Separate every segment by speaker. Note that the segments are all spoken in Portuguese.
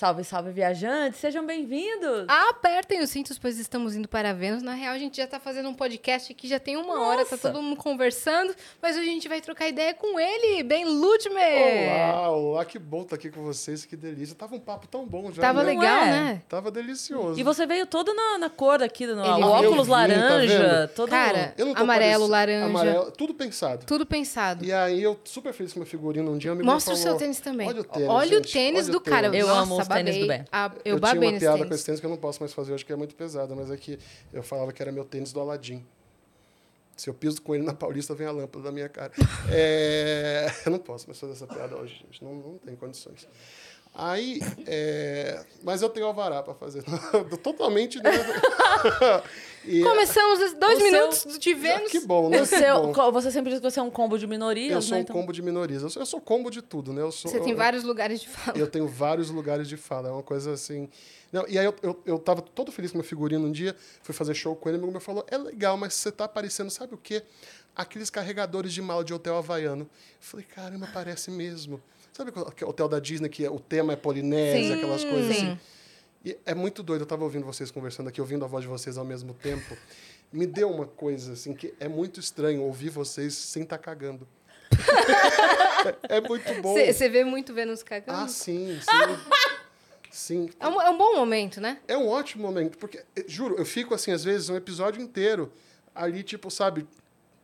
Speaker 1: Salve, salve, viajantes! Sejam bem-vindos!
Speaker 2: Ah. Apertem os cintos, pois estamos indo para Vênus. Na real, a gente já tá fazendo um podcast aqui, já tem uma hora, tá
Speaker 1: Nossa!
Speaker 2: todo mundo conversando, mas hoje a gente vai trocar ideia com ele, Ben Ludmer.
Speaker 3: Olá, olá, que bom estar aqui com vocês, que delícia. Tava um papo tão bom já.
Speaker 2: Tava
Speaker 3: né?
Speaker 1: Não
Speaker 2: legal,
Speaker 1: é?
Speaker 2: né?
Speaker 3: Tava delicioso.
Speaker 1: E você veio todo na, na cor aqui, no,
Speaker 2: Ele-
Speaker 1: o
Speaker 2: Eu
Speaker 1: óculos
Speaker 3: vi, tá
Speaker 1: laranja,
Speaker 3: vendo?
Speaker 1: todo...
Speaker 2: Cara,
Speaker 3: Eu não tô
Speaker 2: amarelo,
Speaker 3: parecendo-
Speaker 2: laranja,
Speaker 3: Amarelo, tudo pensado.
Speaker 2: tudo pensado.
Speaker 3: E aí eu super feliz com meu figurino. Um dia um amigo
Speaker 2: Mostra o
Speaker 3: meu
Speaker 2: seu
Speaker 3: falou,
Speaker 2: tênis também.
Speaker 3: Olha o tênis, gente,
Speaker 2: tênis
Speaker 3: olha
Speaker 2: do
Speaker 3: o tênis.
Speaker 2: cara.
Speaker 1: Eu
Speaker 2: Nossa,
Speaker 1: amo os
Speaker 2: babei.
Speaker 1: tênis do Ben.
Speaker 2: Ah, eu,
Speaker 3: Eu, tinha
Speaker 2: babei
Speaker 3: uma
Speaker 2: nesse
Speaker 3: piada com
Speaker 2: tênis.
Speaker 3: esse tênis que eu não posso mais fazer hoje, que é muito pesada, mas é que eu falava que era meu tênis do Aladim. Se eu piso com ele na Paulista, vem a lâmpada da minha cara. É, Eu não posso mais fazer essa piada hoje, gente. Não, não tem condições. Aí, é, mas eu tenho alvará para fazer. Totalmente. Né? E- é,
Speaker 2: Começamos os dois
Speaker 1: O
Speaker 2: minutos de Vênus.
Speaker 3: Ah, que bom, né?
Speaker 1: O
Speaker 3: Que
Speaker 1: seu,
Speaker 3: bom.
Speaker 1: co- você sempre diz que você é um combo de minorias,
Speaker 3: Eu sou
Speaker 1: né?
Speaker 3: um combo de minorias. Eu sou, eu sou combo de tudo, né? Eu sou,
Speaker 2: então? Você tem
Speaker 3: eu-
Speaker 2: vários lugares de fala.
Speaker 3: Eu tenho vários lugares de fala. É uma coisa assim. Não, e aí eu, eu, eu tava todo feliz com meu figurino um dia, fui fazer show com ele, e meu irmão falou: é legal, mas você tá parecendo, sabe o quê? Aqueles carregadores de mala de hotel havaiano. Eu falei, caramba, parece mesmo. Sabe aquele aquele hotel da Disney que o tema é Polinésia, aquelas coisas assim? E é muito doido, eu tava ouvindo vocês conversando aqui, ouvindo a voz de vocês ao mesmo tempo. Me deu uma coisa, assim, que é muito estranho ouvir vocês sem estar cagando. é muito bom.
Speaker 2: Você você vê muito Vênus cagando.
Speaker 3: Ah, sim, sim. sim.
Speaker 2: É um, é um bom momento, né?
Speaker 3: É um ótimo momento, porque, eh, juro, eu fico assim, às vezes, um episódio inteiro ali, tipo, sabe,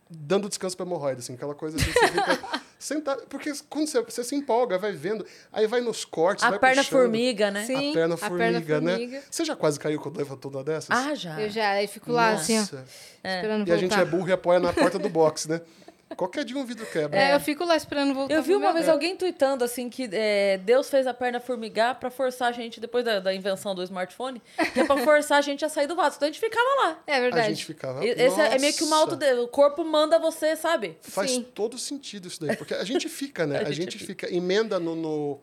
Speaker 3: dando descanso pra hemorroida, assim, aquela coisa assim, você fica sentado. Porque quando você, você se empolga, vai vendo, aí vai nos cortes,
Speaker 1: A
Speaker 3: vai
Speaker 1: perna
Speaker 3: puxando.
Speaker 1: formiga, né?
Speaker 2: Sim,
Speaker 3: a perna
Speaker 2: a perna
Speaker 3: formiga,
Speaker 2: formiga.
Speaker 3: né? Você já quase caiu quando leva toda dessas?
Speaker 1: Ah, já.
Speaker 2: Eu já aí fico lá, assim, ó,
Speaker 3: Nossa.
Speaker 2: esperando
Speaker 3: E a gente
Speaker 2: voltar.
Speaker 3: é burro e apoia na porta do box, né? Qualquer dia um vidro quebra.
Speaker 2: É, eu fico lá esperando voltar.
Speaker 1: Eu vi
Speaker 2: pro
Speaker 1: uma
Speaker 2: meu
Speaker 1: vez
Speaker 2: lugar.
Speaker 1: alguém tweetando assim que é, Deus fez a perna formigar pra forçar a gente, depois da, da invenção do smartphone, que é pra forçar a gente a sair do vaso. Então a gente ficava lá.
Speaker 2: É verdade.
Speaker 3: A gente ficava.
Speaker 1: E- Esse é, é meio que uma auto.
Speaker 3: "Nossa".
Speaker 1: O corpo manda você, sabe?
Speaker 3: Faz
Speaker 2: Sim.
Speaker 3: todo sentido isso daí. Porque a gente fica, né? A, gente, fica. Emenda no, no,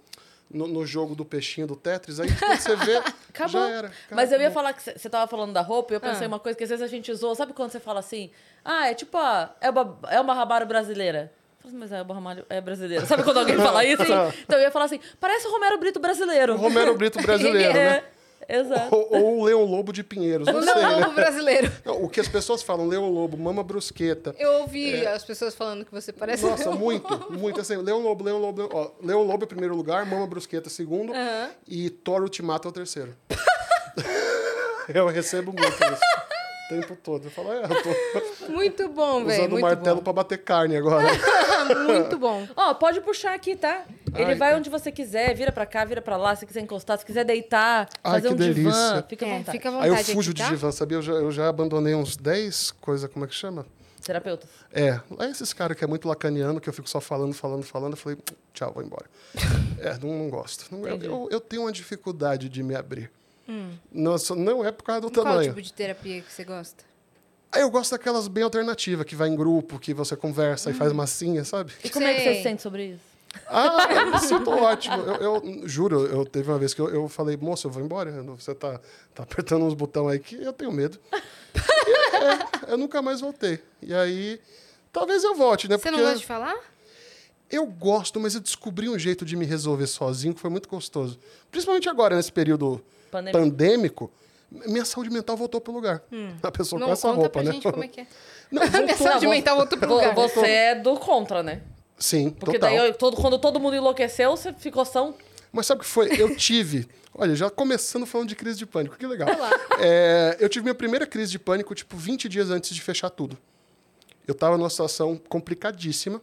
Speaker 3: no, no jogo do peixinho do Tetris, aí quando você vê.
Speaker 1: Acabou.
Speaker 3: Já era.
Speaker 1: Mas eu ia
Speaker 3: acabou.
Speaker 1: falar que você tava falando da roupa e eu
Speaker 2: Ah.
Speaker 1: pensei uma coisa que às vezes a gente usou. Sabe quando você fala assim? Ah, é tipo a Elba, Elba Ramalho brasileira. Eu falo, Mas a Elba Ramalho é brasileira. Sabe quando alguém fala isso? Então eu ia falar assim, parece o Romero Brito brasileiro.
Speaker 3: O Romero Brito brasileiro,
Speaker 1: é,
Speaker 3: né?
Speaker 1: Exato.
Speaker 3: Ou, ou o Leão Lobo de Pinheiros, não sei,
Speaker 2: Não,
Speaker 3: né?
Speaker 2: não, brasileiro.
Speaker 3: Não, o que as pessoas falam, Leão Lobo, mama brusqueta.
Speaker 2: Eu ouvi as pessoas falando que você parece.
Speaker 3: Nossa, muito, muito. Assim, Leão Lobo, Leão Lobo, Leão, ó, Leão Lobo é o primeiro lugar, Mama Brusqueta é o segundo e Toro Ultimato é o terceiro. eu recebo muito isso. O tempo todo. Eu falo, é, eu tô
Speaker 2: Muito bom, velho.
Speaker 3: usando o
Speaker 2: Muito
Speaker 3: martelo
Speaker 2: bom.
Speaker 3: pra bater carne agora.
Speaker 2: muito bom.
Speaker 1: Ó, pode puxar aqui, tá? Ele
Speaker 3: Ai,
Speaker 1: vai
Speaker 3: tá.
Speaker 1: onde você quiser, vira pra cá, vira pra lá, se quiser encostar, se quiser deitar,
Speaker 3: Ai,
Speaker 1: fazer
Speaker 3: que
Speaker 1: um divã,
Speaker 3: delícia.
Speaker 1: fica à
Speaker 2: É,
Speaker 1: vontade.
Speaker 2: fica à
Speaker 3: Aí
Speaker 2: vontade
Speaker 3: eu fujo
Speaker 2: aqui,
Speaker 3: de
Speaker 2: tá?
Speaker 3: divã, sabia? Eu já, eu já abandonei uns 10 coisa, como é que chama?
Speaker 1: Terapeuta.
Speaker 3: É, lá esses caras que é muito lacaniano, que eu fico só falando, falando, falando, eu falei, "Hum, tchau, vou embora. é, não, não gosto. Não- eu,
Speaker 1: Entendi.
Speaker 3: eu- eu tenho uma dificuldade de me abrir. Não, só- não é por causa do
Speaker 2: Hum. Qual
Speaker 3: tamanho.
Speaker 2: tipo de terapia que você gosta?
Speaker 3: Aí eu gosto daquelas bem alternativas, que vai em grupo, que você conversa e
Speaker 2: Hum.
Speaker 3: faz massinha, sabe?
Speaker 1: E como é que você
Speaker 2: Sei.
Speaker 1: se sente sobre isso?
Speaker 3: Ah, eu me sinto ótimo. Eu, eu juro, eu teve uma vez que eu, eu falei, moço, eu vou embora. Eu não- Você tá, tá apertando uns botões aí que eu tenho medo. E, é, eu nunca mais voltei. E aí, talvez eu volte, né?
Speaker 2: Você não
Speaker 3: Porque
Speaker 2: gosta de falar?
Speaker 3: eu gosto, mas eu descobri um jeito de me resolver sozinho que foi muito gostoso. Principalmente agora, nesse período
Speaker 1: Pandêmico.
Speaker 3: pandêmico, minha saúde mental voltou pro lugar. A pessoa
Speaker 2: Hum. Não,
Speaker 3: com essa
Speaker 2: conta
Speaker 3: roupa,
Speaker 2: pra
Speaker 3: né?
Speaker 2: gente como é que é.
Speaker 3: Não,
Speaker 2: A minha
Speaker 3: voltou.
Speaker 2: saúde mental voltou pro
Speaker 1: Vo-
Speaker 2: lugar.
Speaker 1: Você é do contra, né?
Speaker 3: Sim,
Speaker 1: Porque
Speaker 3: total.
Speaker 1: daí, eu- todo, quando todo mundo enlouqueceu, você ficou são...
Speaker 3: Mas sabe o que foi? Eu tive. Olha, já começando falando de crise de pânico, que legal. É, eu tive minha primeira crise de pânico, tipo, 20 dias antes de fechar tudo. Eu tava numa situação complicadíssima.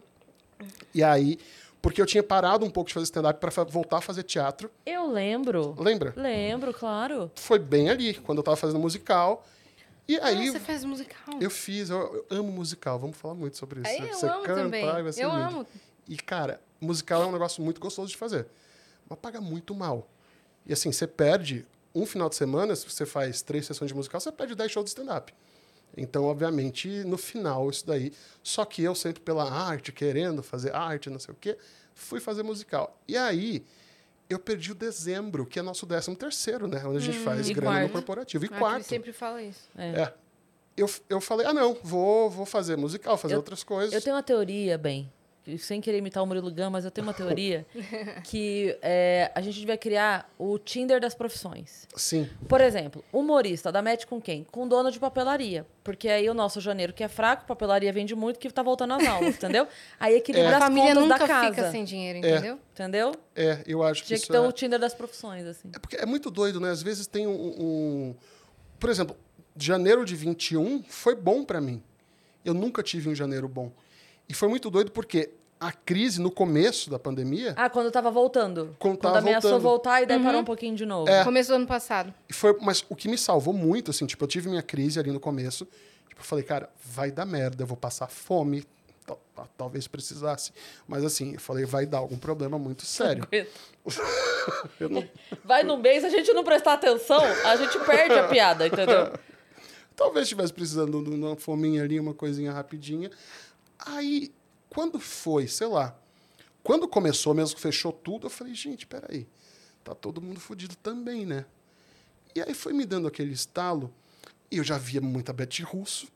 Speaker 3: E aí, porque eu tinha parado um pouco de fazer stand-up pra fa- voltar a fazer teatro.
Speaker 1: Eu lembro.
Speaker 3: Lembra?
Speaker 1: Lembro, claro.
Speaker 3: Foi bem ali, quando eu tava fazendo musical. E aí,
Speaker 2: Ah, você faz musical.
Speaker 3: eu fiz, eu, eu amo musical, vamos falar muito sobre isso. né?
Speaker 2: É, eu amo também.
Speaker 3: ai, vai ser
Speaker 2: Eu
Speaker 3: lindo.
Speaker 2: amo.
Speaker 3: E, cara, musical é um negócio muito gostoso de fazer. Mas paga muito mal. E assim, você perde um final de semana, se você faz três sessões de musical, você perde 10 shows de stand-up. Então, obviamente, no final, isso daí. Só que eu sempre pela arte, querendo fazer arte, não sei o quê, fui fazer musical. E aí, Eu perdi o dezembro, que é nosso décimo terceiro, né? Onde a gente faz
Speaker 1: Hum, e
Speaker 3: grana
Speaker 1: quarto.
Speaker 3: no corporativo. E
Speaker 2: Ah, Cris
Speaker 3: quarto.
Speaker 2: sempre fala isso.
Speaker 3: É. Eu, eu falei, ah, não, vou, vou fazer musical, fazer
Speaker 1: Eu-
Speaker 3: outras coisas.
Speaker 1: Eu tenho uma teoria, bem, que- sem querer imitar o Murilo Gun, mas eu tenho uma teoria que é, a gente devia criar o Tinder das profissões.
Speaker 3: Sim.
Speaker 1: Por exemplo, humorista, da match com quem? Com dono de papelaria. Porque aí o nosso janeiro que é fraco, papelaria vende muito, que tá voltando às aulas, entendeu? Aí equilibra
Speaker 2: A
Speaker 1: as
Speaker 2: família
Speaker 1: contas
Speaker 2: nunca
Speaker 1: da casa.
Speaker 2: fica assim. sem dinheiro, entendeu?
Speaker 1: Entendeu?
Speaker 3: É, eu acho
Speaker 1: Tinha
Speaker 3: que
Speaker 1: que um
Speaker 3: isso
Speaker 1: ter
Speaker 3: é...
Speaker 1: o Tinder das profissões, assim.
Speaker 3: É porque é muito doido, né? Às vezes tem um. um- Por exemplo, janeiro de 21 foi bom pra mim. Eu nunca tive um janeiro bom. E foi muito doido porque a crise no começo da pandemia
Speaker 1: Ah, quando eu tava voltando.
Speaker 3: Quando
Speaker 1: quando
Speaker 3: tava
Speaker 1: ameaçou
Speaker 3: voltando. É.
Speaker 1: voltar e daí
Speaker 2: Uhum.
Speaker 1: parou um pouquinho de novo.
Speaker 2: Começou ano passado.
Speaker 3: foi, mas o que me salvou muito, assim, tipo, eu tive minha crise ali no começo. Tipo, eu falei, cara, vai dar merda, eu vou passar fome. Tal- Talvez precisasse. Mas assim, eu falei, vai dar algum problema muito sério. Eu não-
Speaker 1: Vai no mês, a gente não prestar atenção, a gente perde a piada, entendeu?
Speaker 3: Talvez estivesse precisando de uma fominha ali, uma coisinha rapidinha. Aí, quando foi, sei lá, quando começou mesmo, que fechou tudo, eu falei, gente, peraí, tá todo mundo fudido também, né? E aí foi me dando aquele estalo, e eu já via muita Betty Russo.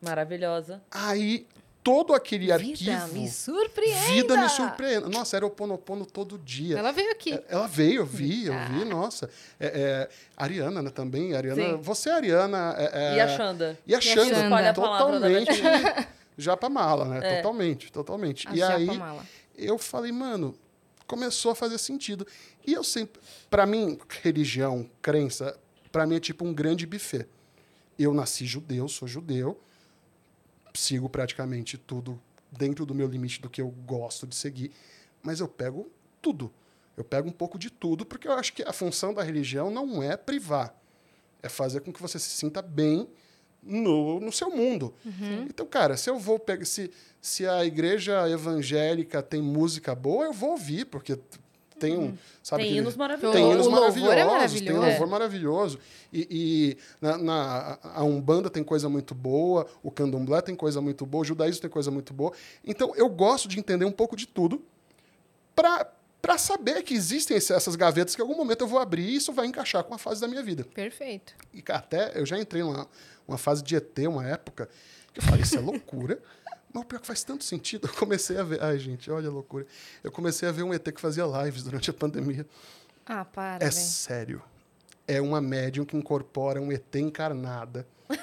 Speaker 1: Maravilhosa.
Speaker 3: Aí, todo aquele
Speaker 2: Vida,
Speaker 3: arquivo...
Speaker 2: me surpreenda!
Speaker 3: Vida me surpreenda. Nossa, era o Ponopono todo dia.
Speaker 2: Ela veio aqui.
Speaker 3: É, Ela veio, eu vi, eu vi, nossa. É, é, Ariana né, também, Ariana.
Speaker 1: Sim.
Speaker 3: Você, Ariana. é, é,
Speaker 1: E a Xanda. é
Speaker 3: E a
Speaker 2: E a
Speaker 3: Xanda,
Speaker 2: Xanda. Olha a
Speaker 1: palavra da É
Speaker 3: totalmente. Já pra mala, né? Totalmente, totalmente.
Speaker 2: A
Speaker 3: e aí
Speaker 2: Japamala.
Speaker 3: eu falei, mano, começou a fazer sentido. E eu sempre, pra mim, religião, crença, pra mim é tipo um grande buffet. Eu nasci judeu, sou judeu, sigo praticamente tudo dentro do meu limite do que eu gosto de seguir, mas eu pego tudo. Eu pego um pouco de tudo, porque eu acho que a função da religião não é privar, é fazer com que você se sinta bem no, no seu mundo.
Speaker 2: Uhum.
Speaker 3: Então, cara, se eu vou pegar. Se, se a igreja evangélica tem música boa, eu vou ouvir, porque t- tem um.
Speaker 2: Uhum.
Speaker 3: Sabe,
Speaker 1: Tem
Speaker 3: aquele-
Speaker 1: hinos maravilhosos.
Speaker 3: tem
Speaker 2: O
Speaker 3: hinos
Speaker 2: louvor é
Speaker 3: maravilhosos, tem um
Speaker 2: maravilhoso.
Speaker 3: louvor maravilhoso. E, e na, na- a Umbanda tem coisa muito boa, o candomblé tem coisa muito boa, o judaísmo tem coisa muito boa. Então, eu gosto de entender um pouco de tudo para para saber que existem esse- essas gavetas que em algum momento eu vou abrir e isso vai encaixar com a fase da minha vida.
Speaker 2: Perfeito.
Speaker 3: E cara, até eu já entrei numa uma fase de ET, uma época, que eu falei, isso é loucura. Mas o pior é que faz tanto sentido. Eu comecei a ver. Ai, gente, olha a loucura. Eu comecei a ver um ET que fazia lives durante a pandemia.
Speaker 2: Ah, para,
Speaker 3: É
Speaker 2: velho.
Speaker 3: sério. É uma médium que incorpora um ET encarnada.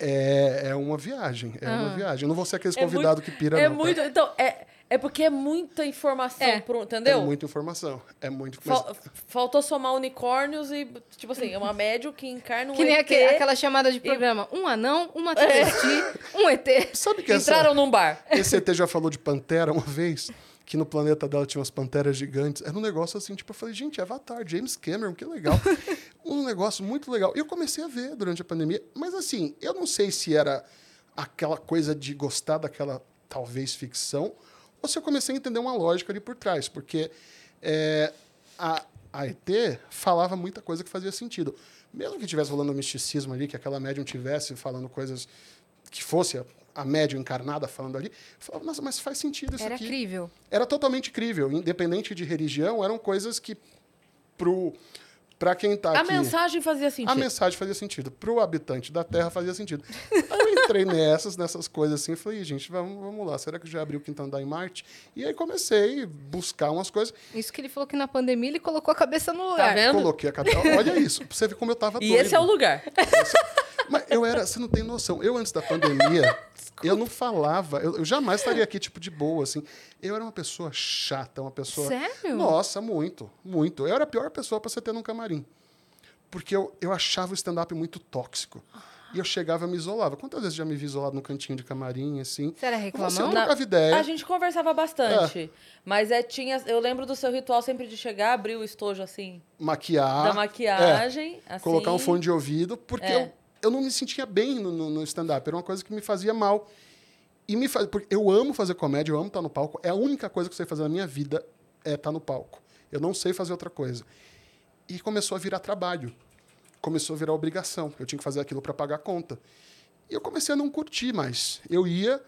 Speaker 3: É, é uma viagem. É uma viagem. Eu não vou ser aqueles
Speaker 1: É muito-
Speaker 3: convidados que pira.
Speaker 1: É
Speaker 3: não, tá?
Speaker 1: muito. Então, é, é porque é muita informação,
Speaker 2: É.
Speaker 1: pro-
Speaker 3: É
Speaker 1: entendeu?
Speaker 3: muita informação. É muito. mas-
Speaker 1: Fal- Faltou somar unicórnios e, tipo assim, é uma médium que encarna um
Speaker 2: Que nem
Speaker 1: ET.
Speaker 2: aquele- aquela chamada de programa. Um anão,
Speaker 3: É.
Speaker 2: uma travesti, um ET.
Speaker 3: Sabe que essa,
Speaker 1: Entraram num bar.
Speaker 3: Esse ET já falou de pantera uma vez, que no planeta dela tinha umas panteras gigantes. Era um negócio assim, tipo, eu falei, gente, Avatar, James Cameron, que legal. um negócio muito legal. E eu comecei a ver durante a pandemia, mas assim, eu não sei se era aquela coisa de gostar daquela, talvez, ficção, ou se eu comecei a entender uma lógica ali por trás, porque é, a, a ET falava muita coisa que fazia sentido. Mesmo que estivesse rolando um misticismo ali, que aquela médium tivesse falando coisas que fosse a, a médium encarnada falando ali, eu falava, nossa, mas faz sentido isso
Speaker 2: Era
Speaker 3: aqui.
Speaker 2: crível.
Speaker 3: Era totalmente crível, independente de religião, eram coisas que pro para quem tá
Speaker 1: A
Speaker 3: aqui,
Speaker 1: mensagem fazia
Speaker 3: a
Speaker 1: sentido.
Speaker 3: mensagem fazia sentido, pro habitante da Terra fazia sentido. Aí eu entrei nessas, nessas coisas assim, e falei, "Ih, gente, vamos, vamos lá, será que já abriu o quinto andar em Marte? E aí comecei a buscar umas coisas,
Speaker 2: Isso que ele falou que na pandemia ele colocou a cabeça no lugar.
Speaker 1: Tá vendo?
Speaker 3: coloquei a cabeça, olha isso, pra você ver como eu tava
Speaker 1: E
Speaker 3: doido.
Speaker 1: esse é o lugar.
Speaker 3: Mas eu era, você não tem noção. Eu antes da pandemia, eu não falava, eu, eu jamais estaria aqui tipo de boa assim. Eu era uma pessoa chata, uma pessoa
Speaker 2: Sério?
Speaker 3: Nossa, muito, muito. Eu era a pior pessoa para você ter num camarim. Porque eu, eu achava o stand-up muito tóxico. E eu chegava e me isolava. Quantas vezes eu já me vi isolado num cantinho de camarim, assim?
Speaker 2: Você era
Speaker 3: Você
Speaker 2: reclamão?
Speaker 3: não trocava ideia.
Speaker 1: A gente conversava bastante. Mas é, tinha. Eu lembro do seu ritual sempre de chegar, abrir o estojo assim,
Speaker 3: Maquiar.
Speaker 1: da
Speaker 3: é.
Speaker 1: maquiagem. assim.
Speaker 3: colocar um fone de ouvido, porque
Speaker 1: É.
Speaker 3: eu, eu não me sentia bem no, no- no stand-up. Era uma coisa que me fazia mal. E me faz, porque eu amo fazer comédia, eu amo estar no palco. É a única coisa que eu sei fazer na minha vida é estar no palco. Eu não sei fazer outra coisa. E começou a virar trabalho. Começou a virar obrigação. Eu tinha que fazer aquilo para pagar a conta. E eu comecei a não curtir mais. Eu ia,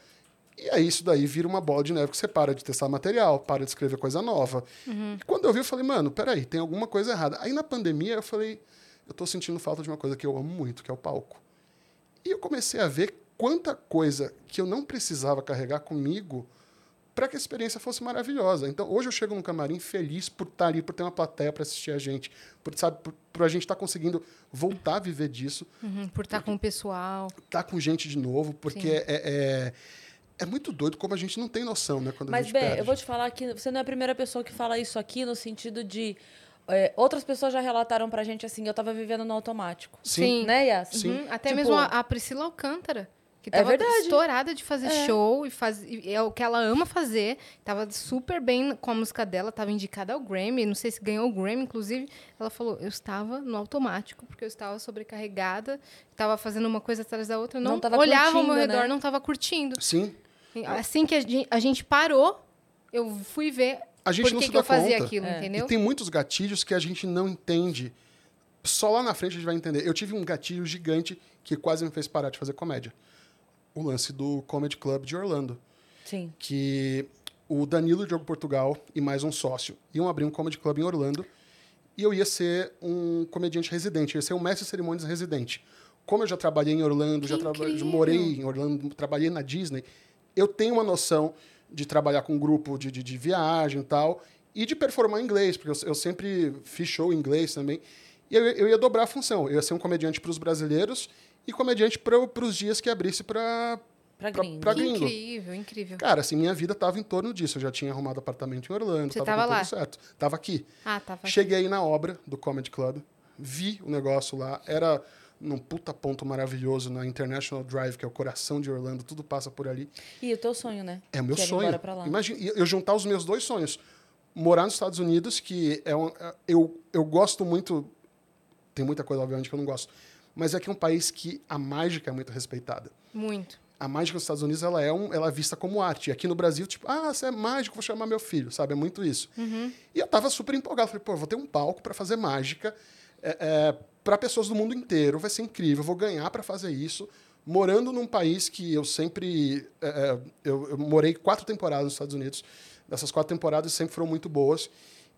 Speaker 3: E aí isso daí vira uma bola de neve que você para de testar material, para de escrever coisa nova. E quando eu vi, eu falei, mano, peraí, tem alguma coisa errada. Aí na pandemia eu falei, eu tô sentindo falta de uma coisa que eu amo muito, que é o palco. E eu comecei a ver quanta coisa que eu não precisava carregar comigo para que a experiência fosse maravilhosa. Então, hoje eu chego num camarim feliz por estar ali, por ter uma plateia para assistir a gente, por, sabe, por, por a gente estar conseguindo voltar a viver disso,
Speaker 2: Uhum, por estar com o pessoal.
Speaker 3: estar tá com gente de novo, porque é, é, é muito doido como a gente não tem noção, né? Quando a
Speaker 1: Mas,
Speaker 3: gente
Speaker 1: bem,
Speaker 3: perde.
Speaker 1: eu vou te falar que você não é a primeira pessoa que fala isso aqui, no sentido de. é, outras pessoas já relataram pra gente assim, eu tava vivendo no automático.
Speaker 2: Sim.
Speaker 1: Né, Yas?
Speaker 3: Sim.
Speaker 2: Uhum, até
Speaker 1: Tipo-
Speaker 2: mesmo a, a Priscila Alcântara. Que
Speaker 1: É
Speaker 2: tava
Speaker 1: verdade.
Speaker 2: estourada de fazer
Speaker 3: É.
Speaker 2: show e, faz, e é o que ela ama fazer. Tava super bem com a música dela, tava indicada ao Grammy, não sei se ganhou o Grammy, inclusive. Ela falou: eu estava no automático, porque eu estava sobrecarregada, estava fazendo uma coisa atrás da outra, eu não,
Speaker 1: Não tava
Speaker 2: olhava ao meu
Speaker 1: curtindo, né?
Speaker 2: redor, não estava curtindo.
Speaker 3: Sim.
Speaker 2: Assim que a gen- a gente parou, eu fui ver
Speaker 3: A gente
Speaker 2: por
Speaker 3: não
Speaker 2: que,
Speaker 3: se
Speaker 2: que eu
Speaker 3: dá
Speaker 2: fazia
Speaker 3: conta. É.
Speaker 2: aquilo, entendeu?
Speaker 3: E tem muitos gatilhos que a gente não entende. Só lá na frente a gente vai entender. Eu tive um gatilho gigante que quase me fez parar de fazer comédia. O lance do Comedy Club de Orlando.
Speaker 1: Sim.
Speaker 3: que o Danilo Diogo Portugal e mais um sócio iam abrir um comedy club em Orlando e eu ia ser um comediante residente, eu ia ser um mestre de cerimônias residente. Como eu já trabalhei em Orlando,
Speaker 2: Que
Speaker 3: já, traba- já
Speaker 2: incrível!
Speaker 3: morei em Orlando, trabalhei na Disney, eu tenho uma noção de trabalhar com um grupo de, de, de viagem e tal, e de performar em inglês, porque eu, eu sempre fiz show em inglês também. E eu, eu ia dobrar a função, eu ia ser um comediante para os brasileiros e comediante para os dias que abrisse para
Speaker 1: Pra
Speaker 3: Pra-
Speaker 1: gringo.
Speaker 3: pra
Speaker 2: Que
Speaker 3: gringo.
Speaker 2: incrível, incrível.
Speaker 3: Cara, assim, minha vida tava em torno disso. Eu já tinha arrumado apartamento em Orlando,
Speaker 2: Você
Speaker 3: tava,
Speaker 2: tava
Speaker 3: com
Speaker 2: lá?
Speaker 3: tudo certo. Tava aqui.
Speaker 2: Ah, tava.
Speaker 3: Cheguei na obra do Comedy Club, vi o negócio lá, era num puta ponto maravilhoso na International Drive, que é o coração de Orlando, tudo passa por ali.
Speaker 1: E o teu sonho, né?
Speaker 3: É o meu
Speaker 1: Que era ir
Speaker 3: sonho.
Speaker 1: embora pra lá.
Speaker 3: Imagina, e eu juntar os meus dois sonhos. Morar nos Estados Unidos, que é um, é- eu, eu gosto muito. Tem muita coisa, obviamente, que eu não gosto. Mas é que é um país que a mágica é muito respeitada
Speaker 2: Muito.
Speaker 3: a mágica nos Estados Unidos ela é, um, ela é vista como arte. E aqui no Brasil, tipo, ah, você é mágico, vou chamar meu filho, sabe? É muito isso. E eu tava super empolgado. Falei, pô, vou ter um palco para fazer mágica é, para pessoas do mundo inteiro, vai ser incrível, vou ganhar para fazer isso. Morando num país que eu sempre. é, é, eu, eu morei quatro temporadas nos Estados Unidos. Dessas quatro temporadas sempre foram muito boas.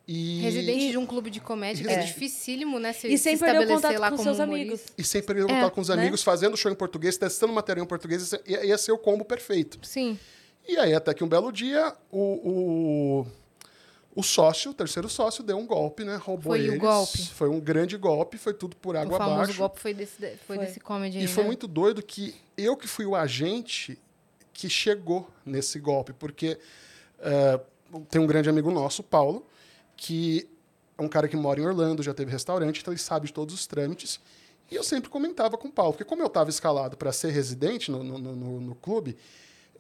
Speaker 3: E,
Speaker 2: Residente de um clube de comédia, que é,
Speaker 3: Residente-
Speaker 2: dificílimo, né? Se,
Speaker 1: E
Speaker 2: se
Speaker 1: sem perder o
Speaker 2: estabelecer
Speaker 1: contato
Speaker 2: lá
Speaker 1: com
Speaker 2: como
Speaker 1: seus
Speaker 2: humorista.
Speaker 1: amigos.
Speaker 3: e sempre eu contar com os
Speaker 1: né?
Speaker 3: amigos, fazendo show em português, testando material em português, ia ser- ia, ia ser o combo perfeito.
Speaker 2: Sim.
Speaker 3: E aí, até que um belo dia, o, o, o sócio, o terceiro sócio, deu um golpe, né? Roubou
Speaker 2: Foi o
Speaker 3: eles.
Speaker 2: golpe.
Speaker 3: Foi um grande golpe, foi tudo por
Speaker 2: o
Speaker 3: água
Speaker 2: famoso
Speaker 3: abaixo.
Speaker 2: golpe foi desse, foi,
Speaker 1: Foi.
Speaker 2: desse comedy.
Speaker 3: E
Speaker 2: aí,
Speaker 3: foi
Speaker 2: né?
Speaker 3: muito doido que eu que fui o agente que chegou nesse golpe, porque eh, tem um grande amigo nosso, Paulo, que é um cara que mora em Orlando, já teve restaurante, então ele sabe de todos os trâmites. E eu sempre comentava com o Paulo, porque como eu estava escalado para ser residente no, no, no- no- no clube,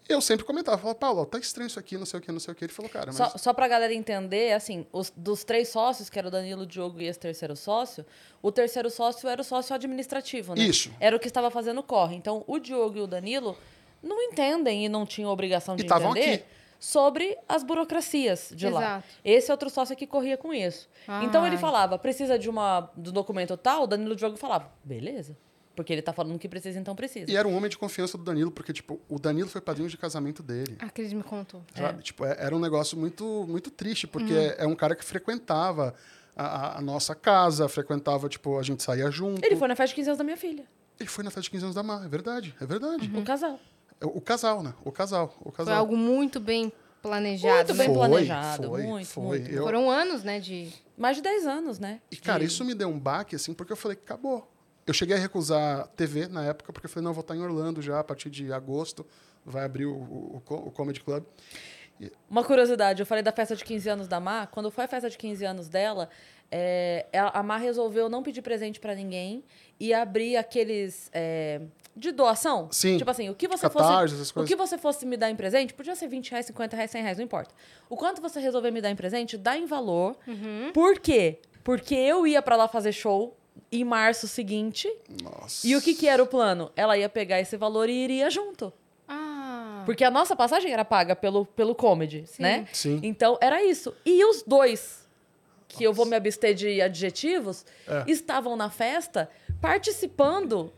Speaker 3: eu sempre comentava, falava, Paulo, ó, tá estranho isso aqui, não sei o que, não sei o que. Ele falou, cara, mas...
Speaker 1: Só, só pra galera entender, assim, os- dos três sócios, que era o Danilo, o Diogo e esse terceiro sócio, o terceiro sócio era o sócio administrativo, né?
Speaker 3: Isso.
Speaker 1: Era o que estava fazendo o corre. Então, o Diogo e o Danilo não entendem e não tinham obrigação de
Speaker 3: E estavam
Speaker 1: entender
Speaker 3: aqui.
Speaker 1: sobre as burocracias de lá.
Speaker 2: Exato.
Speaker 1: Esse é outro sócio que corria com isso. Então, ele
Speaker 2: Ai.
Speaker 1: falava, precisa de uma, do documento tal, o Danilo e o Diogo falava, beleza. Porque ele tá falando que precisa, então precisa.
Speaker 3: E era um homem de confiança do Danilo, porque, tipo, o Danilo foi padrinho de casamento dele.
Speaker 2: A Ah, Cris me contou.
Speaker 3: Sabe? Tipo, é- era um negócio muito, muito triste, porque
Speaker 1: Uhum.
Speaker 3: é é um cara que frequentava a, a- a nossa casa, frequentava, tipo, a gente saía junto.
Speaker 1: Ele foi na festa de 15 anos da minha filha,
Speaker 3: Ele foi na festa de 15 anos da Mar, é verdade, é verdade.
Speaker 1: um casal.
Speaker 3: O, o casal, né? O casal, o
Speaker 2: Foi
Speaker 3: casal.
Speaker 2: algo muito bem
Speaker 1: Muito
Speaker 2: planejado.
Speaker 1: bem
Speaker 2: né?
Speaker 1: planejado,
Speaker 3: foi,
Speaker 1: muito,
Speaker 3: foi.
Speaker 1: muito.
Speaker 3: Eu-
Speaker 2: Foram anos, né? De.
Speaker 1: Mais de 10 anos, né?
Speaker 3: E, cara,
Speaker 1: De-
Speaker 3: isso me deu um baque, assim, porque eu falei, acabou. Eu cheguei a recusar TV na época, porque eu falei, não, eu vou estar em Orlando já, a partir de agosto, vai abrir o, o, o co- o Comedy Club.
Speaker 1: Uma curiosidade, eu falei da festa de 15 anos da Mar. Quando foi a festa de 15 anos dela, é, ela- a Mar resolveu não pedir presente pra ninguém e abrir aqueles é, de doação.
Speaker 3: Sim.
Speaker 1: Tipo assim, o que você
Speaker 3: Catarse,
Speaker 1: fosse.
Speaker 3: essas
Speaker 1: O
Speaker 3: coisas.
Speaker 1: que você fosse me dar em presente, podia ser 20 reais, 50 reais, 100 reais, não importa. O quanto você resolver me dar em presente, dá em valor. Por quê? Porque eu ia pra lá fazer show em março seguinte.
Speaker 3: Nossa.
Speaker 1: E o que, que era o plano? Ela ia pegar esse valor e iria junto.
Speaker 2: Ah.
Speaker 1: Porque a nossa passagem era paga pelo, pelo comedy, né?
Speaker 3: Sim.
Speaker 1: Então era isso. E os dois, que eu vou me abster de
Speaker 3: É.
Speaker 1: adjetivos, estavam na festa participando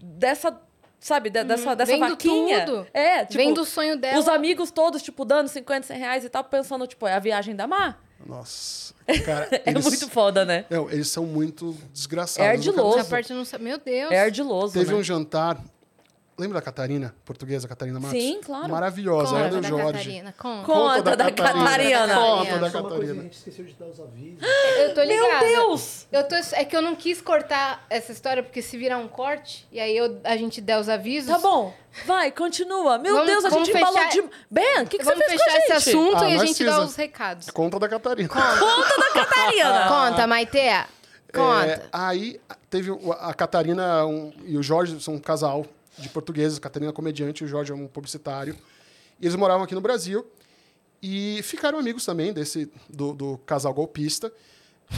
Speaker 1: dessa sabe, de- dessa, dessa
Speaker 2: Uhum. Vendo
Speaker 1: vaquinha.
Speaker 2: tudo.
Speaker 1: É, tipo,
Speaker 2: Vem do sonho dela.
Speaker 1: os amigos todos, tipo, dando 50, 100 reais e tal, pensando, tipo, é a viagem da Mar.
Speaker 3: Nossa. Cara,
Speaker 1: É
Speaker 3: eles,
Speaker 1: muito foda, né?
Speaker 3: Não, eles são muito desgraçados.
Speaker 1: É
Speaker 3: Eu nunca-
Speaker 1: ardiloso.
Speaker 2: Essa parte eu não sabe. Meu Deus.
Speaker 1: É ardiloso,
Speaker 3: Teve
Speaker 1: né?
Speaker 3: um jantar. Lembra da Catarina, portuguesa, Catarina Matos?
Speaker 1: Sim, claro.
Speaker 3: Maravilhosa,
Speaker 2: Conta
Speaker 3: ela e o
Speaker 2: da
Speaker 3: Jorge.
Speaker 2: Catarina, conta.
Speaker 1: Conta da Catarina.
Speaker 3: Conta da
Speaker 4: Só uma coisa, a
Speaker 3: Catarina.
Speaker 4: gente esqueceu de dar os avisos.
Speaker 2: Eu tô
Speaker 1: Meu
Speaker 2: ligada.
Speaker 1: Deus!
Speaker 2: Eu tô, é que eu não quis cortar essa história, porque se virar um corte, e aí eu- a gente der os avisos.
Speaker 1: Tá bom, vai, continua. Meu
Speaker 2: Vamos-
Speaker 1: Deus, a
Speaker 2: vamos
Speaker 1: gente embalou
Speaker 2: fechar-
Speaker 1: de... Ben, o que, que você
Speaker 2: Vamos
Speaker 1: fez com
Speaker 2: fechar
Speaker 1: a gente?
Speaker 2: esse assunto
Speaker 3: Ah,
Speaker 2: e a
Speaker 3: nós
Speaker 2: gente dá
Speaker 3: precisa.
Speaker 2: os recados.
Speaker 3: Conta da Catarina.
Speaker 1: Catarina.
Speaker 2: Conta, Maite. Conta.
Speaker 3: É, aí teve o- a Catarina um- e o Jorge, são um casal de portugueses. A Catarina é comediante, o Jorge é um publicitário. E eles moravam aqui no Brasil
Speaker 2: Uhum.
Speaker 3: e ficaram amigos também desse do, do casal golpista.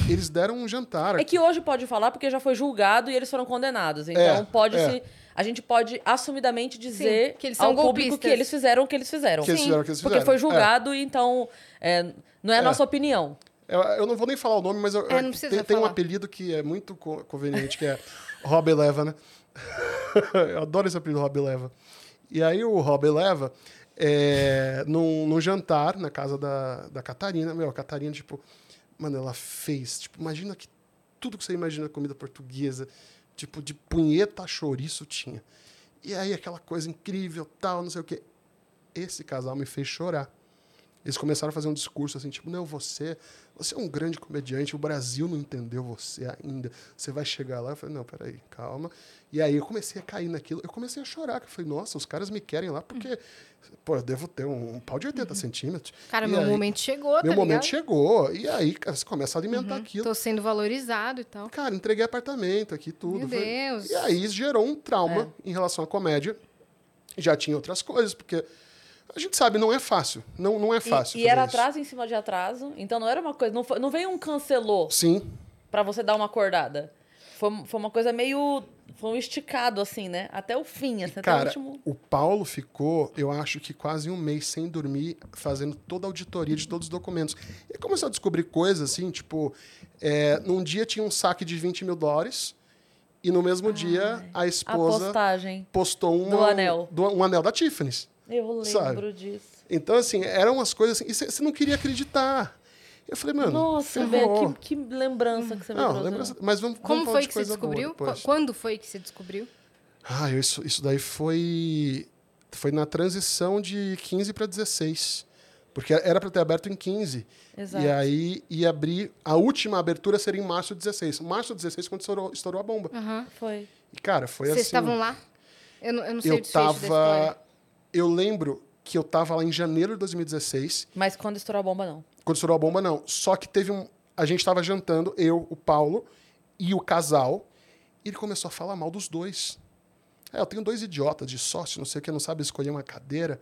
Speaker 3: Eles deram um jantar.
Speaker 1: É que hoje pode falar porque já foi julgado e eles foram condenados. Então
Speaker 3: É,
Speaker 1: pode
Speaker 3: é.
Speaker 1: se. A gente pode assumidamente dizer
Speaker 2: Sim, que eles são
Speaker 1: ao público
Speaker 2: golpistas.
Speaker 1: que eles fizeram o que eles fizeram.
Speaker 3: Que eles Sim. fizeram o que eles
Speaker 1: porque
Speaker 3: fizeram,
Speaker 1: foi julgado, então é, não é a nossa opinião.
Speaker 3: Eu, eu não vou nem falar o nome, mas eu,
Speaker 2: É,
Speaker 3: eu-
Speaker 2: não precisa
Speaker 3: tem, tem um
Speaker 2: falar.
Speaker 3: apelido que é muito co- conveniente, que é Rob Eleva, né? eu adoro esse apelido, Rob Eleva. E aí o Rob Eleva, é, num, num jantar na casa da, da Catarina, meu, a Catarina, tipo, mano, ela fez, tipo, imagina que tudo que você imagina comida portuguesa, tipo, de punheta a chouriço tinha. E aí aquela coisa incrível, tal, não sei o quê. Esse casal me fez chorar. Eles começaram a fazer um discurso assim, tipo, não, você, você é um grande comediante, o Brasil não entendeu você ainda, você vai chegar lá. Eu falei, não, peraí, calma. E aí eu comecei a cair naquilo, eu comecei a chorar, que eu falei, nossa, os caras me querem lá porque, pô, eu devo ter um, um pau de 80 centímetros.
Speaker 2: Uhum. Cara,
Speaker 3: E
Speaker 2: meu
Speaker 3: aí-
Speaker 2: momento chegou, tá
Speaker 3: Meu
Speaker 2: ligado?
Speaker 3: momento
Speaker 2: Uhum.
Speaker 3: chegou, e aí cara, você começa a alimentar aquilo.
Speaker 2: Tô sendo valorizado e tal.
Speaker 3: Cara, entreguei apartamento aqui, tudo.
Speaker 2: Meu
Speaker 3: Foi-
Speaker 2: Deus.
Speaker 3: E aí gerou um trauma
Speaker 1: É.
Speaker 3: em relação à comédia. Já tinha outras coisas, porque a gente sabe, não é fácil. Não, não é
Speaker 1: E-
Speaker 3: fácil.
Speaker 1: E,
Speaker 3: fazer
Speaker 1: era
Speaker 3: isso.
Speaker 1: atraso em cima de atraso. Então não era uma coisa. Não, foi- não veio um cancelou
Speaker 3: Sim.
Speaker 1: pra você dar uma acordada. Foi, foi uma coisa meio. Foi um esticado, assim, né? Até o fim, assim, até o
Speaker 3: Cara,
Speaker 1: último.
Speaker 3: o Paulo ficou, eu acho que quase um mês sem dormir, fazendo toda a auditoria de todos os documentos. E começou a descobrir coisas assim, tipo, é, num dia tinha um saque de 20 mil dólares, e no mesmo dia a
Speaker 1: A
Speaker 3: esposa
Speaker 1: postagem.
Speaker 3: postou uma-
Speaker 1: do anel.
Speaker 3: do- um anel da Tiffany's.
Speaker 1: Eu lembro
Speaker 3: Sabe?
Speaker 1: disso.
Speaker 3: Então, assim, eram umas coisas assim. E você não queria acreditar. Eu falei, mano.
Speaker 1: Nossa,
Speaker 3: eu
Speaker 1: velho,
Speaker 3: vou.
Speaker 1: que, que lembrança que você me
Speaker 3: Não,
Speaker 1: trouxe.
Speaker 3: lembrança. Mas vamos,
Speaker 2: é. Como
Speaker 3: vamos falar
Speaker 2: foi
Speaker 3: de
Speaker 2: que você
Speaker 3: coisa boa
Speaker 2: descobriu?
Speaker 3: depois.
Speaker 2: Qu- Quando foi que você descobriu?
Speaker 3: Ah, eu- isso, isso daí foi. Foi na transição de 15 para 16. Porque era para ter aberto em 15.
Speaker 1: Exato.
Speaker 3: E aí ia abrir. A última abertura seria em março de 16. Março de 16, quando estourou, estourou a bomba.
Speaker 2: Aham.
Speaker 1: Foi.
Speaker 3: E, cara, foi
Speaker 2: Vocês
Speaker 3: assim.
Speaker 2: estavam lá? Eu não, eu não sei o
Speaker 3: eu
Speaker 2: desfecho da história.
Speaker 3: tava. Eu lembro que eu tava lá em janeiro de 2016.
Speaker 1: Mas quando estourou a bomba, não.
Speaker 3: Quando estourou a bomba, não. Só que teve um. A gente tava jantando, eu, o Paulo e o casal, e ele começou a falar mal dos dois. É, eu tenho dois idiotas de sócio, não sei o que, não sabe escolher uma cadeira.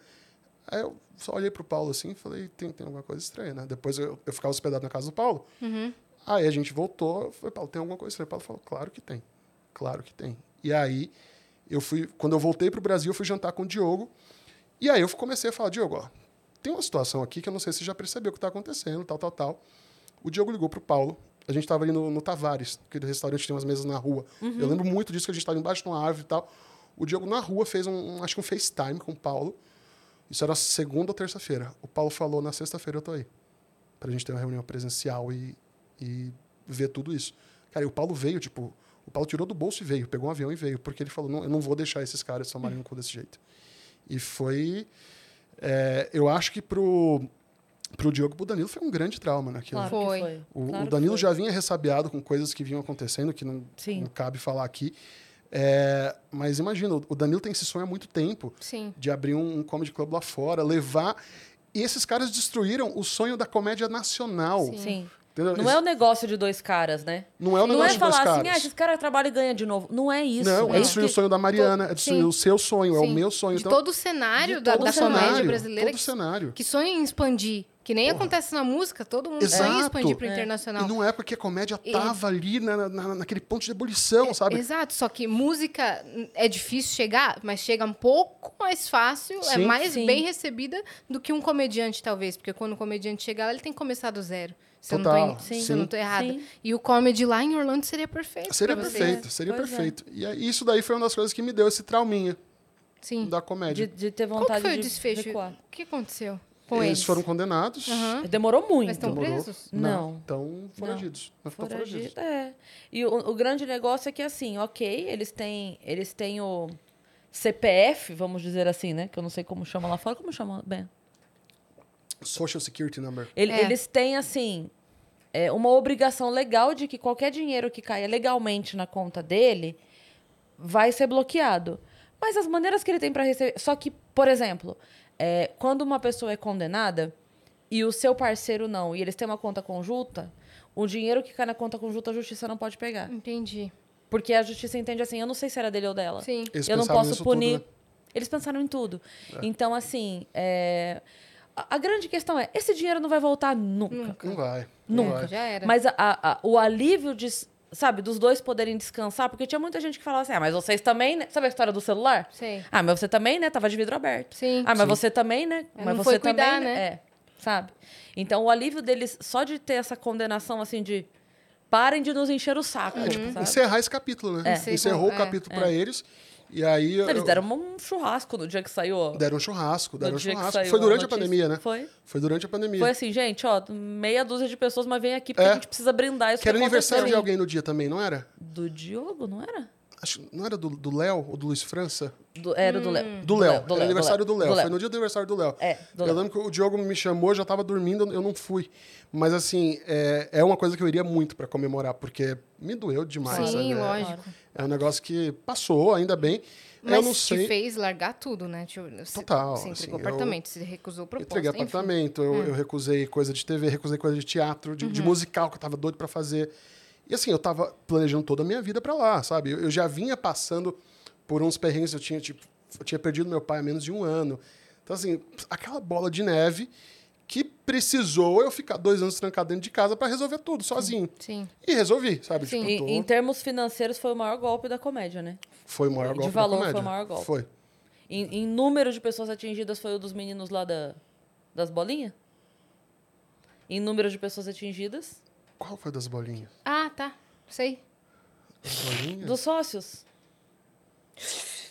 Speaker 3: Aí eu só olhei pro Paulo assim e falei, tem, tem alguma coisa estranha, né? Depois eu, eu ficava hospedado na casa do Paulo. Aí a gente voltou, eu falei, Paulo, tem alguma coisa estranha? O Paulo falou, claro que tem, claro que tem. E aí, eu fui, quando eu voltei pro Brasil, eu fui jantar com o Diogo, e aí eu comecei a falar, Diogo, ó, tem uma situação aqui que eu não sei se você já percebeu o que está acontecendo, tal, tal, tal. O Diogo ligou pro Paulo. A gente estava ali no, no Tavares, aquele restaurante que tem umas mesas na rua. Eu lembro muito disso, que a gente estava embaixo de uma árvore e tal. O Diogo na rua fez um, um- acho que um FaceTime com o Paulo. Isso era segunda ou terça-feira. O Paulo falou, na sexta-feira eu tô aí. Pra gente ter uma reunião presencial e, e ver tudo isso. Cara, e o Paulo veio, tipo... O Paulo tirou do bolso e veio, pegou um avião e veio. Porque ele falou, não, eu não vou deixar esses caras tomarem no cu desse jeito. E foi... é, eu acho que pro, pro Diogo e pro Danilo foi um grande trauma, né? Aquilo.
Speaker 1: Claro
Speaker 2: Foi.
Speaker 1: que foi.
Speaker 3: O, o
Speaker 1: Claro que
Speaker 3: Danilo
Speaker 1: foi.
Speaker 3: já vinha ressabiado com coisas que vinham acontecendo, que não,
Speaker 1: Sim.
Speaker 3: não cabe falar aqui. É, mas imagina, o- o Danilo tem esse sonho há muito tempo
Speaker 2: Sim.
Speaker 3: de abrir um, um comedy club lá fora, levar. E esses caras destruíram o sonho da comédia nacional.
Speaker 1: Sim.
Speaker 3: Entendeu?
Speaker 1: Não é o negócio de dois caras, né?
Speaker 3: não é o
Speaker 1: Não é
Speaker 3: negócio dos
Speaker 1: falar
Speaker 3: caras.
Speaker 1: assim, ah, esses caras trabalham e ganham de novo. Não é isso.
Speaker 3: não, é
Speaker 1: é
Speaker 3: destruir o sonho da Mariana, é destruir
Speaker 2: Sim.
Speaker 3: o seu sonho, é o
Speaker 2: Sim.
Speaker 3: meu sonho.
Speaker 2: De
Speaker 3: então,
Speaker 2: todo o cenário
Speaker 3: de
Speaker 2: da,
Speaker 3: todo
Speaker 2: da
Speaker 3: o cenário,
Speaker 2: comédia brasileira
Speaker 3: Todo o
Speaker 2: que,
Speaker 3: cenário.
Speaker 2: que sonha em expandir. Que nem acontece na música, todo mundo sonha em
Speaker 3: Exato.
Speaker 2: expandir pro
Speaker 3: É.
Speaker 2: internacional.
Speaker 3: E não é porque a comédia tava ali na, na- naquele ponto de
Speaker 1: É,
Speaker 3: ebulição, sabe?
Speaker 2: Exato, só que música hum, é difícil chegar, mas chega um pouco mais fácil, é
Speaker 3: Sim.
Speaker 2: mais
Speaker 1: Sim.
Speaker 2: bem recebida do que um comediante, talvez. Porque quando o comediante chegar, lá, ele tem que começar do zero. Se, eu, não
Speaker 3: Total,
Speaker 2: tô, en-
Speaker 3: sim.
Speaker 2: se eu não tô errada.
Speaker 1: Sim.
Speaker 2: E o comedy lá em Orlando seria perfeito.
Speaker 3: Seria
Speaker 2: pra vocês.
Speaker 3: perfeito, seria
Speaker 1: Pois é.
Speaker 3: perfeito. E aí, isso daí foi uma das coisas que me deu esse trauminha.
Speaker 2: Sim.
Speaker 3: da
Speaker 1: Hum. De,
Speaker 3: comédia.
Speaker 1: de ter
Speaker 2: Qual que
Speaker 1: vontade
Speaker 2: foi o
Speaker 1: de
Speaker 2: desfecho?
Speaker 1: recuar.
Speaker 2: O que aconteceu com
Speaker 3: eles
Speaker 2: eles?
Speaker 3: foram condenados.
Speaker 2: Aham.
Speaker 1: Demorou muito.
Speaker 2: Mas estão
Speaker 3: demorou.
Speaker 2: presos?
Speaker 1: Não.
Speaker 3: Não. Estão foragidos. Não. Estão foragidos.
Speaker 1: Foragido, é. E o, o grande negócio é que, assim, ok, eles têm, eles têm o CPF, vamos dizer assim, né? Que eu não sei como chama lá fora. Como chama, Ben?
Speaker 3: Social Security Number.
Speaker 1: Ele-
Speaker 2: É.
Speaker 1: Eles têm, assim, é, uma obrigação legal de que qualquer dinheiro que caia legalmente na conta dele vai ser bloqueado. Mas as maneiras que ele tem para receber. Só que, por exemplo, é, quando uma pessoa é condenada e o seu parceiro não, e eles têm uma conta conjunta, o dinheiro que cai na conta conjunta a justiça não pode pegar.
Speaker 2: Entendi.
Speaker 1: Porque a justiça entende assim, eu não sei se era dele ou dela.
Speaker 2: Sim.
Speaker 3: Eles
Speaker 1: eu não
Speaker 3: pensaram
Speaker 1: posso
Speaker 3: nisso tudo,
Speaker 1: punir.
Speaker 3: né?
Speaker 1: Eles pensaram em tudo. Então, assim, é, a, a grande questão é, esse dinheiro não vai voltar nunca.
Speaker 3: Não vai. Não
Speaker 1: Nunca.
Speaker 3: vai.
Speaker 2: Já era.
Speaker 1: Mas a- a- a- o alívio de, sabe, dos dois poderem descansar, porque tinha muita gente que falava assim, ah, mas vocês também, né? Sabe a história do celular?
Speaker 2: Sei.
Speaker 1: Ah, mas você também, né? Tava de vidro aberto.
Speaker 2: Sim.
Speaker 1: Ah, mas você também, né?
Speaker 2: É,
Speaker 1: mas
Speaker 2: não
Speaker 1: você
Speaker 2: foi cuidar,
Speaker 1: também,
Speaker 2: né?
Speaker 1: É, sabe? Então, o alívio deles, só de ter essa condenação, assim, de parem de nos encher o saco,
Speaker 2: Uhum.
Speaker 1: sabe?
Speaker 3: Uhum. Encerrar esse capítulo, né?
Speaker 2: É.
Speaker 3: Encerrou
Speaker 2: Encerrou,
Speaker 3: o
Speaker 2: é.
Speaker 3: capítulo pra eles. E aí. eu-
Speaker 1: Eles deram um churrasco no dia que saiu. ó.
Speaker 3: deram um churrasco, deram
Speaker 1: No
Speaker 3: um
Speaker 1: dia que
Speaker 3: churrasco.
Speaker 1: saiu
Speaker 3: Foi
Speaker 1: a
Speaker 3: durante a
Speaker 1: notícia.
Speaker 3: pandemia, né?
Speaker 1: Foi.
Speaker 3: Foi durante a pandemia.
Speaker 1: Foi assim, gente, ó, meia dúzia de pessoas, mas vem aqui porque
Speaker 3: É.
Speaker 1: a gente precisa brindar isso
Speaker 3: que era
Speaker 1: que
Speaker 3: aniversário de
Speaker 1: aconteceu.
Speaker 3: alguém no dia também, não era?
Speaker 1: Do Diogo, não era?
Speaker 3: Acho, não era do do Léo ou do Luiz França?
Speaker 1: Do- era do Léo.
Speaker 3: Do Léo. Era aniversário do Léo. Foi no dia do aniversário do Léo.
Speaker 1: É, do
Speaker 3: eu
Speaker 1: Léo.
Speaker 3: lembro que o Diogo me chamou, eu já tava dormindo, eu não fui. Mas assim, é, é uma coisa que eu iria muito pra comemorar, porque me doeu demais.
Speaker 2: Sim,
Speaker 3: sabe? É-
Speaker 2: lógico.
Speaker 3: É um negócio que passou, ainda bem. eu
Speaker 2: Mas
Speaker 3: não
Speaker 2: te
Speaker 3: sei.
Speaker 2: fez largar tudo, né? Te, você-
Speaker 3: Total,
Speaker 2: Você entregou
Speaker 3: assim, eu-
Speaker 2: apartamento, você recusou
Speaker 3: Eu
Speaker 2: proposta.
Speaker 3: Entreguei
Speaker 2: enfim.
Speaker 3: apartamento,
Speaker 1: Hum.
Speaker 3: eu, eu recusei coisa de TV, recusei coisa de teatro, de,
Speaker 1: Uhum.
Speaker 3: de musical que eu tava doido pra fazer. E assim, eu tava planejando toda a minha vida pra lá, sabe? Eu, eu já vinha passando por uns perrengues, eu tinha, tipo, eu tinha perdido meu pai há menos de um ano. Então, assim, aquela bola de neve que precisou eu ficar dois anos trancado dentro de casa pra resolver tudo, sozinho.
Speaker 2: Sim.
Speaker 3: E resolvi, sabe?
Speaker 2: Sim.
Speaker 3: Tipo,
Speaker 1: Em,
Speaker 3: tô-
Speaker 1: em termos financeiros, foi o maior golpe da comédia, né?
Speaker 3: foi o maior
Speaker 1: de
Speaker 3: golpe
Speaker 1: valor,
Speaker 3: da comédia.
Speaker 1: foi o maior golpe.
Speaker 3: Foi.
Speaker 1: Em, em número de pessoas atingidas, foi o dos meninos lá da, das bolinhas? Em número de pessoas atingidas?
Speaker 3: Qual foi das bolinhas?
Speaker 2: Ah, tá. Sei.
Speaker 3: Das bolinhas?
Speaker 1: Dos sócios?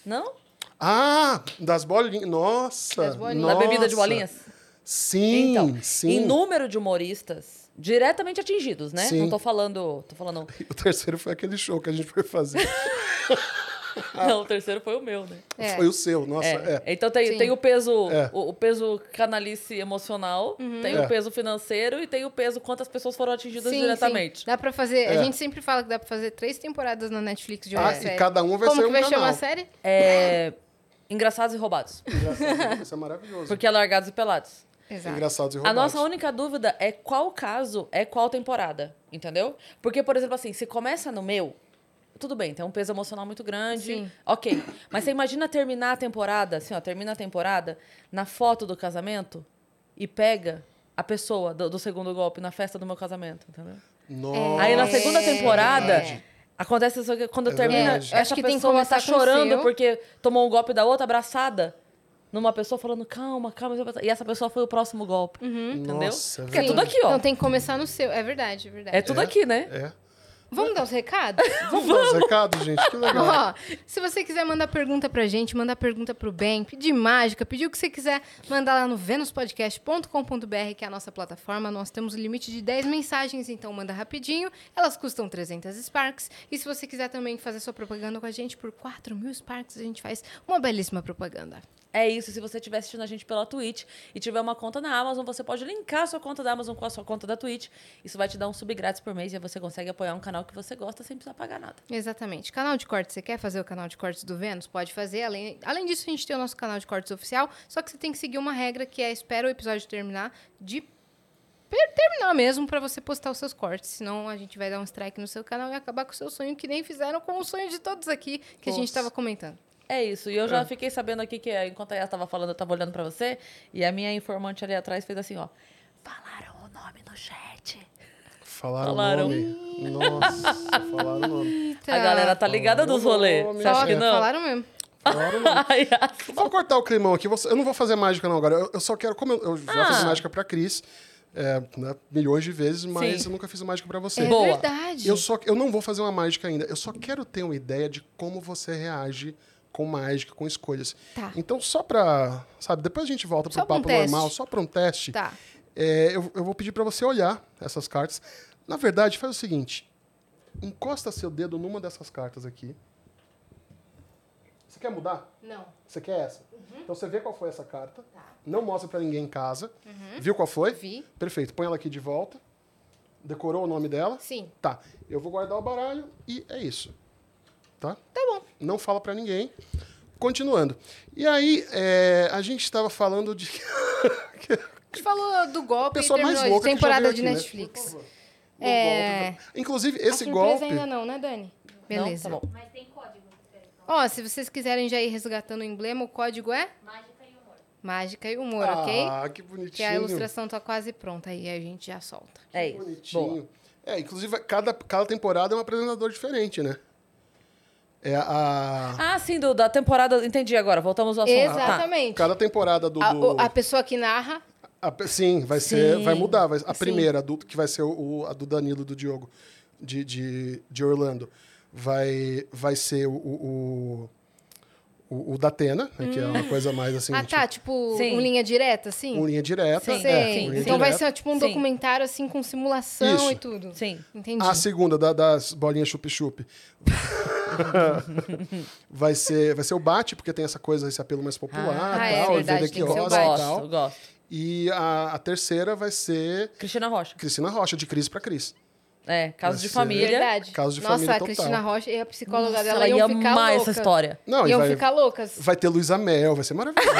Speaker 1: Não?
Speaker 3: Ah, das bolinhas. Nossa!
Speaker 2: Das bolinhas.
Speaker 1: Da bebida de
Speaker 3: nossa.
Speaker 1: bolinhas?
Speaker 3: Sim,
Speaker 1: então,
Speaker 3: sim.
Speaker 1: em número de humoristas diretamente atingidos, né?
Speaker 3: Sim.
Speaker 1: Não tô falando. Tô falando.
Speaker 3: O terceiro foi aquele show que a gente foi fazer.
Speaker 1: Não, o terceiro foi o meu, né?
Speaker 2: É.
Speaker 3: Foi o seu, Ah. nossa. É.
Speaker 1: É. Então tem,
Speaker 2: Sim.
Speaker 1: tem o peso
Speaker 3: É.
Speaker 1: o, o peso canalice emocional, tem
Speaker 3: É.
Speaker 1: o peso financeiro e tem o peso quantas pessoas foram atingidas
Speaker 2: Uhum. Sim,
Speaker 1: diretamente.
Speaker 2: sim. Dá pra fazer. A
Speaker 3: É.
Speaker 2: gente sempre fala que dá pra fazer três temporadas na Netflix de uma
Speaker 3: Ah,
Speaker 2: série.
Speaker 3: e cada um vai
Speaker 2: Como
Speaker 3: ser
Speaker 2: que
Speaker 3: um
Speaker 2: vai
Speaker 3: canal.
Speaker 2: chamar a série?
Speaker 1: É, engraçados e roubados,
Speaker 3: Engraçado, isso é maravilhoso. É
Speaker 1: porque é largados e pelados.
Speaker 2: Exato.
Speaker 3: Engraçados e
Speaker 1: A
Speaker 3: roubados.
Speaker 1: nossa única dúvida é qual caso é qual temporada, entendeu? Porque por exemplo assim, se começa no meu, tudo bem, tem um peso emocional muito grande,
Speaker 2: Sim.
Speaker 1: ok. Mas você imagina terminar a temporada, assim, ó, termina a temporada na foto do casamento e pega a pessoa do, do segundo golpe na festa do meu casamento, entendeu?
Speaker 3: Nossa.
Speaker 1: Aí na
Speaker 2: É.
Speaker 1: segunda temporada.
Speaker 3: Verdade.
Speaker 1: Acontece isso aqui, quando
Speaker 3: É
Speaker 1: termina,
Speaker 3: verdade.
Speaker 1: essa
Speaker 2: Acho que tem que
Speaker 1: pessoa tá
Speaker 2: começar com o
Speaker 1: chorando
Speaker 2: seu.
Speaker 1: porque tomou um golpe da outra, abraçada numa pessoa falando, calma, calma. E essa pessoa foi o próximo golpe.
Speaker 2: Uhum.
Speaker 1: Entendeu?
Speaker 3: Nossa, é
Speaker 1: porque é
Speaker 3: verdade.
Speaker 1: tudo aqui, ó.
Speaker 2: Não, Então tem que começar no seu. É verdade, é verdade.
Speaker 1: É tudo
Speaker 3: É.
Speaker 1: aqui, né?
Speaker 3: É.
Speaker 2: Vamos dar os recados?
Speaker 3: Vamos dar os recados, gente? Que legal.
Speaker 2: Ó, se você quiser mandar pergunta pra gente, mandar pergunta pro Ben, pedir mágica, pedir o que você quiser, mandar lá no venuspodcast.com.br, que é a nossa plataforma. Nós temos o limite de 10 mensagens, então manda rapidinho. Elas custam 300 Sparks. E se você quiser também fazer sua propaganda com a gente, por 4 mil Sparks, a gente faz uma belíssima propaganda.
Speaker 1: É isso. Se você estiver assistindo a gente pela Twitch e tiver uma conta na Amazon, você pode linkar a sua conta da Amazon com a sua conta da Twitch. Isso vai te dar um sub grátis por mês e aí você consegue apoiar um canal que você gosta sem precisar pagar nada.
Speaker 2: Exatamente. Canal de cortes, você quer fazer o canal de cortes do Vênus? Pode fazer. Além, além disso, a gente tem o nosso canal de cortes oficial, só que você tem que seguir uma regra que é espera o episódio terminar de per- terminar mesmo pra você postar os seus cortes, senão a gente vai dar um strike no seu canal e acabar com o seu sonho que nem fizeram com o sonho de todos aqui que a gente
Speaker 3: Nossa.
Speaker 2: tava comentando.
Speaker 1: É isso. E eu já fiquei sabendo aqui que eh, enquanto a Yas tava falando, eu tava olhando pra você. E a minha informante ali atrás fez assim, ó. Falaram o nome no chat.
Speaker 3: Falaram,
Speaker 1: Falaram.
Speaker 3: o nome. Nossa, falaram o nome.
Speaker 1: A galera tá ligada
Speaker 3: Falaram
Speaker 1: dos
Speaker 3: o
Speaker 1: rolês.
Speaker 3: nome,
Speaker 1: Você acha que
Speaker 3: né?
Speaker 1: não?
Speaker 2: Tá Falaram mesmo.
Speaker 3: Falaram o nome.
Speaker 1: A tá Yas.
Speaker 3: Vou cortar o climão aqui. você- Eu não vou fazer mágica, não, agora. Eu, eu só quero. Como eu, eu já
Speaker 1: Ah.
Speaker 3: fiz mágica pra Cris é, né, milhões de vezes, mas
Speaker 1: Sim.
Speaker 3: eu nunca fiz mágica pra você.
Speaker 2: É
Speaker 1: Boa.
Speaker 2: verdade.
Speaker 3: Eu, só, eu não vou fazer uma mágica ainda. Eu só quero ter uma ideia de como você reage com mágica, com escolhas.
Speaker 2: Tá.
Speaker 3: Então, só pra. Sabe, depois a gente volta
Speaker 2: Só
Speaker 3: pro
Speaker 2: pra um
Speaker 3: papo
Speaker 2: teste.
Speaker 3: normal, só pra um teste.
Speaker 2: Tá.
Speaker 3: É, eu, eu vou pedir pra você olhar essas cartas. Na verdade, faz o seguinte: encosta seu dedo numa dessas cartas aqui. Você quer mudar?
Speaker 2: Não.
Speaker 3: Você quer essa?
Speaker 2: Uhum.
Speaker 3: Então você vê qual foi essa carta. Não mostra pra ninguém em casa. Viu qual foi?
Speaker 2: Tá. Uhum. Vi.
Speaker 3: Perfeito. Põe ela aqui de volta. Decorou o nome dela?
Speaker 2: Sim.
Speaker 3: Tá. Eu vou guardar o baralho e é isso. Tá?
Speaker 2: Tá bom.
Speaker 3: Não fala pra ninguém. Continuando. E aí, é, a gente estava falando de.
Speaker 2: A gente falou do golpe e
Speaker 3: Pessoa mais
Speaker 2: terminou de
Speaker 3: louca que já
Speaker 2: temporada
Speaker 3: veio
Speaker 2: de
Speaker 3: aqui, né?
Speaker 2: Netflix.
Speaker 3: o
Speaker 2: É.
Speaker 3: golpe. Inclusive, esse
Speaker 2: a surpresa
Speaker 3: golpe.
Speaker 2: ainda não, né, Dani? Beleza.
Speaker 1: Não, tá bom.
Speaker 4: Mas tem código. certo?
Speaker 2: Ó, se vocês quiserem já ir resgatando o emblema, o código é
Speaker 4: Mágica e humor.
Speaker 2: mágica e humor, ok?
Speaker 3: Ah, que bonitinho.
Speaker 2: Que a ilustração tá quase pronta aí, a gente já solta.
Speaker 1: É
Speaker 3: Que
Speaker 1: isso.
Speaker 3: bonitinho.
Speaker 1: Boa.
Speaker 3: É, inclusive, cada, cada temporada é um apresentador diferente, né? É a.
Speaker 1: Ah, sim, do, da temporada. Entendi agora. Voltamos ao assunto. Tá.
Speaker 2: Exatamente.
Speaker 3: Cada temporada do.
Speaker 2: A,
Speaker 3: do-
Speaker 2: o- a pessoa que narra,
Speaker 3: a- sim, vai ser.
Speaker 1: Sim.
Speaker 3: Vai mudar. vai- a
Speaker 1: Sim.
Speaker 3: primeira, do- que vai ser o, o- a do Danilo e do Diogo, de, de, de Orlando, vai, vai ser o. o, o, o da Atena, né, que é uma coisa mais assim.
Speaker 2: ah tá, tipo,
Speaker 1: Sim.
Speaker 2: um linha direta, assim?
Speaker 3: Tipo, uma linha direta.
Speaker 1: Sim.
Speaker 3: é,
Speaker 2: Sei.
Speaker 3: uma linha
Speaker 2: então vai
Speaker 3: direta.
Speaker 2: ser tipo um
Speaker 1: Sim.
Speaker 2: documentário, assim, com simulação
Speaker 3: Isso.
Speaker 2: e tudo.
Speaker 1: Sim.
Speaker 2: Entendi.
Speaker 3: A segunda, da- das bolinhas chup-chup. vai, ser, vai ser o bate, porque tem essa coisa, esse apelo mais popular
Speaker 2: Ah, é
Speaker 3: tal,
Speaker 2: verdade,
Speaker 3: venda
Speaker 2: tem que ser o
Speaker 3: quiosque e
Speaker 2: bate.
Speaker 1: Gosto,
Speaker 3: tal.
Speaker 1: gosto.
Speaker 3: E a, a terceira vai ser
Speaker 1: Cristina Rocha.
Speaker 3: Cristina Rocha, de Cris pra Cris.
Speaker 1: É, caso de
Speaker 3: Vai ser-
Speaker 1: família.
Speaker 2: Verdade.
Speaker 3: Caso de
Speaker 2: Nossa,
Speaker 3: família
Speaker 2: a
Speaker 3: total.
Speaker 2: Cristina Rocha e a psicóloga
Speaker 1: Nossa,
Speaker 2: dela
Speaker 1: ela
Speaker 2: iam
Speaker 1: ia
Speaker 2: ficar
Speaker 1: amar
Speaker 2: loucas.
Speaker 1: essa história.
Speaker 3: Não, e
Speaker 2: iam
Speaker 3: vai,
Speaker 2: ficar loucas.
Speaker 3: vai ter Luísa Mel, vai ser maravilhoso.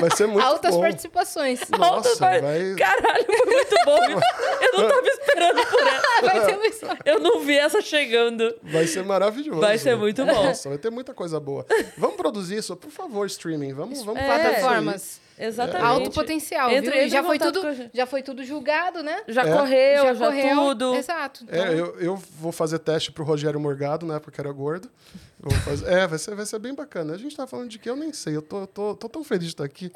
Speaker 3: vai ser muito
Speaker 2: Altas
Speaker 3: bom.
Speaker 2: participações.
Speaker 3: Nossa,
Speaker 1: Alta-
Speaker 3: vai-
Speaker 1: Caralho, foi muito bom. Eu não tava esperando por essa.
Speaker 2: vai ter Luiz Mel.
Speaker 1: Eu não vi essa chegando.
Speaker 3: Vai ser maravilhoso.
Speaker 1: Vai ser muito bom.
Speaker 3: Nossa, vai ter muita coisa boa. Vamos produzir isso, por favor, streaming. Vamos, vamos
Speaker 1: É.
Speaker 3: fazer isso aí.
Speaker 2: Plataformas.
Speaker 1: Exatamente.
Speaker 2: Alto potencial,
Speaker 1: Entra-
Speaker 2: viu? E
Speaker 1: entra
Speaker 2: já
Speaker 1: em
Speaker 2: foi,
Speaker 1: contato
Speaker 2: tudo,
Speaker 1: com a gente.
Speaker 2: já foi tudo julgado, né?
Speaker 1: Já
Speaker 3: É.
Speaker 1: correu, já, tudo.
Speaker 2: Exato. Então,
Speaker 3: É, eu, eu vou fazer teste pro Rogério Morgado, na época que era gordo. Vou fazer- é, vai ser, vai ser bem bacana. A gente tá falando de que eu nem sei. Eu tô, tô- tô tão feliz de estar aqui.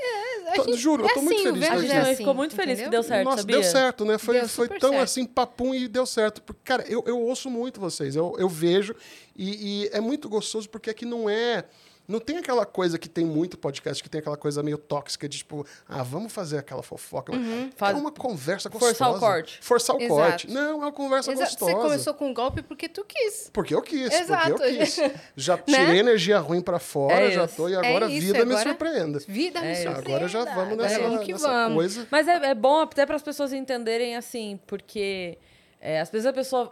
Speaker 2: a
Speaker 3: Tô-
Speaker 2: gente-
Speaker 3: juro, eu tô
Speaker 2: é
Speaker 3: muito
Speaker 2: assim,
Speaker 3: feliz de
Speaker 2: o
Speaker 3: estar
Speaker 1: A
Speaker 2: Verde
Speaker 3: aqui.
Speaker 1: gente
Speaker 2: é assim,
Speaker 1: ficou muito feliz que
Speaker 2: entendeu?
Speaker 1: deu certo,
Speaker 3: Nossa,
Speaker 1: sabia?
Speaker 3: deu certo, né? Foi,
Speaker 2: Deu
Speaker 3: foi
Speaker 2: super
Speaker 3: tão
Speaker 2: certo.
Speaker 3: assim, papum e deu certo. Porque, cara, eu, eu ouço muito vocês, eu, eu vejo e, e é muito gostoso porque aqui não é. Não tem aquela coisa que tem muito podcast, que tem aquela coisa meio tóxica de tipo, ah, vamos fazer aquela fofoca. É
Speaker 1: Uhum, Faz-
Speaker 3: uma conversa gostosa.
Speaker 1: Forçar o corte.
Speaker 3: Forçar o
Speaker 2: Exato.
Speaker 3: corte. Não, é uma conversa
Speaker 2: Exato.
Speaker 3: gostosa.
Speaker 2: Você começou com um golpe porque tu quis.
Speaker 3: Porque eu quis,
Speaker 2: Exato.
Speaker 3: porque eu quis. Já tirei energia ruim pra fora,
Speaker 1: Né? É
Speaker 3: já
Speaker 1: isso.
Speaker 3: tô, e agora a
Speaker 2: É isso,
Speaker 3: vida me
Speaker 2: agora-
Speaker 3: surpreenda.
Speaker 2: Vida me
Speaker 1: É isso.
Speaker 2: surpreenda.
Speaker 3: Agora já vamos
Speaker 2: Agora
Speaker 3: nessa,
Speaker 2: vamos que
Speaker 3: nessa
Speaker 2: vamos.
Speaker 3: coisa.
Speaker 1: Mas é, é bom até para as pessoas entenderem assim, porque é, às vezes a pessoa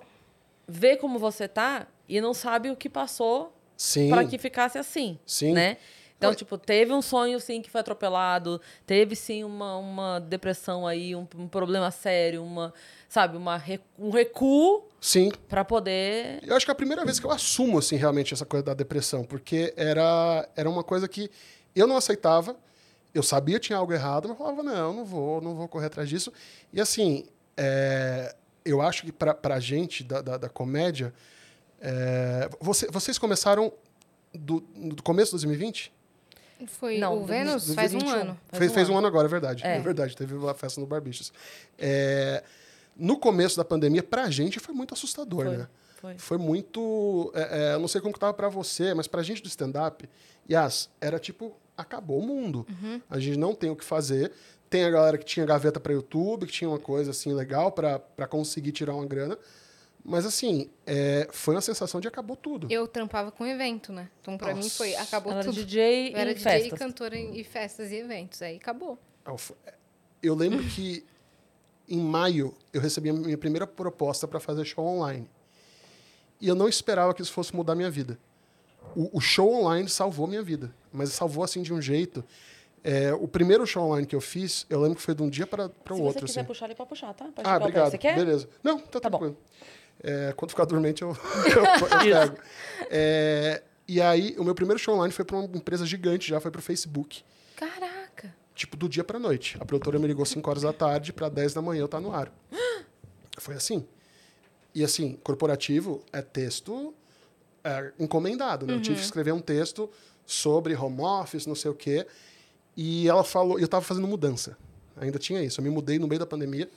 Speaker 1: vê como você tá e não sabe o que passou
Speaker 3: Sim.
Speaker 1: para que ficasse assim,
Speaker 3: Sim.
Speaker 1: né? Então,
Speaker 3: Mas-
Speaker 1: tipo, teve um sonho, sim, que foi atropelado, teve, sim, uma, uma depressão aí, um, um problema sério, uma, sabe, uma re- um recuo
Speaker 3: Sim.
Speaker 1: para poder...
Speaker 3: Eu acho que é a primeira vez que eu assumo, assim, realmente essa coisa da depressão, porque era, era uma coisa que eu não aceitava, eu sabia que tinha algo errado, mas eu falava, não, não vou, não vou correr atrás disso. E, assim, é, eu acho que pra, pra gente da, da, da comédia, é, você- vocês começaram do, do começo de 2020?
Speaker 2: Foi
Speaker 1: Não,
Speaker 2: o
Speaker 1: do-
Speaker 2: Vênus
Speaker 3: do
Speaker 2: faz um
Speaker 3: 21.
Speaker 2: ano.
Speaker 1: Faz
Speaker 3: fez,
Speaker 1: um
Speaker 3: fez um
Speaker 1: ano.
Speaker 3: ano agora, é verdade. É,
Speaker 1: É.
Speaker 3: verdade, teve a festa no Barbixas. É, no começo da pandemia, pra gente foi muito assustador,
Speaker 1: Foi,
Speaker 3: né?
Speaker 1: foi.
Speaker 3: Foi muito. é, é, eu não sei como que tava pra você, mas pra gente do stand-up, Yas, era tipo, acabou o mundo.
Speaker 1: Uhum.
Speaker 3: A gente não tem o que fazer. Tem a galera que tinha gaveta pra YouTube, que tinha uma coisa assim legal pra pra conseguir tirar uma grana. Mas assim, é, foi uma sensação de acabou tudo.
Speaker 2: Eu trampava com evento, né? Então pra mim
Speaker 3: Nossa.
Speaker 2: foi, acabou
Speaker 1: Ela era
Speaker 2: tudo.
Speaker 1: DJ
Speaker 2: Eu era
Speaker 1: em
Speaker 2: DJ e
Speaker 1: festas.
Speaker 2: cantora em, e festas e eventos. Aí acabou.
Speaker 3: Ah, foi- Eu lembro que em maio eu recebi a minha primeira proposta para fazer show online. E eu não esperava que isso fosse mudar minha vida. O, o show online salvou minha vida, mas salvou assim de um jeito. É, o primeiro show online que eu fiz, eu lembro que foi de um dia para
Speaker 1: Se
Speaker 3: o
Speaker 1: você
Speaker 3: outro.
Speaker 1: quiser
Speaker 3: Assim.
Speaker 1: puxar ele pode puxar, tá? Pode
Speaker 3: Ah,
Speaker 1: jogar o pé.
Speaker 3: obrigado.
Speaker 1: Você quer?
Speaker 3: Beleza. Não, tá,
Speaker 1: Tá bom.
Speaker 3: tranquilo. É, quando ficar dormente, eu, eu, eu pego. É, e aí, o meu primeiro show online foi para uma empresa gigante já, foi para o Facebook
Speaker 2: Caraca.
Speaker 3: tipo, do dia pra noite. A produtora me ligou 5 horas da tarde, pra 10 da manhã eu tá no ar. Foi assim. E assim, corporativo é texto é, encomendado, né? Eu
Speaker 1: Uhum.
Speaker 3: tive que escrever um texto sobre home office, não sei o quê. E ela falou, eu tava fazendo mudança. Ainda tinha isso. Eu me mudei no meio da pandemia.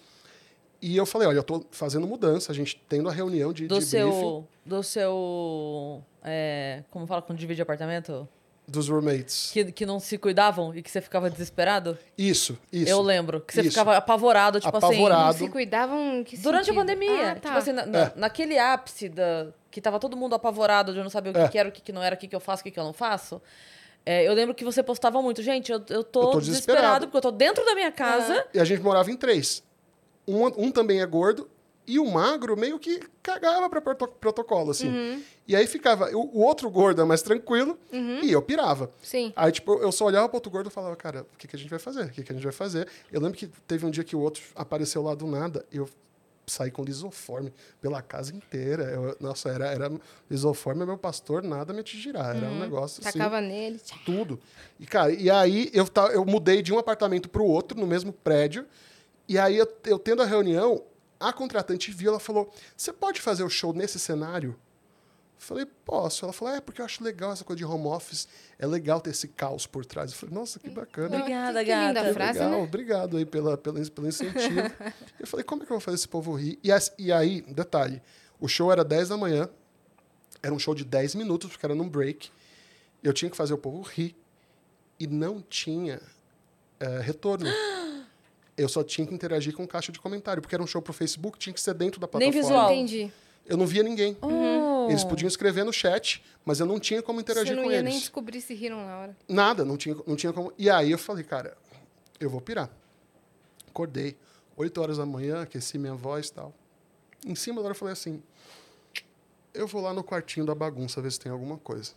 Speaker 3: E eu falei, olha, eu tô fazendo mudança, a gente tendo a reunião de,
Speaker 1: Do
Speaker 3: de briefing
Speaker 1: seu. Do seu. é, como fala quando divide apartamento?
Speaker 3: dos roommates.
Speaker 1: Que, que não se cuidavam e que você ficava desesperado?
Speaker 3: Isso, isso.
Speaker 1: Eu lembro. Que você
Speaker 3: Isso.
Speaker 1: ficava apavorado, tipo
Speaker 3: Apavorado.
Speaker 1: assim.
Speaker 2: Não se cuidavam em que
Speaker 1: Durante
Speaker 2: sentido?
Speaker 1: a pandemia.
Speaker 2: Ah, tá.
Speaker 1: Tipo assim, na- na-
Speaker 3: É.
Speaker 1: naquele ápice da, que tava todo mundo apavorado de eu não saber o que,
Speaker 3: É.
Speaker 1: que era, o que, que não era, o que, que eu faço, o que, que eu não faço. É, eu lembro que você postava muito, gente, eu, eu tô,
Speaker 3: Eu tô
Speaker 1: desesperado,
Speaker 3: desesperado.
Speaker 1: porque eu tô dentro
Speaker 2: Ah.
Speaker 1: da minha casa.
Speaker 3: E a gente morava em três. Um, um também é gordo e o magro meio que cagava para protocolo, assim.
Speaker 2: Uhum.
Speaker 3: E aí ficava o, o outro gordo é mais tranquilo e eu pirava.
Speaker 2: Sim.
Speaker 3: Aí, tipo, eu só olhava pro outro gordo e falava, cara, o que, que a gente vai fazer? O que, que a gente vai fazer? Eu lembro que teve um dia que o outro apareceu lá do nada, eu saí com lisoforme pela casa inteira. Eu- nossa, era, era lisoforme, meu pastor, nada me atingirá. Era um negócio assim
Speaker 2: Uhum. Tacava nele. tchá.
Speaker 3: tudo. E, cara, e aí eu, ta- eu mudei de um apartamento para o outro, no mesmo prédio. E aí, eu, eu tendo a reunião, a contratante viu, ela falou, você pode fazer o show nesse cenário? Falei, posso. Ela falou, é, porque eu acho legal essa coisa de home office. É legal ter esse caos por trás. Eu falei, nossa, que bacana.
Speaker 1: Obrigada,
Speaker 2: Ah, que linda
Speaker 1: gata.
Speaker 2: frase,
Speaker 3: Legal,
Speaker 2: né?
Speaker 3: obrigado aí pela, pela, pelo incentivo. eu falei, como é que eu vou fazer esse povo rir? E, as- e aí, detalhe, o show era 10 da manhã, era um show de 10 minutos, porque era num break. Eu tinha que fazer o povo rir e não tinha eh, retorno. Eu só tinha que interagir com caixa de comentário, porque era um show pro Facebook, tinha que ser dentro da
Speaker 1: Nem
Speaker 3: plataforma.
Speaker 1: visual.
Speaker 2: Entendi.
Speaker 3: Eu não via ninguém.
Speaker 1: Oh.
Speaker 3: Eles podiam escrever no chat, mas eu não tinha como
Speaker 2: Você
Speaker 3: interagir
Speaker 2: não
Speaker 3: com
Speaker 2: ia
Speaker 3: eles.
Speaker 2: nem descobrir se riram na hora.
Speaker 3: Nada, não tinha, não tinha como. E aí eu falei, cara, eu vou pirar. Acordei, 8 horas da manhã, aqueci minha voz e tal. Em cima da hora eu falei assim: eu vou lá no quartinho da bagunça ver se tem alguma coisa.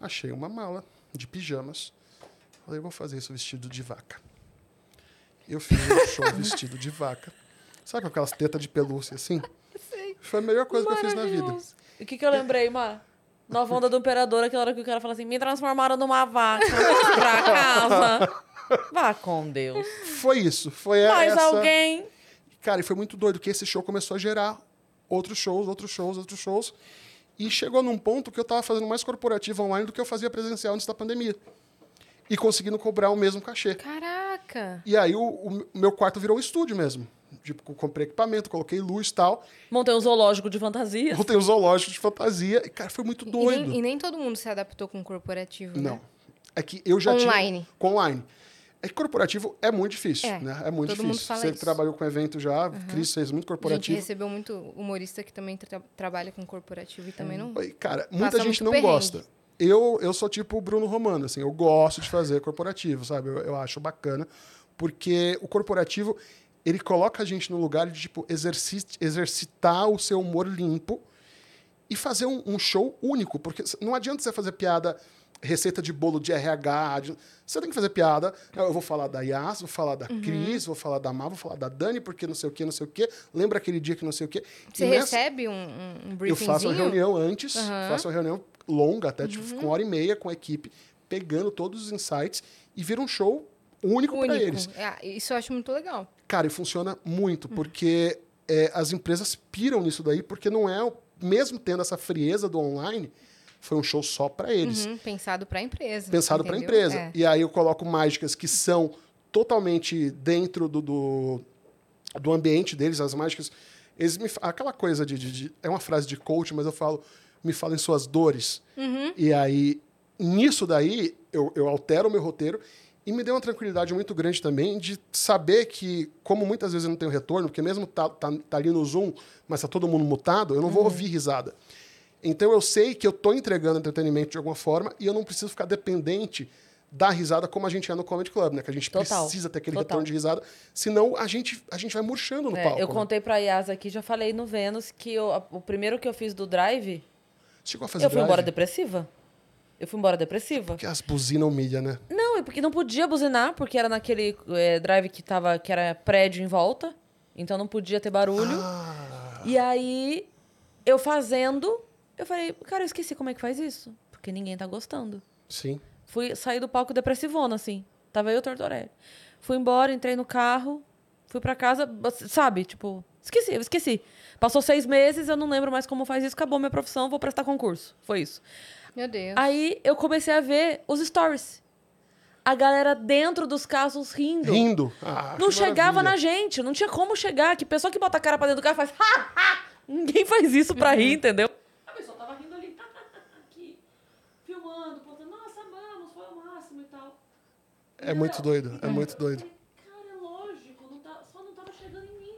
Speaker 3: Achei uma mala de pijamas. Falei, eu vou fazer isso vestido de vaca. Eu fiz um show vestido de vaca. Sabe com aquelas tetas de pelúcia assim? Foi a melhor coisa que eu fiz na vida.
Speaker 2: Maravilhoso.
Speaker 1: E o que, que eu lembrei, Má? Nova onda do imperador, aquela hora que o cara fala assim: me transformaram numa vaca pra casa. Vá com Deus.
Speaker 3: Foi isso. Foi
Speaker 1: Mais
Speaker 3: É, essa...
Speaker 1: alguém.
Speaker 3: Cara, e foi muito doido, que esse show começou a gerar outros shows, outros shows, outros shows. E chegou num ponto que eu tava fazendo mais corporativo online do que eu fazia presencial antes da pandemia. E conseguindo cobrar o mesmo cachê.
Speaker 2: Caraca.
Speaker 3: E aí o, o meu quarto virou um estúdio mesmo. Tipo, comprei equipamento, coloquei luz e tal.
Speaker 1: Montei um zoológico de fantasia.
Speaker 3: Montei um zoológico de fantasia. E, cara, foi muito
Speaker 2: E
Speaker 3: doido.
Speaker 2: nem, e nem todo mundo se adaptou com o corporativo, né?
Speaker 3: Não. É que eu já
Speaker 2: Online.
Speaker 3: tinha. Com online. É que corporativo é muito difícil,
Speaker 2: É,
Speaker 3: né? É muito
Speaker 2: todo
Speaker 3: difícil.
Speaker 2: mundo fala
Speaker 3: Você
Speaker 2: isso.
Speaker 3: trabalhou com evento já, Cris fez
Speaker 2: A
Speaker 3: muito
Speaker 2: gente
Speaker 3: corporativo.
Speaker 2: recebeu muito humorista que também tra- trabalha com corporativo e também não.
Speaker 3: Oi, Cara, muita
Speaker 2: Passa
Speaker 3: gente
Speaker 2: muito
Speaker 3: não
Speaker 2: perrengue.
Speaker 3: gosta. Eu, eu sou tipo o Bruno Romano, assim, eu gosto de fazer corporativo, sabe? Eu, eu acho bacana, porque o corporativo, ele coloca a gente no lugar de, tipo, exerci- exercitar o seu humor limpo e fazer um, um show único, porque c- não adianta você fazer piada, receita de bolo de RH, de- você tem que fazer piada, Ah, eu vou falar da Yas, vou falar da
Speaker 2: Uhum.
Speaker 3: Cris, vou falar da Má, vou falar da Dani, porque não sei o quê, não sei o quê, lembra aquele dia que não sei o quê.
Speaker 2: Você
Speaker 3: E nessa-
Speaker 2: recebe um, um, um
Speaker 3: eu
Speaker 2: briefingzinho?
Speaker 3: faço uma reunião antes,
Speaker 2: Aham. Uhum.
Speaker 3: faço uma reunião longa, até tipo, fico uma hora e meia com a equipe, pegando todos os insights e vira um show único, pra
Speaker 2: único.
Speaker 3: eles.
Speaker 2: É, isso eu acho muito legal.
Speaker 3: Cara, e funciona muito,
Speaker 2: Hum.
Speaker 3: porque é, as empresas piram nisso daí, porque não é, o- mesmo tendo essa frieza do online, foi um show só pra eles
Speaker 2: Uhum, pensado pra empresa.
Speaker 3: pensado para a
Speaker 2: entendeu?
Speaker 3: empresa.
Speaker 2: É.
Speaker 3: E aí eu coloco mágicas que são totalmente dentro do, do, do ambiente deles, as mágicas. Eles me, fa- aquela coisa de, de- de- É uma frase de coach, mas eu falo, me falem suas dores.
Speaker 1: Uhum.
Speaker 3: E aí, nisso daí, eu, eu altero o meu roteiro. E me deu uma tranquilidade muito grande também de saber que, como muitas vezes eu não tenho retorno, porque mesmo tá, tá, tá ali no Zoom, mas tá todo mundo mutado, eu não
Speaker 1: Uhum.
Speaker 3: vou ouvir risada. Então eu sei que eu tô entregando entretenimento de alguma forma e eu não preciso ficar dependente da risada como a gente é no Comedy Club, né? Que a gente
Speaker 1: Total.
Speaker 3: precisa ter aquele
Speaker 1: Total.
Speaker 3: retorno de risada, senão a gente, a gente vai murchando no
Speaker 1: É,
Speaker 3: palco.
Speaker 1: eu
Speaker 3: né?
Speaker 1: contei pra Yas aqui, já falei no Vênus, que eu- a- o primeiro que eu fiz do drive,
Speaker 3: Chegou a fazer
Speaker 1: eu fui
Speaker 3: drive?
Speaker 1: embora depressiva. Eu fui embora depressiva.
Speaker 3: Porque as buzinas humilham, né?
Speaker 1: Não, é porque não podia buzinar, porque era naquele é, drive que tava, que era prédio em volta. Então não podia ter barulho.
Speaker 3: Ah,
Speaker 1: E aí, eu fazendo, eu falei, cara, eu esqueci como é que faz isso. Porque ninguém tá gostando.
Speaker 3: sim.
Speaker 1: Fui sair do palco depressivona, assim. Tava eu e o Tortorelli. Fui embora, entrei no carro, fui pra casa, bas- sabe? Tipo, esqueci, eu esqueci. Passou seis meses, eu não lembro mais como faz isso, acabou minha profissão, vou prestar concurso. Foi isso.
Speaker 2: Meu Deus.
Speaker 1: Aí eu comecei a ver os stories. a galera dentro dos carros rindo.
Speaker 3: Rindo. Ah,
Speaker 1: Não
Speaker 3: que
Speaker 1: chegava
Speaker 3: maravilha.
Speaker 1: na gente, não tinha como chegar. Que pessoa que bota a cara pra dentro do carro faz. "Ha, ha". Ninguém faz isso pra rir, entendeu? Uhum. A pessoa tava rindo ali, tá, tá, tá, tá, aqui, filmando, contando, nossa, amamos, foi o máximo e tal.
Speaker 3: É muito doido, é muito doido.
Speaker 1: Cara, é lógico, não tá, só não tava chegando em mim.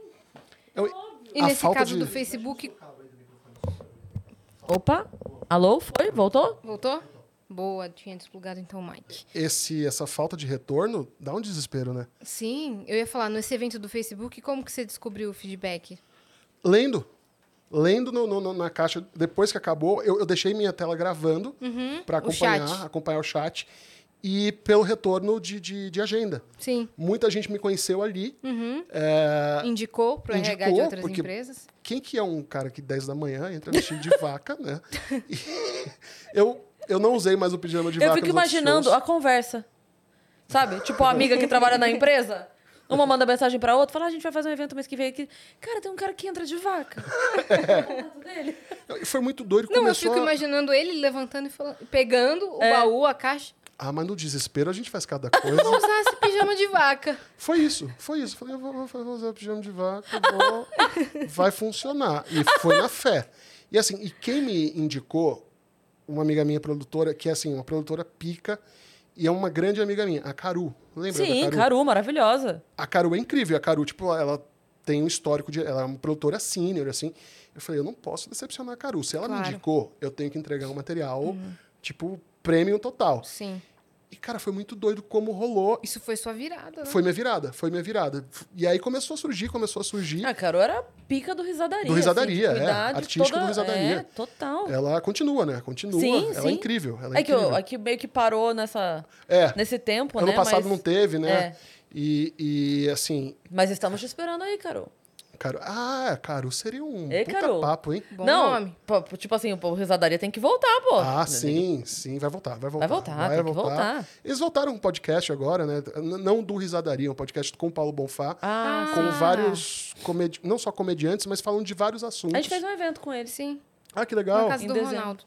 Speaker 3: Eu-
Speaker 2: E
Speaker 3: A
Speaker 2: nesse
Speaker 3: falta
Speaker 2: caso
Speaker 3: de-
Speaker 2: do Facebook.
Speaker 1: Opa, alô, foi? Voltou?
Speaker 2: Voltou? Boa, tinha desplugado então o mic.
Speaker 3: Esse, essa falta de retorno dá um desespero, né?
Speaker 2: Sim, eu ia falar, nesse evento do Facebook, como que você descobriu o feedback?
Speaker 3: lendo. Lendo no- no- no- na caixa, depois que acabou, eu, eu deixei minha tela gravando para
Speaker 2: o chat.
Speaker 3: acompanhar, acompanhar o chat. E pelo retorno de, de- de agenda.
Speaker 2: Sim,
Speaker 3: Muita gente me conheceu ali. É,
Speaker 2: indicou para o RH de
Speaker 3: Indicou,
Speaker 2: outras
Speaker 3: porque-
Speaker 2: empresas?
Speaker 3: quem que é um cara que 10 da manhã entra vestido de vaca, né? E eu, eu não usei mais o pijama de
Speaker 1: Eu
Speaker 3: vaca.
Speaker 1: fico
Speaker 3: nos outros
Speaker 1: imaginando
Speaker 3: shows.
Speaker 1: a conversa. Sabe? Tipo, a amiga que trabalha na empresa. Uma manda mensagem pra outra, fala, "Ah, a gente vai fazer um evento mês que vem aqui. Cara, tem um cara que entra de vaca. Contato dele.
Speaker 3: E Foi muito doido.
Speaker 2: Não, eu
Speaker 3: começou
Speaker 2: fico
Speaker 3: a-
Speaker 2: imaginando ele levantando e falando, pegando
Speaker 1: É.
Speaker 2: o baú, a caixa,
Speaker 3: Ah, mas no desespero a gente faz cada coisa.
Speaker 2: vou usar esse pijama de vaca.
Speaker 3: Foi isso, foi isso. Falei, eu vou, vou fazer- vou usar pijama de vaca, vou... vai funcionar. E foi na fé. E assim, e quem me indicou, uma amiga minha produtora, que é assim, uma produtora pica, e é uma grande amiga minha, a Caru. Lembra
Speaker 1: Sim,
Speaker 3: da Caru?
Speaker 1: Caru, maravilhosa.
Speaker 3: A Caru é incrível. A Caru, tipo, ela tem um histórico de... Ela é uma produtora senior, assim. Eu falei, eu não posso decepcionar a Caru. Se ela me
Speaker 2: Claro.
Speaker 3: indicou, eu tenho que entregar um material, tipo, prêmio total.
Speaker 2: Sim.
Speaker 3: E, cara, foi muito doido como rolou.
Speaker 2: Isso foi sua virada, né?
Speaker 3: Foi minha virada, foi minha virada. F- E aí começou a surgir, começou a surgir.
Speaker 1: A Caru Ah, era pica do risadaria.
Speaker 3: Do risadaria,
Speaker 1: assim, tipo,
Speaker 3: é.
Speaker 1: idade
Speaker 3: Artística do risadaria.
Speaker 1: É, total.
Speaker 3: Ela continua, né? Continua.
Speaker 1: Sim,
Speaker 3: ela
Speaker 1: sim.
Speaker 3: é incrível. Ela é,
Speaker 1: É, que,
Speaker 3: incrível.
Speaker 1: eu- é que meio que parou nessa,
Speaker 3: É.
Speaker 1: nesse tempo,
Speaker 3: Ano
Speaker 1: né?
Speaker 3: passado
Speaker 1: mas,
Speaker 3: não teve, né?
Speaker 1: É.
Speaker 3: E, e, assim,
Speaker 1: mas estamos te esperando aí, Caru.
Speaker 3: cara, ah, cara, seria um
Speaker 1: Ei,
Speaker 3: puta
Speaker 1: Caru.
Speaker 3: papo, hein?
Speaker 2: Bom
Speaker 1: não,
Speaker 2: nome.
Speaker 1: pô, tipo assim, o risadaria tem que voltar, pô.
Speaker 3: Ah,
Speaker 1: Tem
Speaker 3: sim, sim, vai voltar, vai voltar.
Speaker 1: voltar, tem que voltar.
Speaker 3: Eles voltaram com um podcast agora, né? N- Não do Risadaria, um podcast com o Paulo Bonfá,
Speaker 1: Ah,
Speaker 3: com vários, comedi não só comediantes, mas falando de vários assuntos.
Speaker 1: A gente fez um evento com eles.
Speaker 2: Sim,
Speaker 3: Ah, que
Speaker 2: na
Speaker 3: legal.
Speaker 2: casa
Speaker 1: Em
Speaker 2: do
Speaker 1: dezembro.
Speaker 2: Ronaldo.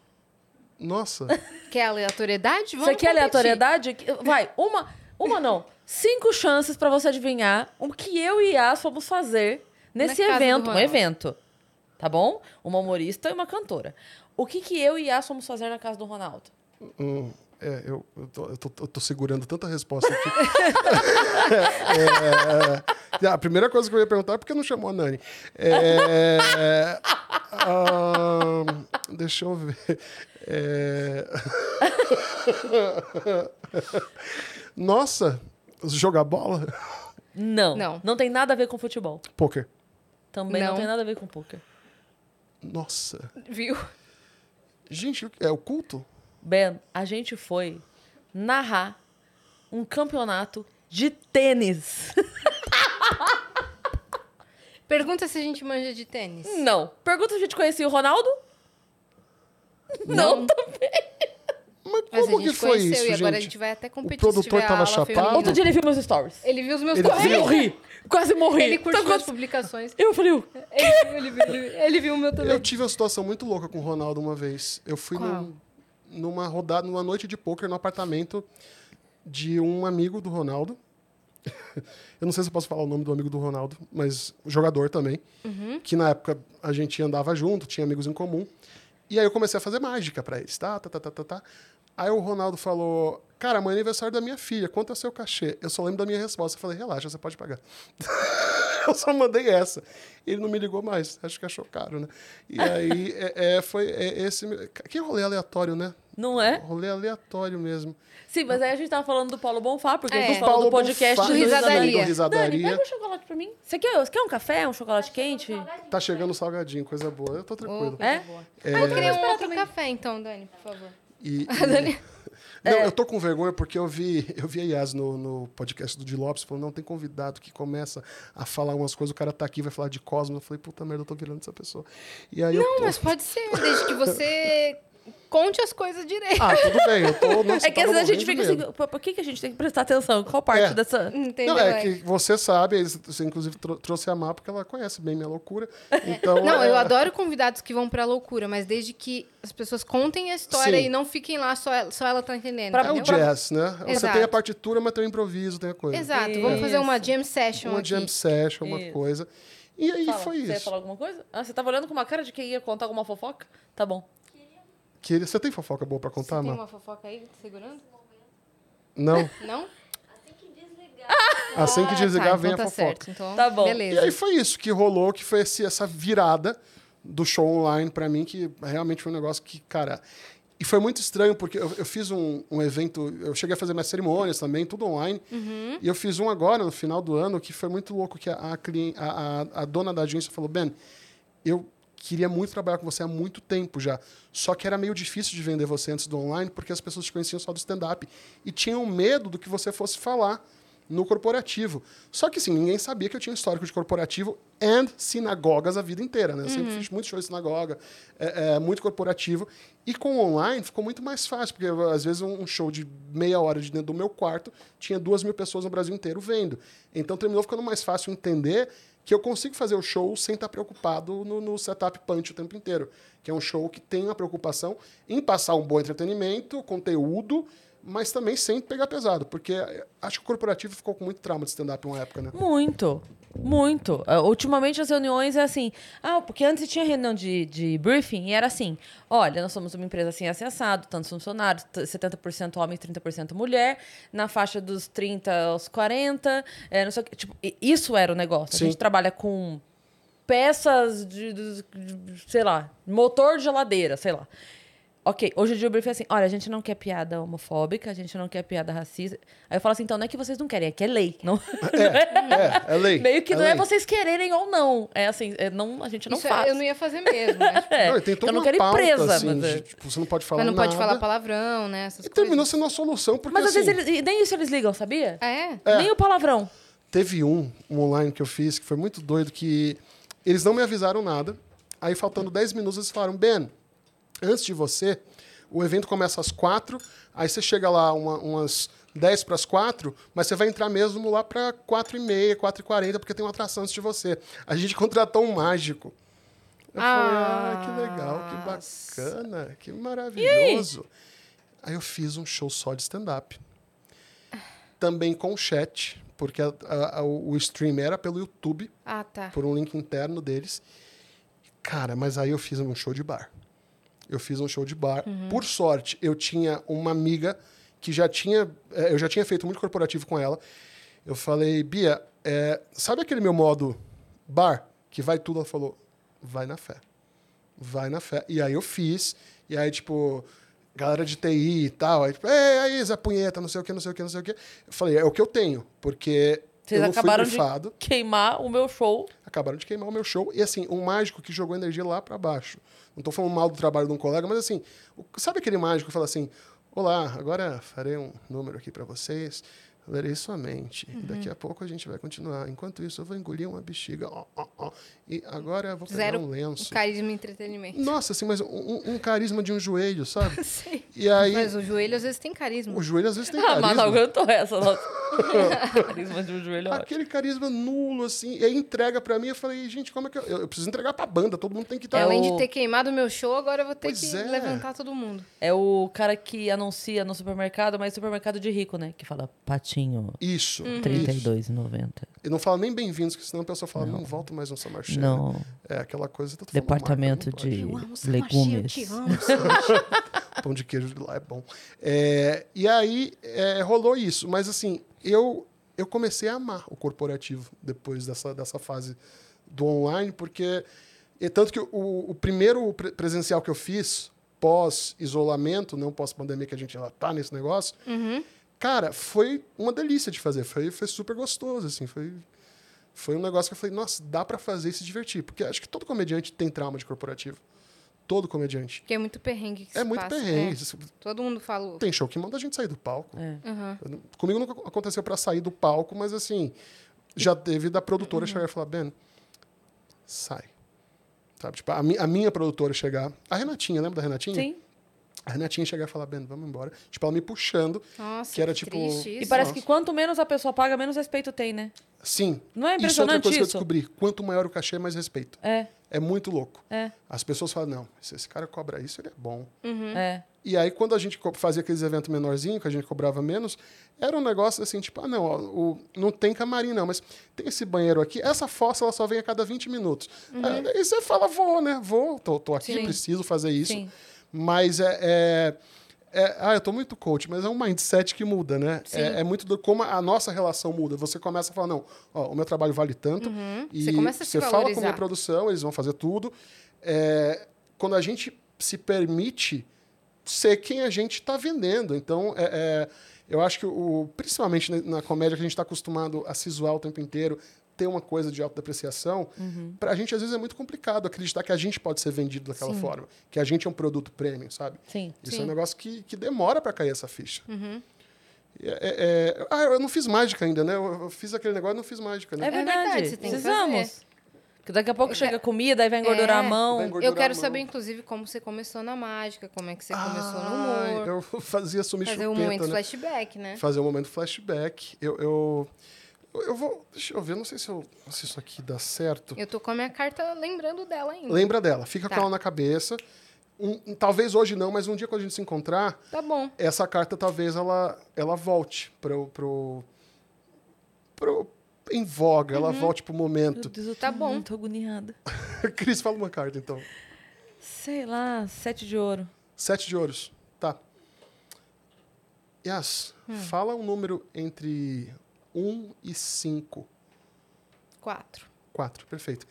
Speaker 3: Nossa,
Speaker 2: Quer aleatoriedade? Vamos
Speaker 1: Isso aqui é
Speaker 2: competir.
Speaker 1: aleatoriedade? Vai, uma, uma não. Cinco chances pra você adivinhar o que eu e Yas fomos fazer nesse
Speaker 2: Na casa do
Speaker 1: evento. Um
Speaker 2: Ronaldo.
Speaker 1: evento. Tá bom? Uma humorista e uma cantora. O que, que eu e Yas fomos fazer na casa do Ronaldo?
Speaker 3: Hum, é, eu, eu, tô, eu, tô, eu tô segurando tanta resposta aqui. É, é, a primeira coisa que eu ia perguntar é por que não chamou a Nani. É, ahn, deixa eu ver. É, Nossa, jogar bola?
Speaker 1: Não.
Speaker 2: Não.
Speaker 1: Não tem nada a ver com futebol.
Speaker 3: Poker.
Speaker 1: Também não,
Speaker 2: Não.
Speaker 1: tem nada a ver com poker.
Speaker 3: Nossa.
Speaker 2: Viu?
Speaker 3: Gente, é o culto?
Speaker 1: Ben, a gente foi narrar um campeonato de tênis.
Speaker 2: Pergunta se a gente manja de tênis.
Speaker 3: Hum,
Speaker 1: Não. Pergunta se a gente conhecia o Ronaldo? Não.
Speaker 3: Mas
Speaker 2: Mas
Speaker 3: como
Speaker 2: a gente
Speaker 3: que foi
Speaker 2: conheceu
Speaker 3: isso,
Speaker 2: e
Speaker 3: gente?
Speaker 2: agora a gente vai até competir.
Speaker 3: produtor
Speaker 2: se tiver a
Speaker 3: tava
Speaker 2: ala
Speaker 3: chapado?
Speaker 2: feminina.
Speaker 1: Outro dia ele viu meus stories.
Speaker 2: Ele viu os meus
Speaker 3: Ele
Speaker 1: Quase
Speaker 3: viu?
Speaker 2: comentários.
Speaker 1: morri. Quase morri.
Speaker 2: Ele curtiu
Speaker 1: Então,
Speaker 2: minhas
Speaker 1: quando-
Speaker 2: publicações.
Speaker 1: Eu falei, o-
Speaker 2: Ele viu, ele viu, ele viu, ele viu o meu também.
Speaker 3: Eu tive uma situação muito louca com o Ronaldo uma vez. Eu fui
Speaker 2: Qual?
Speaker 3: num- numa rodada, numa noite de pôquer no apartamento de um amigo do Ronaldo. Eu não sei se eu posso falar o nome do amigo do Ronaldo, mas jogador também.
Speaker 2: Uhum.
Speaker 3: Que na época a gente andava junto, tinha amigos em comum. E aí eu comecei a fazer mágica pra eles, tá, tá, tá, tá, tá, tá. Aí o Ronaldo falou, cara, amanhã é aniversário da minha filha, quanto é seu cachê? Eu só lembro da minha resposta. Eu falei, relaxa, você pode pagar. eu só mandei essa. Ele não me ligou mais, acho que achou caro, né? E aí é, é, foi é, esse... Que rolê aleatório, né?
Speaker 1: não é?
Speaker 3: Rolê aleatório mesmo.
Speaker 1: Sim, mas aí a gente tava falando do Paulo Bonfá, porque
Speaker 2: É.
Speaker 1: a gente
Speaker 2: Do
Speaker 1: falou do
Speaker 3: Paulo
Speaker 1: podcast
Speaker 3: Bonfá,
Speaker 2: do Risadaria.
Speaker 3: Do
Speaker 1: Dani,
Speaker 3: risadaria.
Speaker 1: pega um chocolate pra mim. Você quer, você quer um café, um chocolate quente?
Speaker 3: Tá chegando o salgadinho, coisa boa. Eu tô tranquilo.
Speaker 1: É?
Speaker 2: eu queria um outro café, então, Dani, por favor.
Speaker 3: E, e- Não,
Speaker 1: É.
Speaker 3: eu tô com vergonha porque eu vi, eu vi a Yas no, no podcast do Di Lopes falando, não, tem convidado que começa a falar umas coisas, o cara tá aqui, vai falar de Cosmos. Eu falei, puta merda, eu tô virando essa pessoa. E aí eu
Speaker 2: Não,
Speaker 3: tô-
Speaker 2: mas pode ser, desde que você Conte as coisas direito.
Speaker 3: Ah, tudo bem, eu tô. Nossa,
Speaker 1: É que
Speaker 3: eu
Speaker 1: às
Speaker 3: tava
Speaker 1: vezes a gente
Speaker 3: morrendo
Speaker 1: fica
Speaker 3: de
Speaker 1: assim,
Speaker 3: medo.
Speaker 1: "Pô, por que, que a gente tem que prestar atenção? Qual parte
Speaker 3: É.
Speaker 1: dessa.
Speaker 2: Entendeu?
Speaker 3: Não, é que você sabe, eles- você inclusive tro- trouxe a Má porque ela conhece bem minha loucura. Então,
Speaker 2: Não,
Speaker 3: é,
Speaker 2: eu adoro convidados que vão pra loucura, mas desde que as pessoas contem a história
Speaker 3: Sim.
Speaker 2: e não fiquem lá, só ela, só ela tá entendendo.
Speaker 1: Pra-
Speaker 3: É o
Speaker 2: entendeu?
Speaker 3: jazz, né? Você
Speaker 2: Exato.
Speaker 3: tem a partitura, mas tem o improviso, tem a coisa.
Speaker 2: Exato, vamos fazer uma jam session
Speaker 3: Uma
Speaker 2: aqui.
Speaker 3: jam session, uma
Speaker 1: Isso.
Speaker 3: coisa. E aí
Speaker 1: Fala,
Speaker 3: foi
Speaker 1: você ia
Speaker 3: isso.
Speaker 1: falar alguma coisa? Ah, você tava olhando com uma cara de quem ia contar alguma fofoca? Tá bom.
Speaker 3: Que ele- Você tem fofoca boa pra
Speaker 2: Você
Speaker 3: contar,
Speaker 2: tem
Speaker 3: Má?
Speaker 2: uma fofoca aí, segurando?
Speaker 3: Não?
Speaker 2: Não?
Speaker 4: Assim que desligar,
Speaker 3: Assim que
Speaker 2: Ah,
Speaker 3: desligar,
Speaker 2: tá,
Speaker 3: vem
Speaker 2: então
Speaker 3: a
Speaker 2: tá
Speaker 3: fofoca.
Speaker 2: certo, então,
Speaker 1: Tá bom.
Speaker 3: E
Speaker 2: Beleza.
Speaker 3: aí foi isso que rolou, que foi esse- essa virada do show online pra mim, que realmente foi um negócio que, cara. E foi muito estranho, porque eu, eu fiz um, um evento, eu cheguei a fazer minhas cerimônias também, tudo online. E eu fiz um agora, no final do ano, que foi muito louco, que a, a, clien- a- a- a dona da agência falou, Ben, eu queria muito trabalhar com você há muito tempo já. Só que era meio difícil de vender você antes do online, porque as pessoas te conheciam só do stand-up e tinham medo do que você fosse falar no corporativo. Só que, assim, ninguém sabia que eu tinha histórico de corporativo and sinagogas a vida inteira, né? Eu sempre fiz muito show de sinagoga, é, é, muito corporativo. E com o online ficou muito mais fácil, porque às vezes um um show de meia hora de dentro do meu quarto tinha duas mil pessoas no Brasil inteiro vendo. Então terminou ficando mais fácil entender que eu consigo fazer o show sem estar preocupado no, no setup punch o tempo inteiro. Que é um show que tem a preocupação em passar um bom entretenimento, conteúdo, mas também sem pegar pesado. Porque eh, acho que o corporativo ficou com muito trauma de stand-up uma época, né?
Speaker 1: Muito. Muito. Ah, Ultimamente as reuniões é assim. Ah, porque antes tinha reunião de, de briefing e era assim: olha, nós somos uma empresa assim acessado, tantos funcionários, t- 70% homem, 30% mulher, na faixa dos 30 aos 40, é, não sei o que. Tipo, i- isso era o negócio. A
Speaker 3: Sim.
Speaker 1: gente trabalha com peças de, de- de- sei lá, motor de geladeira, sei lá. Ok, hoje em dia o briefing é assim, olha, a gente não quer piada homofóbica, a gente não quer piada racista. Aí eu falo assim, então não é que vocês não querem, é que é lei. Não,
Speaker 3: É, é lei.
Speaker 1: Meio que não é
Speaker 3: lei.
Speaker 1: vocês quererem ou não. É assim, é não, a gente não
Speaker 2: Isso
Speaker 1: faz.
Speaker 2: eu não ia fazer mesmo. Mas, tipo,
Speaker 1: É,
Speaker 3: Não, e tem toda
Speaker 1: eu não
Speaker 3: uma
Speaker 1: quero ir
Speaker 3: pauta,
Speaker 1: presa,
Speaker 3: assim,
Speaker 1: mas. é.
Speaker 3: de, tipo, você não pode falar
Speaker 2: mas não
Speaker 3: nada.
Speaker 2: pode falar palavrão, né? Essas
Speaker 3: E terminou sendo a solução, porque
Speaker 1: Mas às
Speaker 3: assim,
Speaker 1: vezes eles, e nem isso eles ligam, sabia?
Speaker 2: coisas. Ah, é?
Speaker 1: Nem o palavrão.
Speaker 3: Teve um, um online que eu fiz, que foi muito doido, que eles não me avisaram nada. Aí, faltando 10 minutos, eles falaram, Ben, antes de você, o evento começa às 4, aí você chega lá uma- umas 10 para as 4, mas você vai entrar mesmo lá para 4 e meia, 4 e 40, porque tem uma atração antes de você. A gente contratou um mágico. Eu falei, ah, que legal, que bacana, que maravilhoso. Aí eu fiz um show só de stand-up também com chat, porque a- a- a- o stream era pelo YouTube,
Speaker 2: Ah,
Speaker 1: É.
Speaker 2: tá.
Speaker 3: por um link interno deles. Cara, mas aí eu fiz um show de bar. Eu fiz um show de bar.
Speaker 1: Uhum.
Speaker 3: Por sorte, eu tinha uma amiga que já tinha. eh, Eu já tinha feito muito corporativo com ela. Eu falei, Bia, eh, sabe aquele meu modo bar? Que vai tudo? Ela falou, vai na fé vai na fé. E aí eu fiz, e aí, tipo, galera de TI e tal, aí, tipo, é, aí, Zé Punheta, não sei o que, não sei o que, não sei o que. Eu falei, é o que eu tenho, porque
Speaker 1: Vocês
Speaker 3: eu não
Speaker 1: acabaram
Speaker 3: fui
Speaker 1: de
Speaker 3: brifado,
Speaker 1: queimar o meu show.
Speaker 3: acabaram de queimar o meu show, e assim, um mágico que jogou energia lá pra baixo. Não tô falando mal do trabalho de um colega, mas assim, o- sabe aquele mágico que fala assim, olá, agora farei um número aqui pra vocês, lerei sua mente,
Speaker 1: Uhum.
Speaker 3: daqui a pouco a gente vai continuar. Enquanto isso, eu vou engolir uma bexiga, ó, ó, ó, e agora eu vou pegar
Speaker 2: Zero
Speaker 3: um lenço.
Speaker 2: carisma e entretenimento.
Speaker 3: Nossa, assim, mas um- um, um carisma de um joelho, sabe?
Speaker 2: Sim.
Speaker 3: E aí,
Speaker 2: Mas o joelho às vezes tem carisma.
Speaker 3: o joelho às vezes tem
Speaker 1: Ah, mas não
Speaker 3: É carisma.
Speaker 1: aguentou essa. Nossa. Carisma de um joelho. ó.
Speaker 3: Aquele carisma nulo, assim. E aí entrega pra mim, eu falei, gente, como é que eu... Eu eu preciso entregar pra banda, todo mundo tem que tá estar...
Speaker 2: Além
Speaker 1: o-
Speaker 2: de ter queimado o meu show, agora eu vou ter
Speaker 3: Pois
Speaker 2: que
Speaker 3: é.
Speaker 2: levantar todo mundo.
Speaker 1: É o cara que anuncia no supermercado, mas supermercado de rico, né? Que fala patinho,
Speaker 2: Uhum.
Speaker 3: Isso,
Speaker 1: Uhum.
Speaker 3: isso.
Speaker 1: 32,90.
Speaker 3: E não fala nem bem-vindos, porque senão a pessoa fala, não, volto mais no Summer Share.
Speaker 1: Não,
Speaker 3: É aquela coisa... tanto falando
Speaker 1: departamento
Speaker 3: marca, né? não pode.
Speaker 1: de
Speaker 2: Eu amo
Speaker 1: legumes.
Speaker 2: Samachê, eu te amo.
Speaker 3: Pão de queijo de lá é bom. É, e aí, é, rolou isso. Mas, assim, eu, eu comecei a amar o corporativo depois dessa, dessa fase do online, porque... E tanto que o, o primeiro pre- presencial que eu fiz, pós-isolamento, não pós-pandemia, que a gente já tá nesse negócio, cara, foi uma delícia de fazer. Foi, foi super gostoso, assim. Foi, foi um negócio que eu falei, nossa, dá para fazer e se divertir. Porque acho que todo comediante tem trauma de corporativo. Todo comediante.
Speaker 2: Porque é muito perrengue que
Speaker 3: É
Speaker 2: se
Speaker 3: muito
Speaker 2: passa,
Speaker 3: perrengue.
Speaker 2: né?
Speaker 3: Isso-
Speaker 2: Todo mundo falou.
Speaker 3: tem show que manda a gente sair do palco.
Speaker 1: É.
Speaker 2: Aham.
Speaker 3: Eu não- Comigo nunca aconteceu pra sair do palco, mas assim, já teve da produtora
Speaker 1: Uhum.
Speaker 3: chegar e falar, Ben, sai. Sabe, tipo, a, mi- a minha produtora chegar, a Renatinha, lembra da Renatinha?
Speaker 1: Sim.
Speaker 3: A Renatinha chegar e falar, Ben, vamos embora. Tipo, ela me puxando.
Speaker 2: Nossa,
Speaker 3: Que era,
Speaker 2: que
Speaker 3: tipo,
Speaker 2: triste
Speaker 1: E
Speaker 3: e
Speaker 2: isso.
Speaker 1: parece
Speaker 3: nossa.
Speaker 1: que quanto menos a pessoa paga, menos respeito tem, né?
Speaker 3: Sim.
Speaker 1: Não é
Speaker 3: Isso é outra
Speaker 1: impressionante
Speaker 3: coisa que eu
Speaker 1: isso?
Speaker 3: descobri. Quanto maior o cachê, mais respeito.
Speaker 1: É,
Speaker 3: É muito louco.
Speaker 1: é,
Speaker 3: As pessoas falam, não, se esse cara cobra isso, ele é bom.
Speaker 1: é.
Speaker 3: E aí, quando a gente co- fazia aqueles eventos menorzinhos, que a gente cobrava menos, era um negócio assim, tipo, ah, não, ó, o, não tem camarim, não, mas tem esse banheiro aqui, essa fossa ela só vem a cada 20 minutos. É, e você fala, vou, né? Vou, tô, tô aqui,
Speaker 1: Uhum. Sim.
Speaker 3: preciso fazer isso.
Speaker 1: Sim.
Speaker 3: Mas é, é- é- Ah, eu tô muito coach, mas é um mindset que muda, né? É, é muito do como a nossa relação muda. Você começa a falar, não, ó, o meu trabalho vale tanto.
Speaker 1: Uhum.
Speaker 3: Uhum. E
Speaker 2: Uhum. Você começa a se
Speaker 3: você fala com a minha
Speaker 2: valorizar.
Speaker 3: produção, eles vão fazer tudo. É, quando a gente se permite ser quem a gente está vendendo. Então, é, é, eu acho que, o, principalmente na- na comédia, que a gente está acostumado a se zoar o tempo inteiro, ter uma coisa de autodepreciação,
Speaker 2: Uhum.
Speaker 3: para a gente, às vezes, é muito complicado acreditar que a gente pode ser vendido daquela forma, que a gente é um produto premium, sabe?
Speaker 1: Sim.
Speaker 3: Isso
Speaker 2: Sim. Uhum.
Speaker 3: é um negócio que, que demora para cair essa ficha. E é- é- é- ah, eu não fiz mágica ainda, né? Eu, eu fiz aquele negócio e não fiz mágica, né?
Speaker 1: É verdade.
Speaker 2: verdade, você tem que
Speaker 1: Precisamos. Que daqui a pouco chega a comida, aí vai engordurar
Speaker 2: É.
Speaker 1: a mão.
Speaker 3: Vai engor-
Speaker 2: Eu
Speaker 3: Gordurar
Speaker 2: quero
Speaker 3: a mão.
Speaker 2: saber, inclusive, como você começou na mágica, como é que você começou no
Speaker 3: Ah,
Speaker 2: humor.
Speaker 3: Eu fazia sumir
Speaker 2: fazer
Speaker 3: chupeta,
Speaker 2: um momento
Speaker 3: né?
Speaker 2: flashback, né?
Speaker 3: fazer um momento flashback. Eu, eu, eu vou. Deixa eu ver, não sei se, eu, se isso aqui dá certo.
Speaker 2: Eu tô com a minha carta lembrando dela ainda.
Speaker 3: Lembra dela, fica
Speaker 2: Tá.
Speaker 3: com ela na cabeça. Um- um- talvez hoje não, mas um dia quando a gente se encontrar,
Speaker 2: Tá bom.
Speaker 3: essa carta talvez ela, ela volte pro, pro, pro- em voga, ela
Speaker 2: Uhum.
Speaker 3: volte pro momento.
Speaker 1: Deus, eu tô
Speaker 2: Tá bom.
Speaker 1: Muito agoniada.
Speaker 3: Cris, fala uma carta então.
Speaker 1: Sei lá, sete de ouro.
Speaker 3: Sete de ouros. Tá. Yas,
Speaker 1: Hum.
Speaker 3: fala um número entre um e cinco.
Speaker 2: Quatro.
Speaker 3: Quatro, perfeito.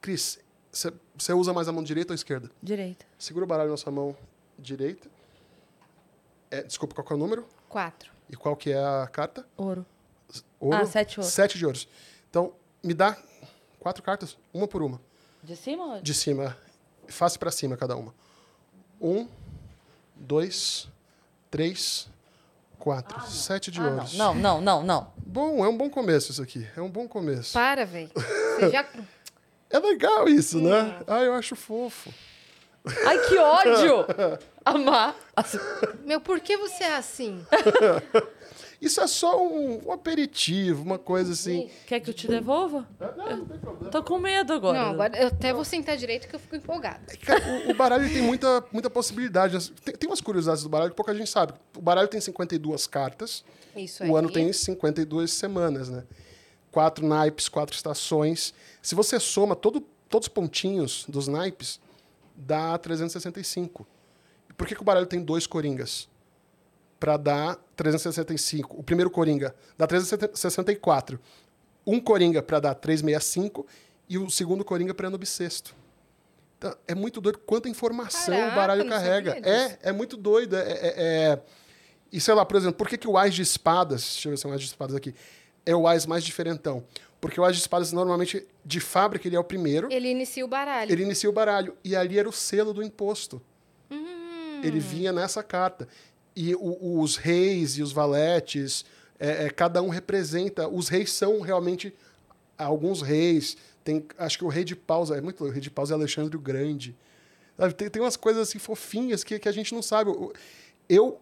Speaker 3: Cris, você usa mais a mão direita ou esquerda?
Speaker 1: Direita.
Speaker 3: Segura o baralho na sua mão direita. É, desculpa, qual que é o número?
Speaker 2: Quatro.
Speaker 3: E qual que é a carta?
Speaker 1: Ouro.
Speaker 3: Ouro.
Speaker 1: Ah, sete ouros.
Speaker 3: Sete de ouros. Então, me dá quatro cartas, uma por uma.
Speaker 1: De cima? ou-
Speaker 3: De cima, face para cima cada uma. Um, dois, três, quatro. Sete de
Speaker 1: Ah,
Speaker 3: ouros.
Speaker 1: não, não, não, não.
Speaker 3: Bom, é um bom começo isso aqui. É um bom começo.
Speaker 2: Para, velho. Você já...
Speaker 3: É legal isso, né? Ah, eu acho fofo.
Speaker 1: Ai, que ódio! Assim, Amar.
Speaker 2: Meu, por que você é assim?
Speaker 3: Isso é só um, um aperitivo, uma coisa assim.
Speaker 1: Quer que eu te devolva? Tô com medo agora.
Speaker 2: Não, agora eu até vou sentar direito que eu fico empolgada.
Speaker 3: É, Cara, o, o baralho tem muita, muita possibilidade. As- Tem, tem umas curiosidades do baralho que pouca gente sabe. O baralho tem 52 cartas.
Speaker 2: Isso aí.
Speaker 3: O ano tem 52 semanas, né? Quatro naipes, quatro estações. Se você soma todo, todos os pontinhos dos naipes, dá 365. E Por que, que o baralho tem dois coringas? Para dar 365. O primeiro coringa dá 364. Um coringa para dar 365 e o segundo coringa para ano bissexto. Então, é muito doido quanta informação
Speaker 2: Caraca,
Speaker 3: o baralho
Speaker 2: não
Speaker 3: carrega.
Speaker 2: sabia disso.
Speaker 3: É, é muito doido. É, é- é- E sei lá, por exemplo, por que, que o Ás de Espadas, deixa eu ver se é um Ás de Espadas aqui, é o Ás mais diferentão? Porque o Ás de Espadas, normalmente, de fábrica, ele é o primeiro.
Speaker 2: Ele inicia o baralho.
Speaker 3: Ele inicia o baralho. E ali era o selo do imposto. Ele vinha nessa carta. E o- os reis e os valetes, é, é, cada um representa. Os reis são realmente alguns reis. Tem, acho que o rei de pausa, é muito louco, o rei de pausa é Alexandre o Grande. Sabe, Tem, tem umas coisas assim fofinhas que, que a gente não sabe. O- Eu,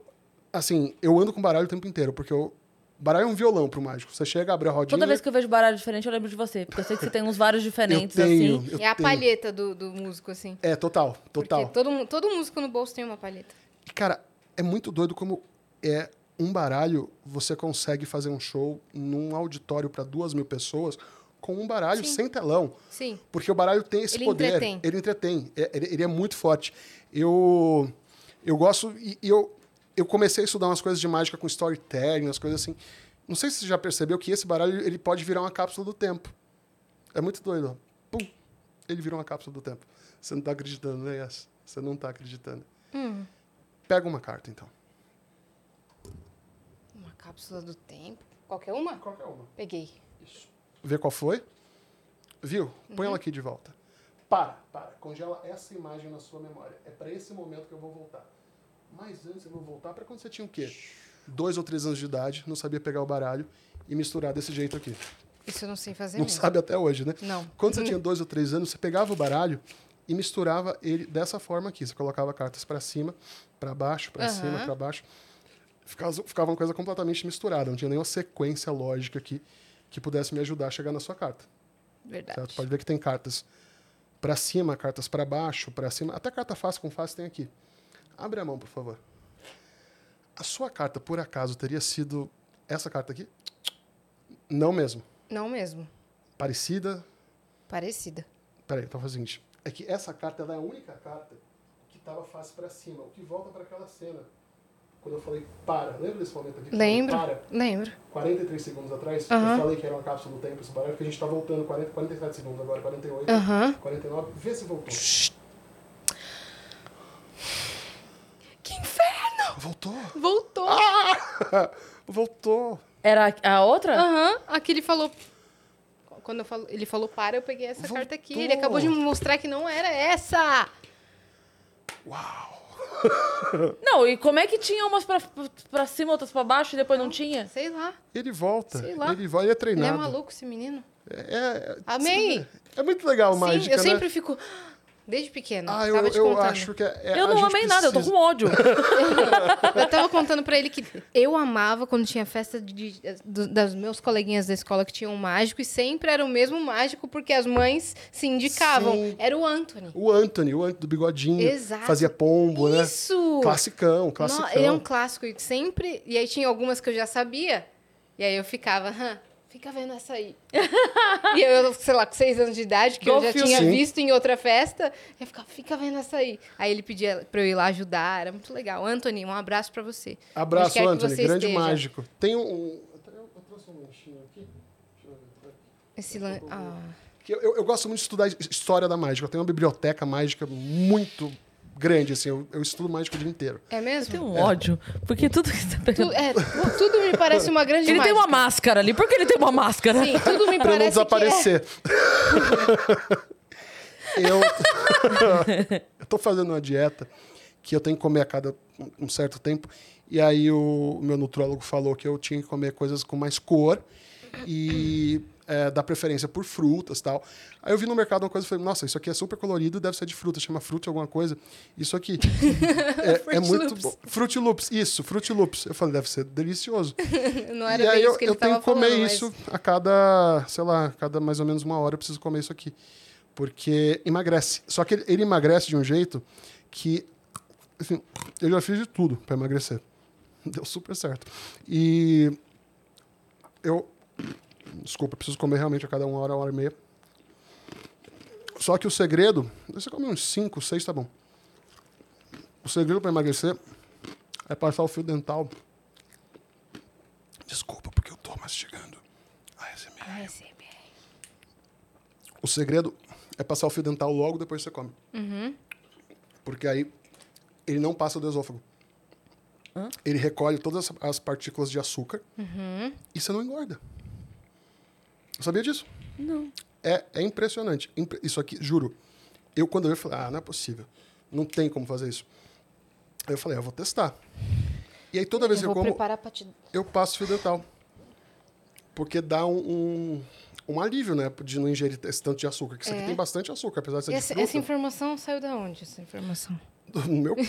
Speaker 3: assim, eu ando com baralho o tempo inteiro, porque o baralho é um violão pro mágico. Você chega, abre a rodinha.
Speaker 1: Toda vez que eu vejo baralho diferente, eu lembro de você. Porque eu sei que você tem uns vários
Speaker 3: eu
Speaker 1: diferentes,
Speaker 3: tenho,
Speaker 1: assim.
Speaker 3: eu
Speaker 2: É a
Speaker 3: tenho.
Speaker 2: palheta do, do músico, assim.
Speaker 3: É, total, total.
Speaker 2: Porque todo, mu- todo músico no bolso tem uma palheta.
Speaker 3: E, Cara, é muito doido como é um baralho, você consegue fazer um show num auditório para duas mil pessoas com um baralho sem telão.
Speaker 2: Sim.
Speaker 3: Porque o baralho tem esse
Speaker 2: Ele
Speaker 3: poder.
Speaker 2: entretém.
Speaker 3: Ele entretém. É- Ele, ele é muito forte. Eu, eu gosto. E, e eu, eu comecei a estudar umas coisas de mágica com storytelling, umas coisas assim. Não sei se você já percebeu que esse baralho ele pode virar uma cápsula do tempo. É muito doido. ó. Pum! Ele virou uma cápsula do tempo. Você não tá acreditando, né, Yas? Você não tá acreditando.
Speaker 2: Hum.
Speaker 3: Pega uma carta, então.
Speaker 2: Uma cápsula do tempo. Qualquer uma?
Speaker 3: Qualquer uma.
Speaker 2: Peguei.
Speaker 3: Vê qual foi. Viu?
Speaker 2: Uhum.
Speaker 3: Põe ela aqui de volta. Para, para. Congela essa imagem na sua memória. É para esse momento que eu vou voltar. Mas antes eu vou voltar para quando você tinha o quê? Dois ou três anos de idade, não sabia pegar o baralho e misturar desse jeito aqui.
Speaker 2: Isso eu não sei fazer
Speaker 3: Não
Speaker 2: mesmo.
Speaker 3: sabe até hoje, né?
Speaker 2: Não.
Speaker 3: Quando você tinha dois ou três anos, você pegava o baralho e misturava ele dessa forma aqui. Você colocava cartas para cima, para baixo, para
Speaker 2: Aham.
Speaker 3: cima, para baixo. Ficava, ficava uma coisa completamente misturada. Não tinha nenhuma sequência lógica aqui que pudesse me ajudar a chegar na sua carta.
Speaker 2: Verdade.
Speaker 3: Certo? Pode ver que tem cartas para cima, cartas para baixo, para cima. Até carta fácil com fácil tem aqui. Abre a mão, por favor. A sua carta, por acaso, teria sido essa carta aqui? Não mesmo.
Speaker 2: Não mesmo.
Speaker 3: Parecida.
Speaker 2: Parecida.
Speaker 3: Peraí, então faz o seguinte. É que essa carta ela é a única carta que estava face para cima, o que volta para aquela cena. Quando eu falei para, lembra desse momento aqui? que eu falei,
Speaker 2: Lembro.
Speaker 3: Para,
Speaker 2: Lembro.
Speaker 3: 43 segundos atrás, eu
Speaker 2: Aham.
Speaker 3: falei que era uma cápsula do tempo, esse baralho, porque a gente está voltando 40, 47 segundos agora, 48.
Speaker 2: Aham.
Speaker 3: 49, vê se voltou.
Speaker 2: Que inferno! Ah!
Speaker 3: Voltou?
Speaker 2: Voltou!
Speaker 3: Voltou.
Speaker 1: Era a outra?
Speaker 2: Aham, aqui ele falou. Quando eu falo, ele falou para, eu peguei essa carta aqui. Ele
Speaker 3: Voltou.
Speaker 2: acabou de me mostrar que não era essa!
Speaker 1: Não, e como é que tinha umas pra, pra cima, outras pra baixo e depois não tinha?
Speaker 2: Sei lá.
Speaker 3: Ele volta.
Speaker 2: Sei lá.
Speaker 3: Ele vai, ele
Speaker 2: Ele
Speaker 3: é
Speaker 2: é
Speaker 3: treinado.
Speaker 2: maluco esse menino.
Speaker 3: É- é-
Speaker 2: Amei!
Speaker 3: É muito legal o
Speaker 2: Sim,
Speaker 3: mágica,
Speaker 2: eu sempre
Speaker 3: né?
Speaker 2: fico. Desde pequena.
Speaker 3: Ah, eu,
Speaker 2: tava te
Speaker 3: eu
Speaker 2: contando.
Speaker 3: acho que é, é-
Speaker 1: Eu
Speaker 3: a gente
Speaker 1: não amei nada, eu tô
Speaker 3: precisa-
Speaker 1: com ódio.
Speaker 2: Eu tava contando pra ele que eu amava quando tinha festa de, do- das meus coleguinhas da escola que tinham um mágico e sempre era o mesmo mágico porque as mães se indicavam.
Speaker 3: Sim.
Speaker 2: Era o Anthony.
Speaker 3: O Anthony, o Anthony do bigodinho.
Speaker 2: Exato.
Speaker 3: Fazia pombo,
Speaker 2: Isso!
Speaker 3: né? Classicão, classicão.
Speaker 2: Não, ele é um clássico e sempre. E aí tinha algumas que eu já sabia. E aí eu ficava, "Hã, fica vendo essa aí. e eu, sei lá, com seis anos de idade, que eu
Speaker 1: Igual
Speaker 2: já
Speaker 1: filme.
Speaker 2: tinha
Speaker 3: Sim.
Speaker 2: visto em outra festa, eu ficava, fica vendo essa aí. Aí ele pedia pra eu ir lá ajudar, era muito legal. Anthony, um abraço pra você. Onde
Speaker 3: Abraço,
Speaker 2: quer que
Speaker 3: Anthony,
Speaker 2: você
Speaker 3: grande
Speaker 2: esteja.
Speaker 3: mágico. Tem um... eu tra- Eu trouxe um lanchinho aqui. Deixa eu ver.
Speaker 2: Esse lan... ah,
Speaker 3: Que eu, eu- eu gosto muito de estudar his- história da mágica. Eu tenho uma biblioteca mágica muito grande, assim. Eu, eu estudo mágica o dia inteiro.
Speaker 2: é mesmo?
Speaker 1: Tem um ódio. Porque tudo que tá
Speaker 2: Tu-
Speaker 1: pegando.
Speaker 2: é, tudo me parece uma grande
Speaker 1: Ele tem
Speaker 2: mágica.
Speaker 1: uma máscara ali. Por que ele tem uma máscara?
Speaker 2: Sim, tudo me
Speaker 3: Pra
Speaker 2: parece
Speaker 3: não
Speaker 2: que é.
Speaker 3: desaparecer. eu... eu tô fazendo uma dieta que eu tenho que comer a cada um- um certo tempo. E aí o meu nutrólogo falou que eu tinha que comer coisas com mais cor e é, dar preferência por frutas e tal. Aí eu vi no mercado uma coisa e falei, nossa, isso aqui é super colorido, deve ser de fruta, chama fruta alguma coisa. Isso aqui é, é
Speaker 2: Fruit
Speaker 3: muito
Speaker 2: Loops.
Speaker 3: bom. Fruit Loops, isso, Fruit Loops. Eu falei, deve ser delicioso
Speaker 2: Não era
Speaker 3: e
Speaker 2: bem
Speaker 3: aí
Speaker 2: isso
Speaker 3: eu,
Speaker 2: que ele
Speaker 3: eu tenho
Speaker 2: tava
Speaker 3: que comer
Speaker 2: falando, mas-
Speaker 3: isso a cada, sei lá, a cada mais ou menos uma hora eu preciso comer isso aqui. Porque emagrece. Só que ele, ele emagrece de um jeito que. Assim, eu já fiz de tudo para emagrecer. Deu super certo. E. Eu. Desculpa, preciso comer realmente a cada uma hora, uma hora e meia. Só que o segredo. Você come uns 5, 6, tá bom. O segredo para emagrecer é passar o fio dental. Desculpa, porque eu tô mastigando. ASMR.
Speaker 2: Ai, sim, bem.
Speaker 3: O segredo é passar o fio dental logo depois que você come.
Speaker 2: Uhum.
Speaker 3: Porque aí ele não passa do esôfago. Ele recolhe todas as- as partículas de açúcar
Speaker 2: Uhum.
Speaker 3: e você não engorda. Eu sabia disso? Não. É, é impressionante. Impre- Isso aqui, juro. Eu, quando eu vi, falei, ah, não é possível. Não tem como fazer isso. Aí eu falei, ah, eu vou testar. E aí toda vez
Speaker 2: Eu
Speaker 3: que eu
Speaker 2: vou
Speaker 3: como,
Speaker 2: preparar pra te...
Speaker 3: eu passo fio dental. Porque dá um, um, um alívio, né? De não ingerir esse tanto de açúcar. Que isso aqui
Speaker 2: É.
Speaker 3: tem bastante açúcar, apesar de ser
Speaker 2: Essa,
Speaker 3: de
Speaker 2: essa
Speaker 3: fruta,
Speaker 2: informação saiu da onde, essa informação?
Speaker 3: no meu cu.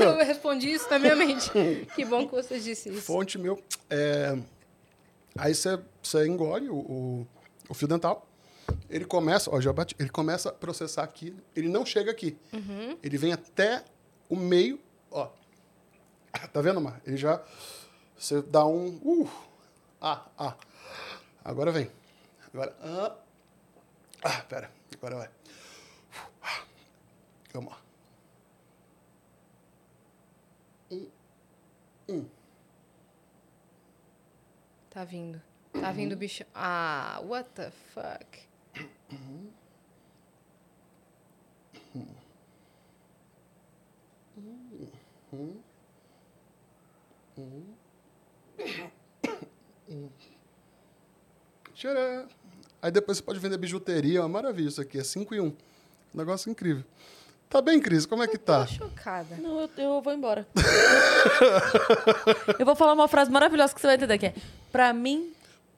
Speaker 2: Eu respondi isso na minha mente. Que bom que você disse isso.
Speaker 3: Fonte meu. É, aí você você engole o, o, o fio dental. Ele começa, ó, já bati, ele começa a processar aqui. Ele não chega aqui. Ele vem até o meio, ó. Tá vendo, Mar? Ele já. Você dá um. Uh, ah, ah. Agora vem. Agora. Ah, ah pera. Agora vai. Ah, Vamos lá.
Speaker 2: Tá vindo. Tá vindo o bicho. Ah, what the fuck?
Speaker 3: Tcharam. Aí depois você pode vender bijuteria, é uma maravilha isso aqui, é 5 e 1. Negócio incrível. Tá bem, Cris? Como é que tá?
Speaker 2: Tô chocada.
Speaker 1: Não, eu, eu vou embora. eu vou falar uma frase maravilhosa que você vai entender que é. Pra mim,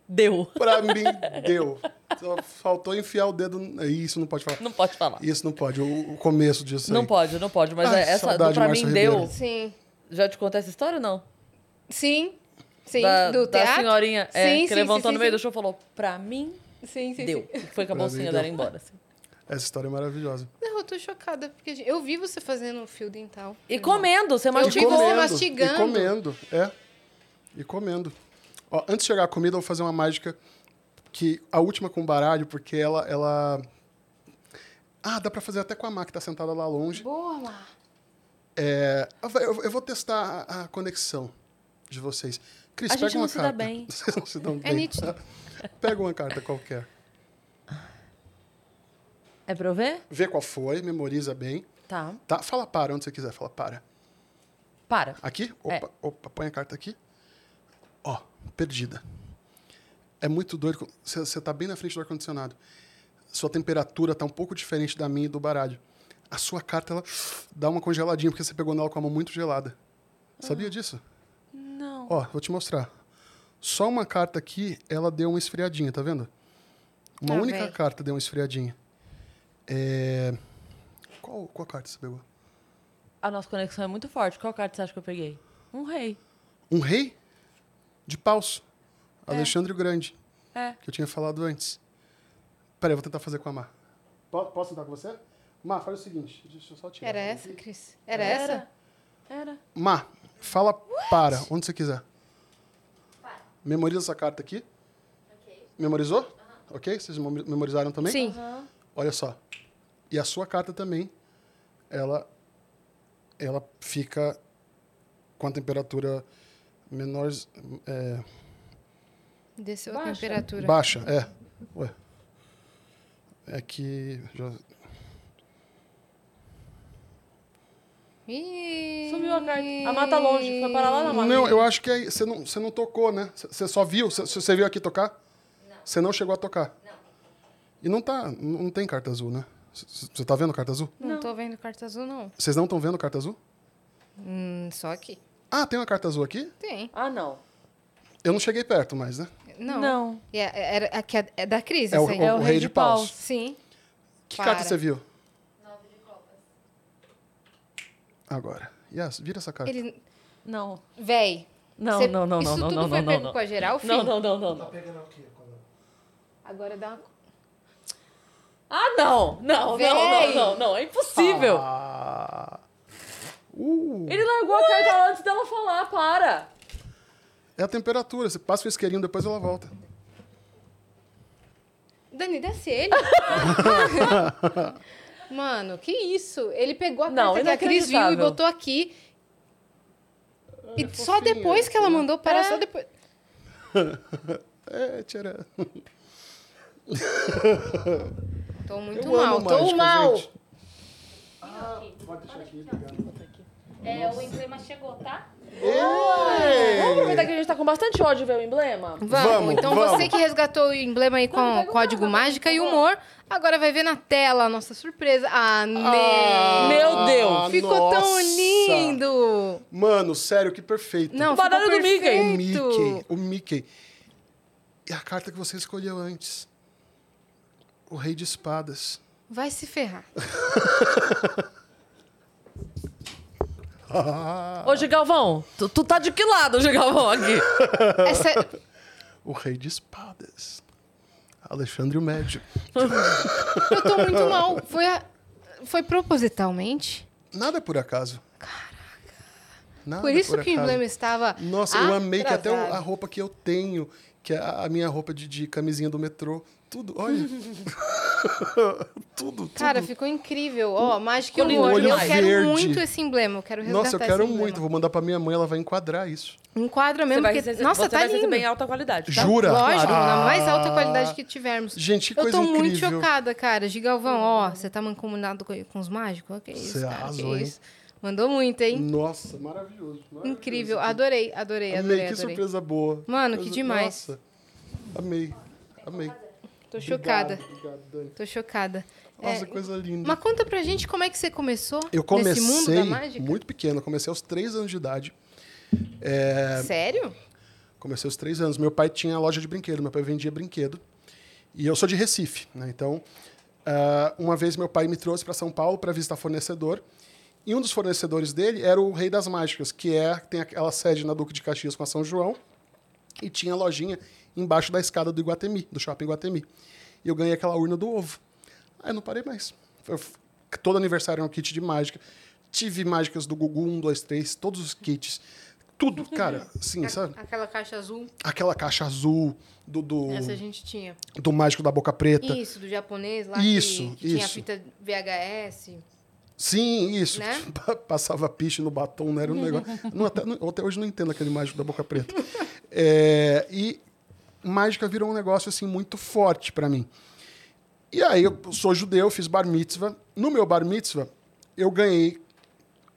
Speaker 1: deu.
Speaker 3: Pra mim, deu. Só faltou enfiar o dedo. n- é, Isso não pode falar.
Speaker 1: Não pode falar.
Speaker 3: Isso não pode. O, o começo disso.
Speaker 1: Não
Speaker 3: aí.
Speaker 1: pode, não pode. Mas
Speaker 3: Ai,
Speaker 1: é- essa do
Speaker 3: saudade
Speaker 1: pra
Speaker 3: do
Speaker 1: mim
Speaker 3: Márcio
Speaker 1: deu.
Speaker 3: Ribeiro.
Speaker 2: Sim.
Speaker 1: Já te contei essa história ou não?
Speaker 2: Sim. Sim.
Speaker 1: da,
Speaker 2: do
Speaker 1: da
Speaker 2: teatro?
Speaker 1: senhorinha é,
Speaker 2: Sim,
Speaker 1: que
Speaker 2: sim,
Speaker 1: levantou
Speaker 2: sim,
Speaker 1: no meio
Speaker 2: sim.
Speaker 1: do show e falou: pra mim,
Speaker 2: Sim, sim,
Speaker 1: deu.
Speaker 2: sim.
Speaker 1: E foi com a
Speaker 3: Pra mim,
Speaker 1: bolsinha
Speaker 3: deu.
Speaker 1: dela embora. assim.
Speaker 3: Essa história é maravilhosa.
Speaker 2: Não, eu tô chocada, porque gente, eu vi você fazendo um fio dental.
Speaker 1: E comendo, você
Speaker 2: Eu vi
Speaker 1: mastigou.
Speaker 2: você
Speaker 3: E
Speaker 2: mastigando.
Speaker 3: comendo, é. E comendo. Ó, antes de chegar a comida, eu vou fazer uma mágica que a última com baralho, porque ela ela Ah, dá pra fazer até com a Má que tá sentada lá longe.
Speaker 2: Boa, Mar.
Speaker 3: É, eu vou- eu, vou testar a, a conexão de vocês. Cris,
Speaker 1: A
Speaker 3: pega
Speaker 1: gente
Speaker 3: uma
Speaker 1: não se dá
Speaker 3: carta.
Speaker 1: bem.
Speaker 3: Vocês não se dão
Speaker 2: É
Speaker 3: bem.
Speaker 2: nítido.
Speaker 3: Pega uma carta qualquer.
Speaker 1: É pra eu ver?
Speaker 3: Vê qual foi, memoriza bem.
Speaker 1: Tá.
Speaker 3: Tá? Fala para onde você quiser, fala para.
Speaker 1: Para.
Speaker 3: Aqui?
Speaker 1: É.
Speaker 3: Opa, opa, põe a carta aqui. Ó, perdida. É muito doido. Você tá bem na frente do ar-condicionado. Sua temperatura tá um pouco diferente da minha e do baralho. A sua carta, ela dá uma congeladinha, porque você pegou nela com a mão muito gelada. Sabia
Speaker 1: Uhum.
Speaker 3: disso?
Speaker 1: Não.
Speaker 3: Ó, vou te mostrar. Só uma carta aqui, ela deu uma esfriadinha, tá vendo? Uma
Speaker 2: Ah,
Speaker 3: única
Speaker 2: véi.
Speaker 3: carta deu uma esfriadinha. É... Qual, qual carta você pegou?
Speaker 1: A nossa conexão é muito forte. Qual carta você acha que eu peguei? Um rei.
Speaker 3: Um rei de paus. Alexandre o Grande.
Speaker 1: É.
Speaker 3: Que eu tinha falado antes. Peraí, eu vou tentar fazer com a Mar. Posso tentar com você? Mar, faz o seguinte. Deixa eu só tirar.
Speaker 2: Era essa, Cris? Era, essa?
Speaker 1: Era.
Speaker 3: Mar, fala para, onde você quiser. Memoriza essa carta aqui. Memorizou? Ok? Vocês memo- memorizaram também?
Speaker 2: Sim.
Speaker 3: Olha só. E a sua carta também, ela, ela fica com a temperatura menor, é,
Speaker 2: Desceu a
Speaker 1: Baixa.
Speaker 2: temperatura.
Speaker 3: Baixa, é. Ué. É que. já-
Speaker 2: Ih.
Speaker 1: Sumiu a carta. A mata longe. Foi parar lá na mata.
Speaker 3: Não, eu acho que é. Você não, você não tocou, né? Você- Você só viu? Você- Você viu aqui tocar? Você não chegou a tocar? Não. E não tá. Não não tem carta azul, né? C- c- Você tá vendo carta azul?
Speaker 2: Não, tô vendo carta azul, não.
Speaker 3: Vocês não estão vendo carta azul?
Speaker 2: Hum, só aqui.
Speaker 3: Ah, tem uma carta azul aqui?
Speaker 2: Tem.
Speaker 1: Ah, não.
Speaker 3: Eu não cheguei perto mais, né?
Speaker 2: Não.
Speaker 1: Não.
Speaker 2: E é- era, aqui é, é da Cris,
Speaker 3: É o,
Speaker 2: essa aí.
Speaker 3: o-
Speaker 1: É
Speaker 3: o rei de paus.
Speaker 2: Sim.
Speaker 3: Que
Speaker 2: Para.
Speaker 3: carta você viu?
Speaker 4: Nove de copas.
Speaker 3: Agora. Yas, vira essa carta.
Speaker 2: Ele...
Speaker 1: Não.
Speaker 2: Véi.
Speaker 1: Não,
Speaker 2: cê-
Speaker 1: não, não,
Speaker 2: Isso
Speaker 1: não, não,
Speaker 2: tudo
Speaker 1: não,
Speaker 2: foi
Speaker 1: não,
Speaker 2: pego
Speaker 1: não.
Speaker 2: com a geral, filho?
Speaker 1: Não, não, não, não, não.
Speaker 2: Agora dá uma...
Speaker 1: Ah, não. Não,
Speaker 2: Véi.
Speaker 1: não, não, não, não. É impossível.
Speaker 3: Ah. Uh,
Speaker 1: Ele largou a carta lá antes dela falar. Para.
Speaker 3: é a temperatura. Você passa o isqueirinho, depois ela volta.
Speaker 2: Dani, desce ele. Mano, que isso? Ele pegou a
Speaker 1: Não,
Speaker 2: carta que a Cris viu e
Speaker 1: inacreditável.
Speaker 2: botou aqui. E só
Speaker 3: fofinha,
Speaker 2: depois que ela mandou para, só depois...
Speaker 3: É, tira.
Speaker 2: Tô muito
Speaker 3: Eu
Speaker 2: mal,
Speaker 3: amo
Speaker 2: tô
Speaker 3: mágica,
Speaker 2: mal.
Speaker 3: gente. Pode deixar aqui,
Speaker 4: É, o emblema chegou, tá?
Speaker 1: Vamos aproveitar que a gente tá com bastante ódio ver o emblema?
Speaker 2: Vamos,
Speaker 3: Vamos,
Speaker 2: então
Speaker 3: vamos.
Speaker 2: você que resgatou o emblema aí com código mágica e humor, agora vai ver na tela a nossa surpresa. Ah, meu!
Speaker 1: Meu
Speaker 3: Ah,
Speaker 1: Deus.
Speaker 2: Ficou tão lindo!
Speaker 3: Mano, sério, que perfeito.
Speaker 2: Não,
Speaker 1: O baralho
Speaker 2: ficou
Speaker 1: do Mickey.
Speaker 3: o
Speaker 2: perfeito.
Speaker 3: Mickey, o Mickey. E a carta que você escolheu antes. O Rei de Espadas.
Speaker 2: Vai se ferrar.
Speaker 1: Ô, G. Galvão, tu, tu tá de que lado, G. Galvão, aqui?
Speaker 2: Essa... é-
Speaker 3: O Rei de Espadas. Alexandre o Médio.
Speaker 2: Eu tô muito mal. Foi, a- Foi propositalmente.
Speaker 3: Nada por acaso. Caraca. Nada
Speaker 2: Por isso que o
Speaker 3: acaso.
Speaker 2: emblema estava.
Speaker 3: Nossa, eu amei que até o- a
Speaker 2: atrasado.
Speaker 3: roupa que eu tenho, que é a, a minha roupa de, de camisinha do metrô, tudo, olha. tudo, tudo.
Speaker 2: Cara, ficou incrível. Ó, mágica e
Speaker 1: Ficou
Speaker 2: humor.
Speaker 1: lindo
Speaker 2: Eu
Speaker 1: demais.
Speaker 2: quero
Speaker 3: Verde.
Speaker 2: muito esse emblema. Eu quero resgatar
Speaker 3: Nossa, eu
Speaker 2: esse
Speaker 3: quero
Speaker 2: emblema.
Speaker 3: muito. Vou mandar pra minha mãe, ela vai enquadrar isso.
Speaker 2: Enquadra
Speaker 1: Você
Speaker 2: mesmo.
Speaker 1: vai
Speaker 2: Porque...
Speaker 1: receber,
Speaker 2: Nossa,
Speaker 1: você
Speaker 2: tá
Speaker 1: vai
Speaker 2: lindo.
Speaker 1: receber em alta qualidade, tá?
Speaker 3: Jura?
Speaker 2: Lógico, na
Speaker 3: Ah.
Speaker 2: mais alta qualidade que tivermos.
Speaker 3: Gente, que
Speaker 2: eu
Speaker 3: coisa
Speaker 2: tô muito
Speaker 3: incrível.
Speaker 2: chocada, cara. Gigalvão, ó, você tá mancomunado com, com os mágicos? Que isso,
Speaker 3: Você
Speaker 2: cara,
Speaker 3: arrasou,
Speaker 2: que
Speaker 3: hein?
Speaker 2: isso. Mandou muito, hein?
Speaker 3: Nossa, maravilhoso. maravilhoso.
Speaker 2: Incrível. Adorei, adorei,
Speaker 3: Amei,
Speaker 2: adorei,
Speaker 3: que
Speaker 2: adorei.
Speaker 3: surpresa boa.
Speaker 2: Mano, que
Speaker 3: Coisa-
Speaker 2: demais.
Speaker 3: Nossa, amei, amei.
Speaker 2: Tô chocada.
Speaker 3: Obrigado, obrigado, Dani.
Speaker 2: Tô chocada.
Speaker 3: Nossa,
Speaker 2: É,
Speaker 3: coisa linda.
Speaker 2: Mas conta pra gente como é que você começou
Speaker 3: Eu comecei
Speaker 2: nesse mundo da mágica.
Speaker 3: muito pequeno, eu comecei aos três anos de idade. É,
Speaker 2: Sério?
Speaker 3: Comecei aos três anos. Meu pai tinha loja de brinquedo, meu pai vendia brinquedo. E eu sou de Recife, né? Então, ah, uma vez meu pai me trouxe para São Paulo para visitar fornecedor. E um dos fornecedores dele era o Rei das Mágicas, que é tem aquela sede na Duque de Caxias com a São João. E tinha lojinha embaixo da escada do Iguatemi, do shopping Iguatemi. E eu ganhei aquela urna do ovo. Aí eu não parei mais. Eu f- todo aniversário é um kit de mágica. Tive mágicas do Gugu, um, dois, três, todos os kits. Tudo, cara, sim, sabe?
Speaker 2: Aquela caixa azul,
Speaker 3: Aquela caixa azul do, do,
Speaker 2: essa a gente tinha.
Speaker 3: do mágico da boca preta.
Speaker 2: Isso, do japonês lá.
Speaker 3: Então, Isso,
Speaker 2: que, que tinha a
Speaker 3: isso.
Speaker 2: fita VHS.
Speaker 3: Sim, isso.
Speaker 2: Né?
Speaker 3: Pa- Passava piche no batom, né? Era um negócio. Não, até, não- até hoje não entendo aquele mágico da boca preta. É, e mágica virou um negócio assim muito forte pra mim. E aí eu sou judeu, fiz bar mitzvah. No meu bar mitzvah, eu ganhei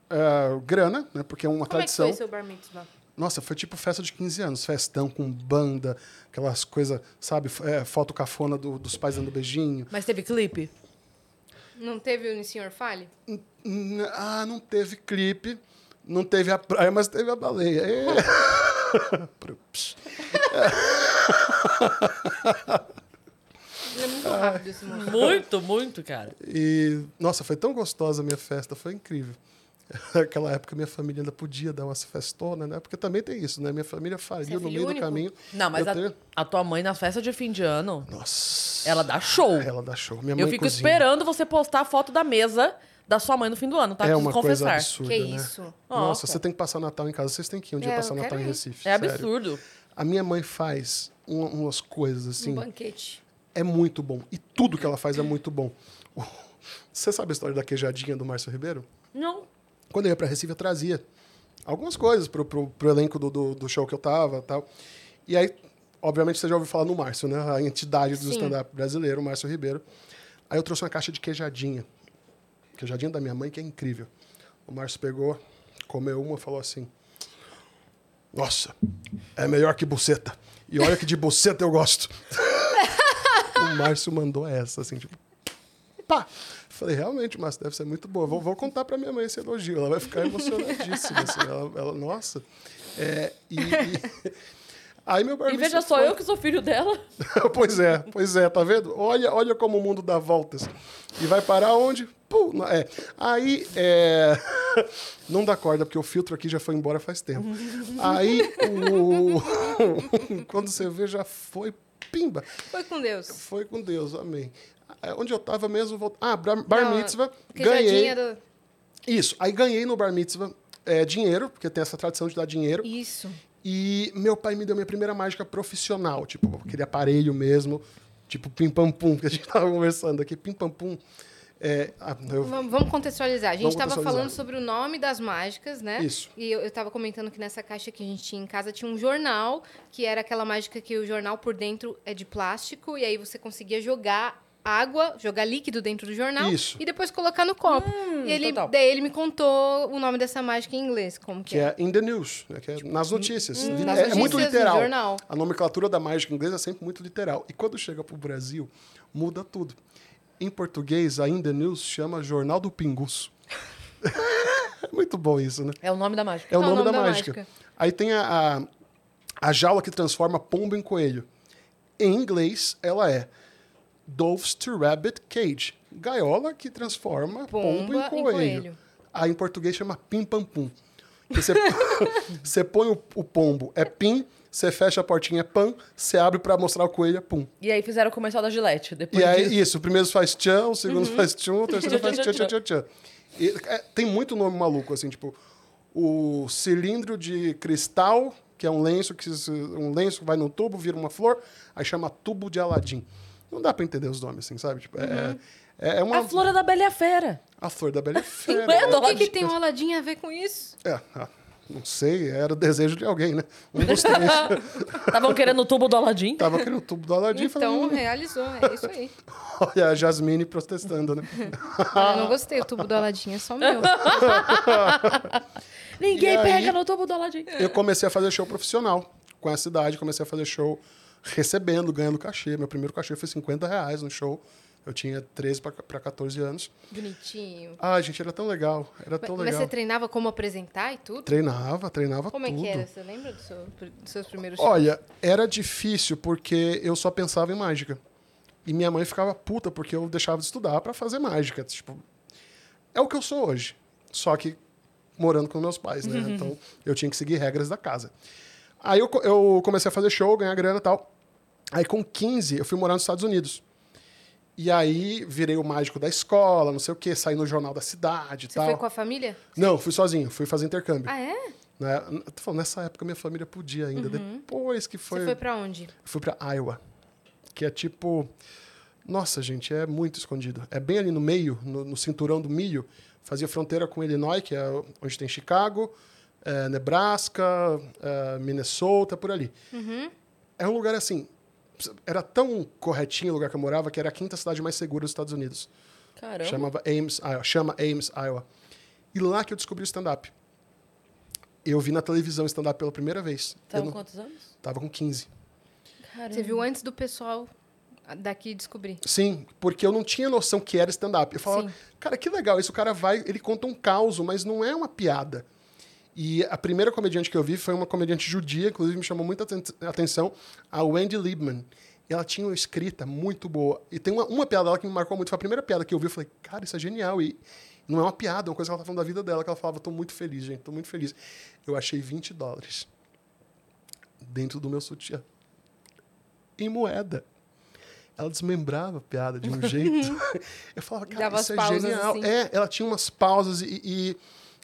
Speaker 3: ah, grana, né? Porque é
Speaker 2: Como é
Speaker 3: uma
Speaker 2: que
Speaker 3: tradição.
Speaker 2: foi seu bar mitzvah?
Speaker 3: Nossa, foi tipo festa de 15 anos, festão com banda, aquelas coisas, sabe? F- é, foto cafona do- dos pais dando beijinho.
Speaker 1: Mas teve clipe?
Speaker 2: Não teve o senhor Fale?
Speaker 3: N- Ah, não teve clipe, não teve a praia, mas teve a baleia. É. Pro- ps.
Speaker 2: Ele é muito
Speaker 3: Ah,
Speaker 2: rápido esse moço.
Speaker 1: Muito, muito, cara.
Speaker 3: E, nossa, foi tão gostosa a minha festa, foi incrível. Naquela época, minha família ainda podia dar umas festonas, né? Porque também tem isso, né? Minha família
Speaker 2: Você é
Speaker 3: faliu no
Speaker 2: filho
Speaker 3: meio do
Speaker 2: único?
Speaker 3: caminho.
Speaker 1: Não, mas
Speaker 3: Eu
Speaker 1: a,
Speaker 3: tenho-
Speaker 1: a tua mãe na festa de fim de ano,
Speaker 3: Nossa.
Speaker 1: ela dá show.
Speaker 3: Ela dá show. Minha É mãe
Speaker 1: Eu fico
Speaker 3: cozinha.
Speaker 1: esperando você postar a foto da mesa da sua mãe no fim do ano, tá?
Speaker 3: É
Speaker 1: Preciso
Speaker 3: uma coisa
Speaker 1: confessar.
Speaker 3: absurda,
Speaker 2: Que
Speaker 3: né?
Speaker 2: isso?
Speaker 3: Nossa,
Speaker 1: Nossa.
Speaker 3: você tem que passar Natal em casa. Vocês têm que ir um dia
Speaker 2: É, eu
Speaker 3: passar Natal
Speaker 2: quero
Speaker 3: em
Speaker 2: ir.
Speaker 3: Recife.
Speaker 1: é
Speaker 3: sério.
Speaker 1: absurdo.
Speaker 3: A minha mãe faz um- umas coisas assim.
Speaker 2: Um banquete.
Speaker 3: é muito bom. E tudo que ela faz é muito bom. Você sabe a história da queijadinha do Márcio Ribeiro?
Speaker 1: Não.
Speaker 3: Quando eu ia pra Recife, eu trazia algumas coisas pro, pro, pro elenco do, do, do show que eu tava tal. E aí, obviamente, você já ouviu falar no Márcio, né? A entidade do
Speaker 2: Sim.
Speaker 3: stand-up brasileiro, o Márcio Ribeiro. Aí eu trouxe uma caixa de queijadinha. Queijadinha da minha mãe, que é incrível. O Márcio pegou, comeu uma, falou assim... Nossa, é melhor que buceta. E olha que de buceta eu gosto. o Márcio mandou essa, assim, tipo... Pá! Falei, realmente, Márcio, deve ser muito boa. Vou, vou contar pra minha mãe esse elogio. Ela vai ficar emocionadíssima. assim. Ela, ela- nossa. É, e, e- Aí meu
Speaker 1: E
Speaker 3: barbeiro...
Speaker 1: veja só, eu que sou filho dela.
Speaker 3: pois é, pois é, tá vendo? Olha, olha como o mundo dá voltas. E vai parar onde? Pum, na- é. Aí, é... não dá corda, porque o filtro aqui já foi embora faz tempo. Aí, o... quando você vê, já foi, pimba.
Speaker 2: Foi com Deus.
Speaker 3: Foi com Deus, amém. Ah, Onde eu tava mesmo? Vou... Ah, bar, bar
Speaker 2: Não, é
Speaker 3: mitzvah, ganhei.
Speaker 2: Queijadinha do...
Speaker 3: Isso, aí ganhei no bar mitzvah é, dinheiro, porque tem essa tradição de dar dinheiro.
Speaker 2: Isso.
Speaker 3: E meu pai me deu minha primeira mágica profissional, tipo, aquele aparelho mesmo, tipo pim-pam-pum, que a gente tava conversando aqui, pim-pam-pum. É, ah, eu-
Speaker 2: Vamos, vamos contextualizar. A gente
Speaker 3: Vamos
Speaker 2: estava
Speaker 3: contextualizar.
Speaker 2: falando sobre o nome das mágicas, né?
Speaker 3: Isso.
Speaker 2: E eu estava comentando que nessa caixa que a gente tinha em casa tinha um jornal, que era aquela mágica que o jornal por dentro é de plástico, e aí você conseguia jogar água, jogar líquido dentro do jornal
Speaker 3: Isso.
Speaker 2: e depois colocar no copo. e ele,
Speaker 1: total.
Speaker 2: daí ele me contou o nome dessa mágica em inglês, como que,
Speaker 3: que é in the news, né, que é nas notícias. é,
Speaker 2: Tipo, hum, nas
Speaker 3: é muito
Speaker 2: notícias, no
Speaker 3: literal.
Speaker 2: jornal.
Speaker 3: A nomenclatura da mágica inglesa é sempre muito literal. E quando chega pro Brasil, muda tudo. Em português, a in the news chama Jornal do Pinguço. é muito bom isso, né?
Speaker 1: É o nome da mágica.
Speaker 3: É o nome, da, mágica. Aí tem a, a, a jaula que transforma pombo em coelho. Em inglês, ela é Doves to Rabbit Cage. Gaiola que transforma pombo
Speaker 2: Pomba
Speaker 3: em
Speaker 2: em
Speaker 3: coelho.
Speaker 2: coelho.
Speaker 3: Aí em português chama pim pam pum. Que Você, você põe o, o pombo, é pim, você fecha a portinha, é pam, você abre pra mostrar o coelho, é pum.
Speaker 1: E aí fizeram o comercial da Gillette. Depois
Speaker 3: E aí,
Speaker 1: disso.
Speaker 3: isso, o primeiro faz tchan, o segundo
Speaker 1: Uhum.
Speaker 3: faz tchan, o terceiro faz tchan, tchan, tchan, tchan. E, é, tem muito nome maluco, assim, tipo, o cilindro de cristal, que é um lenço que se- um lenço que vai num tubo, vira uma flor, aí chama tubo de Aladim. Não dá pra entender os nomes, assim, sabe? Tipo, é, é, é uma...
Speaker 1: Uhum. A Flora da Bela e a Fera.
Speaker 3: a flor da Bela e a Fera.
Speaker 1: Não é
Speaker 3: né?
Speaker 2: O que, que tem o Aladim a ver com isso?
Speaker 3: É, ah, não sei, era o desejo de alguém, né? Um dos três
Speaker 1: Estavam querendo o tubo do Aladim.
Speaker 3: tava aqui no tubo do Aladim
Speaker 2: Então,
Speaker 3: falando...
Speaker 2: realizou, é isso aí.
Speaker 3: "Hum, Olha, a Jasmine protestando, né?
Speaker 2: Eu não gostei, o tubo do Aladim é só meu.
Speaker 1: Ninguém
Speaker 3: E aí-
Speaker 1: pega no tubo do Aladim.
Speaker 3: eu comecei a fazer show profissional com essa idade, comecei a fazer show recebendo, ganhando cachê. Meu primeiro cachê foi 50 reais no show. Eu tinha 13 para 14 anos.
Speaker 2: Bonitinho.
Speaker 3: Ah, gente, era tão legal. Era tão
Speaker 2: Mas
Speaker 3: legal.
Speaker 2: você treinava como apresentar e tudo?
Speaker 3: Treinava, treinava
Speaker 2: Como
Speaker 3: tudo.
Speaker 2: é que era? Você lembra do seu- dos seus primeiros shows?
Speaker 3: Olha, era difícil porque eu só pensava em mágica. E minha mãe ficava puta porque eu deixava de estudar pra fazer mágica. Tipo, é o que eu sou hoje. Só que morando com meus pais, né? Então eu tinha que seguir regras da casa. Aí eu, co- eu comecei a fazer show, ganhar grana e tal. Aí com 15 eu fui morar nos Estados Unidos. E aí virei o mágico da escola, não sei o quê, saí no jornal da cidade e
Speaker 2: Você
Speaker 3: tal.
Speaker 2: foi com a família?
Speaker 3: Não, fui sozinho, fui fazer intercâmbio.
Speaker 2: Ah, é?
Speaker 3: Né? Tô falando, nessa época minha família podia ainda. Depois que foi.
Speaker 2: Uhum. Você foi pra onde?
Speaker 3: Fui pra Iowa, que é tipo. Nossa, gente, é muito escondido. É bem ali no meio, no, no cinturão do milho. Fazia fronteira com Illinois, que é onde tem Chicago, eh, Nebraska, eh, Minnesota, por ali.
Speaker 1: Uhum.
Speaker 3: É um lugar assim. Era tão corretinho o lugar que eu morava que era a quinta cidade mais segura dos Estados Unidos.
Speaker 1: Caramba.
Speaker 3: Chamava Ames, Iowa. Chama Ames, Iowa. E lá que eu descobri o stand-up. Eu vi na televisão stand-up pela primeira vez.
Speaker 1: Tá
Speaker 3: eu
Speaker 1: com
Speaker 3: não-
Speaker 1: quantos anos?
Speaker 3: tava com 15.
Speaker 1: Caramba.
Speaker 2: Você viu antes do pessoal daqui descobrir.
Speaker 3: Sim, porque eu não tinha noção que era stand-up. Eu falava,
Speaker 2: Sim.
Speaker 3: cara, que legal, isso o cara vai, ele conta um caos, mas não é uma piada. E a primeira comediante que eu vi foi uma comediante judia, inclusive me chamou muita aten- atenção, a Wendy Liebman. E ela tinha uma escrita muito boa. E tem uma, uma piada dela que me marcou muito. Foi a primeira piada que eu vi. Eu falei, cara, isso é genial. E não é uma piada, é uma coisa que ela tá falando da vida dela, que ela falava, tô muito feliz, gente, tô muito feliz. Eu achei 20 dólares dentro do meu sutiã. Em moeda. Ela desmembrava a piada de um jeito. eu falava, cara,
Speaker 2: Dava
Speaker 3: isso
Speaker 2: as
Speaker 3: é
Speaker 2: pausas,
Speaker 3: genial.
Speaker 2: assim.
Speaker 3: É, ela tinha umas pausas e, e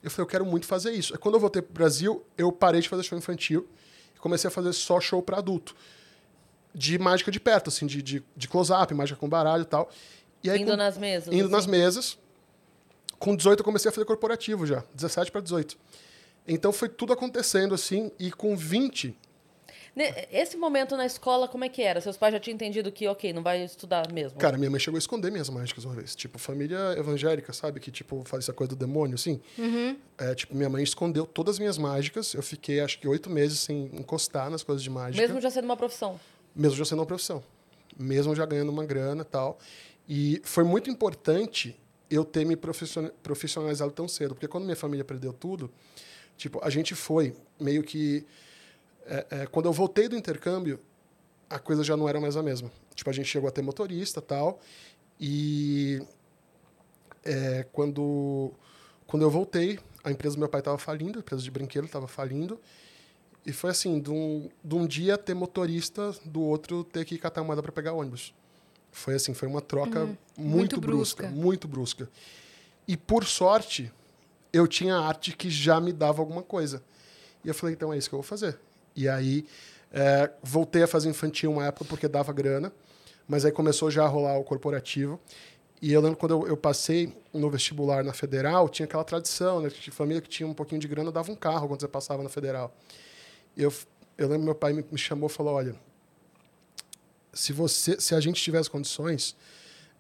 Speaker 3: eu falei, eu quero muito fazer isso. Aí, Quando eu voltei pro Brasil, eu parei de fazer show infantil e comecei a fazer só show para adulto. De mágica de perto, assim, de, de, de close-up, mágica com baralho e tal. E aí,
Speaker 1: Indo
Speaker 3: com-
Speaker 1: nas mesas.
Speaker 3: indo nas
Speaker 1: assim.
Speaker 3: mesas. Com 18 eu comecei a fazer corporativo já, 17 para 18. Então foi tudo acontecendo assim, e com 20,
Speaker 1: Ne- Esse momento na escola, como é que era? Seus pais já tinham entendido que, ok, não vai estudar mesmo.
Speaker 3: cara, minha mãe chegou a esconder minhas mágicas uma vez. Tipo, família evangélica, sabe? Que tipo, faz essa coisa do demônio, assim.
Speaker 1: Uhum.
Speaker 3: É, tipo, minha mãe escondeu todas as minhas mágicas. Eu fiquei acho que oito meses sem encostar nas coisas de mágica.
Speaker 1: mesmo já sendo uma profissão.
Speaker 3: mesmo já sendo uma profissão, mesmo já ganhando uma grana e tal. E foi muito importante eu ter me profission- profissionalizado tão cedo, porque quando minha família perdeu tudo, tipo, a gente foi meio que. é, é, quando eu voltei do intercâmbio, a coisa já não era mais a mesma. Tipo, a gente chegou a ter motorista tal, e é, quando, quando eu voltei, a empresa do meu pai estava falindo, a empresa de brinquedo estava falindo, e foi assim, de um, de um dia ter motorista, do outro ter que catar moeda para pegar ônibus. Foi assim, foi uma troca muito,
Speaker 2: Uhum. Muito
Speaker 3: brusca,
Speaker 2: brusca.
Speaker 3: muito brusca. E por sorte, eu tinha arte que já me dava alguma coisa. E eu falei, então é isso que eu vou fazer. E aí, é, voltei a fazer infantil uma época porque dava grana, mas aí começou já a rolar o corporativo. E eu lembro quando eu, eu passei no vestibular na Federal, tinha aquela tradição, né? De família que tinha um pouquinho de grana dava um carro quando você passava na Federal. Eu, eu lembro meu pai me, me chamou e falou: olha, se, você, se a gente tiver as condições,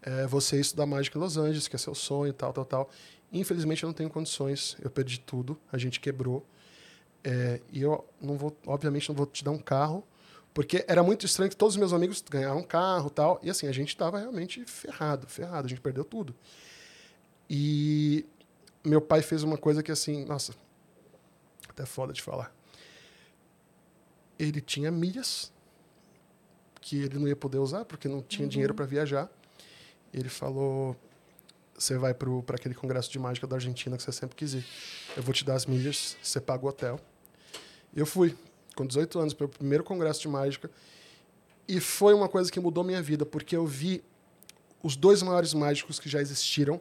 Speaker 3: é, você ia estudar mágica em Los Angeles, que é seu sonho, tal, tal, tal. Infelizmente eu não tenho condições, eu perdi tudo, a gente quebrou. É, e eu não vou, obviamente, não vou te dar um carro, porque era muito estranho que todos os meus amigos ganharam um carro tal. E assim, a gente estava realmente ferrado, ferrado, a gente perdeu tudo. E meu pai fez uma coisa que assim, nossa, até foda de falar. Ele tinha milhas que ele não ia poder usar porque não tinha dinheiro para viajar. Ele falou: "Você vai para aquele congresso de mágica da Argentina que você sempre quis ir. Eu vou te dar as milhas, você paga o hotel". Eu fui com 18 anos para o primeiro congresso de mágica e foi uma coisa que mudou minha vida porque eu vi os dois maiores mágicos que já existiram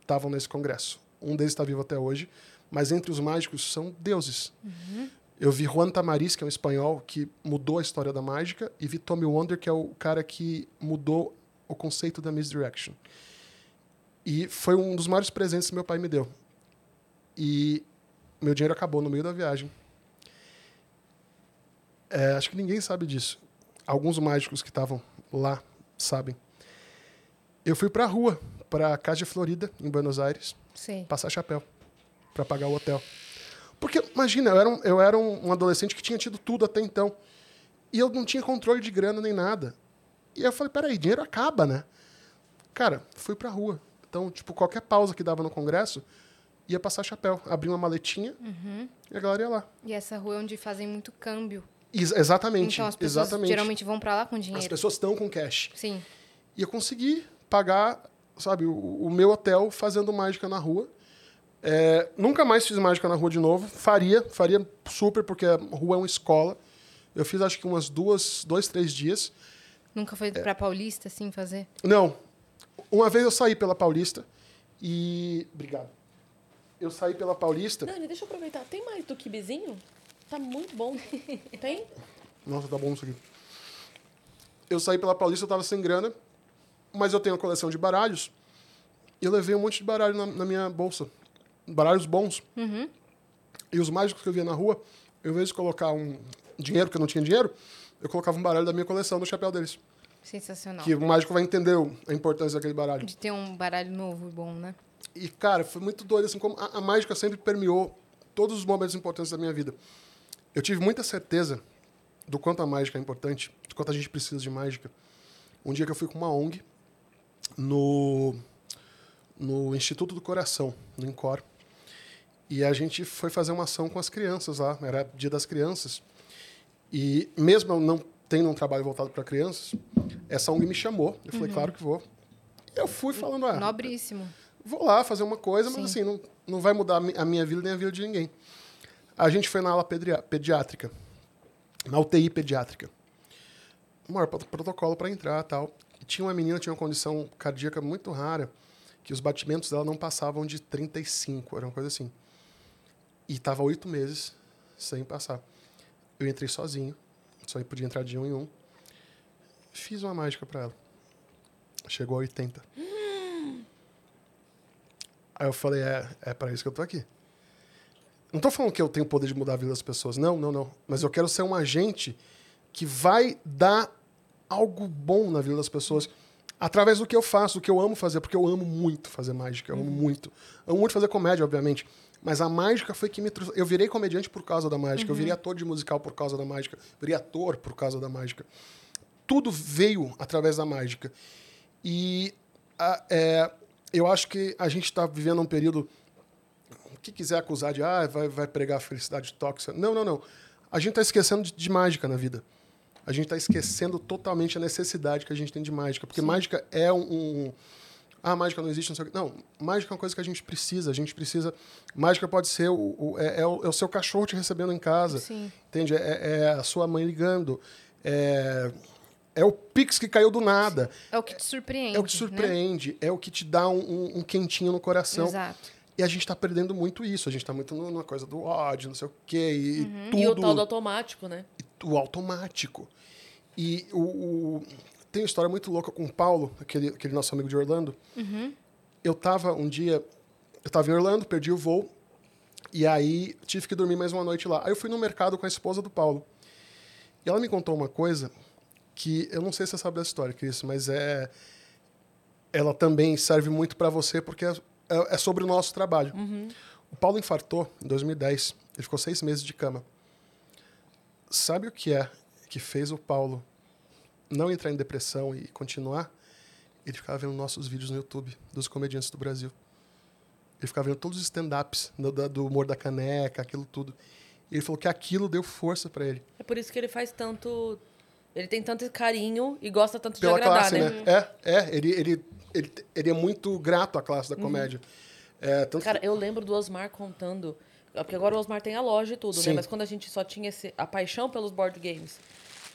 Speaker 3: estavam nesse congresso. Um deles está vivo até hoje, mas entre os mágicos são deuses. Eu vi Juan Tamariz, que é um espanhol que mudou a história da mágica, e vi Tommy Wonder, que é o cara que mudou o conceito da misdirection. E foi um dos maiores presentes que meu pai me deu. E meu dinheiro acabou no meio da viagem. É, acho que ninguém sabe disso. Alguns mágicos que estavam lá sabem. Eu fui pra rua, pra Casa Florida, em Buenos Aires,
Speaker 2: Sei.
Speaker 3: passar chapéu para pagar o hotel. Porque, imagina, eu era, um, eu era um um adolescente que tinha tido tudo até então. E eu não tinha controle de grana nem nada. E aí eu falei, peraí, dinheiro acaba, né? Cara, fui pra rua. Então, tipo, qualquer pausa que dava no congresso, ia passar chapéu. Abri uma maletinha
Speaker 2: Uhum.
Speaker 3: e a galera ia lá.
Speaker 2: E essa rua é onde fazem muito câmbio.
Speaker 3: Ex- exatamente.
Speaker 2: Então as pessoas
Speaker 3: exatamente.
Speaker 2: geralmente vão pra lá com dinheiro.
Speaker 3: As pessoas estão com cash.
Speaker 2: Sim.
Speaker 3: E eu consegui pagar, sabe, o, o meu hotel fazendo mágica na rua. É, nunca mais fiz mágica na rua de novo. Faria, faria super, porque a rua é uma escola. Eu fiz acho que umas duas, dois, três dias.
Speaker 2: Nunca
Speaker 3: É.
Speaker 2: foi pra Paulista, assim, fazer?
Speaker 3: Não. Uma vez eu saí pela Paulista e. Obrigado. Eu saí pela Paulista.
Speaker 1: Dani, deixa eu aproveitar. Tem mais do que bezinho? Tá muito bom. Tem?
Speaker 3: Nossa, tá bom isso aqui. Eu saí pela Paulista, eu tava sem grana, mas eu tenho uma coleção de baralhos. E eu levei um monte de baralho na, na minha bolsa. Baralhos bons. E os mágicos que eu via na rua, eu, ao invés de colocar um dinheiro, porque eu não tinha dinheiro, eu colocava um baralho da minha coleção no chapéu deles.
Speaker 2: Sensacional.
Speaker 3: Que o mágico vai entender o- a importância daquele baralho.
Speaker 2: De ter um baralho novo e bom, né?
Speaker 3: E, cara, foi muito doido, assim, como a, a mágica sempre permeou todos os momentos importantes da minha vida. Eu tive muita certeza do quanto a mágica é importante, do quanto a gente precisa de mágica. Um dia que eu fui com uma ONG no, no Instituto do Coração, no INCOR, e a gente foi fazer uma ação com as crianças lá, era Dia das Crianças. E mesmo eu não tendo um trabalho voltado para crianças, essa ONG me chamou. Eu falei, claro que vou. Eu fui falando, ah,
Speaker 2: Nobríssimo.
Speaker 3: vou lá fazer uma coisa, mas assim, não, não vai mudar a mi- a minha vida nem a vida de ninguém. A gente foi na ala pedria- pediátrica, na UTI pediátrica. O maior prot- protocolo para entrar tal. E tinha uma menina que tinha uma condição cardíaca muito rara, que os batimentos dela não passavam de 35, era uma coisa assim. E tava oito meses sem passar. Eu entrei sozinho, só podia entrar de um em um. Fiz uma mágica para ela. Chegou a 80. Aí eu falei, é, é para isso que eu tô aqui. Não tô falando que eu tenho o poder de mudar a vida das pessoas, não, não, não. Mas eu quero ser um agente que vai dar algo bom na vida das pessoas através do que eu faço, do que eu amo fazer, porque eu amo muito fazer mágica, eu amo muito. Amo muito fazer comédia, obviamente. Mas a mágica foi que me trouxe. Eu virei comediante por causa da mágica, eu virei ator de musical por causa da mágica, eu virei ator por causa da mágica tudo veio através da mágica. E a- é, eu acho que a gente está vivendo um período. Que quiser acusar de ah, vai, vai pregar a felicidade tóxica. Não, não, não. A gente está esquecendo de, de mágica na vida. A gente está esquecendo totalmente a necessidade que a gente tem de mágica. Porque mágica é um, um- Ah, mágica não existe, não sei o quê. Não, mágica é uma coisa que a gente precisa. A gente precisa. Mágica pode ser o, o- é, é o, é o seu cachorro te recebendo em casa.
Speaker 2: Sim.
Speaker 3: Entende? É, é a sua mãe ligando. É, é o Pix que caiu do nada.
Speaker 2: É o que te surpreende.
Speaker 3: É o que te
Speaker 2: né?
Speaker 3: surpreende. É o que te dá um, um- um quentinho no coração.
Speaker 2: Exato.
Speaker 3: E a gente está perdendo muito isso. A gente está muito numa coisa do ódio, não sei o quê. E tudo
Speaker 1: Uhum. E o tal do automático, né?
Speaker 3: o automático. E o, o- tem uma história muito louca com o Paulo, aquele, aquele nosso amigo de Orlando. Eu tava um dia, eu tava em Orlando, perdi o voo, e aí tive que dormir mais uma noite lá. Aí eu fui no mercado com a esposa do Paulo. E ela me contou uma coisa que eu não sei se você sabe dessa história, Cris, mas é ela também serve muito para você porque é, é- é sobre o nosso trabalho. O Paulo infartou em 2010, ele ficou seis meses de cama sabe o que é que fez o Paulo não entrar em depressão e continuar? Ele ficava vendo nossos vídeos no YouTube dos comediantes do Brasil. Ele ficava vendo todos os stand-ups do, da- do humor da caneca, aquilo tudo. E ele falou que aquilo deu força para ele.
Speaker 1: É por isso que ele faz tanto. Ele tem tanto carinho e gosta tanto de agradar,
Speaker 3: classe,
Speaker 1: né?
Speaker 3: É, é. Ele, ele, ele, ele é muito grato à classe
Speaker 1: Uhum.
Speaker 3: da comédia. É, tanto
Speaker 1: Cara, eu lembro do Osmar contando. Porque agora o Osmar tem a loja e tudo,
Speaker 3: Sim.
Speaker 1: né? Mas quando a gente só tinha esse- a paixão pelos board games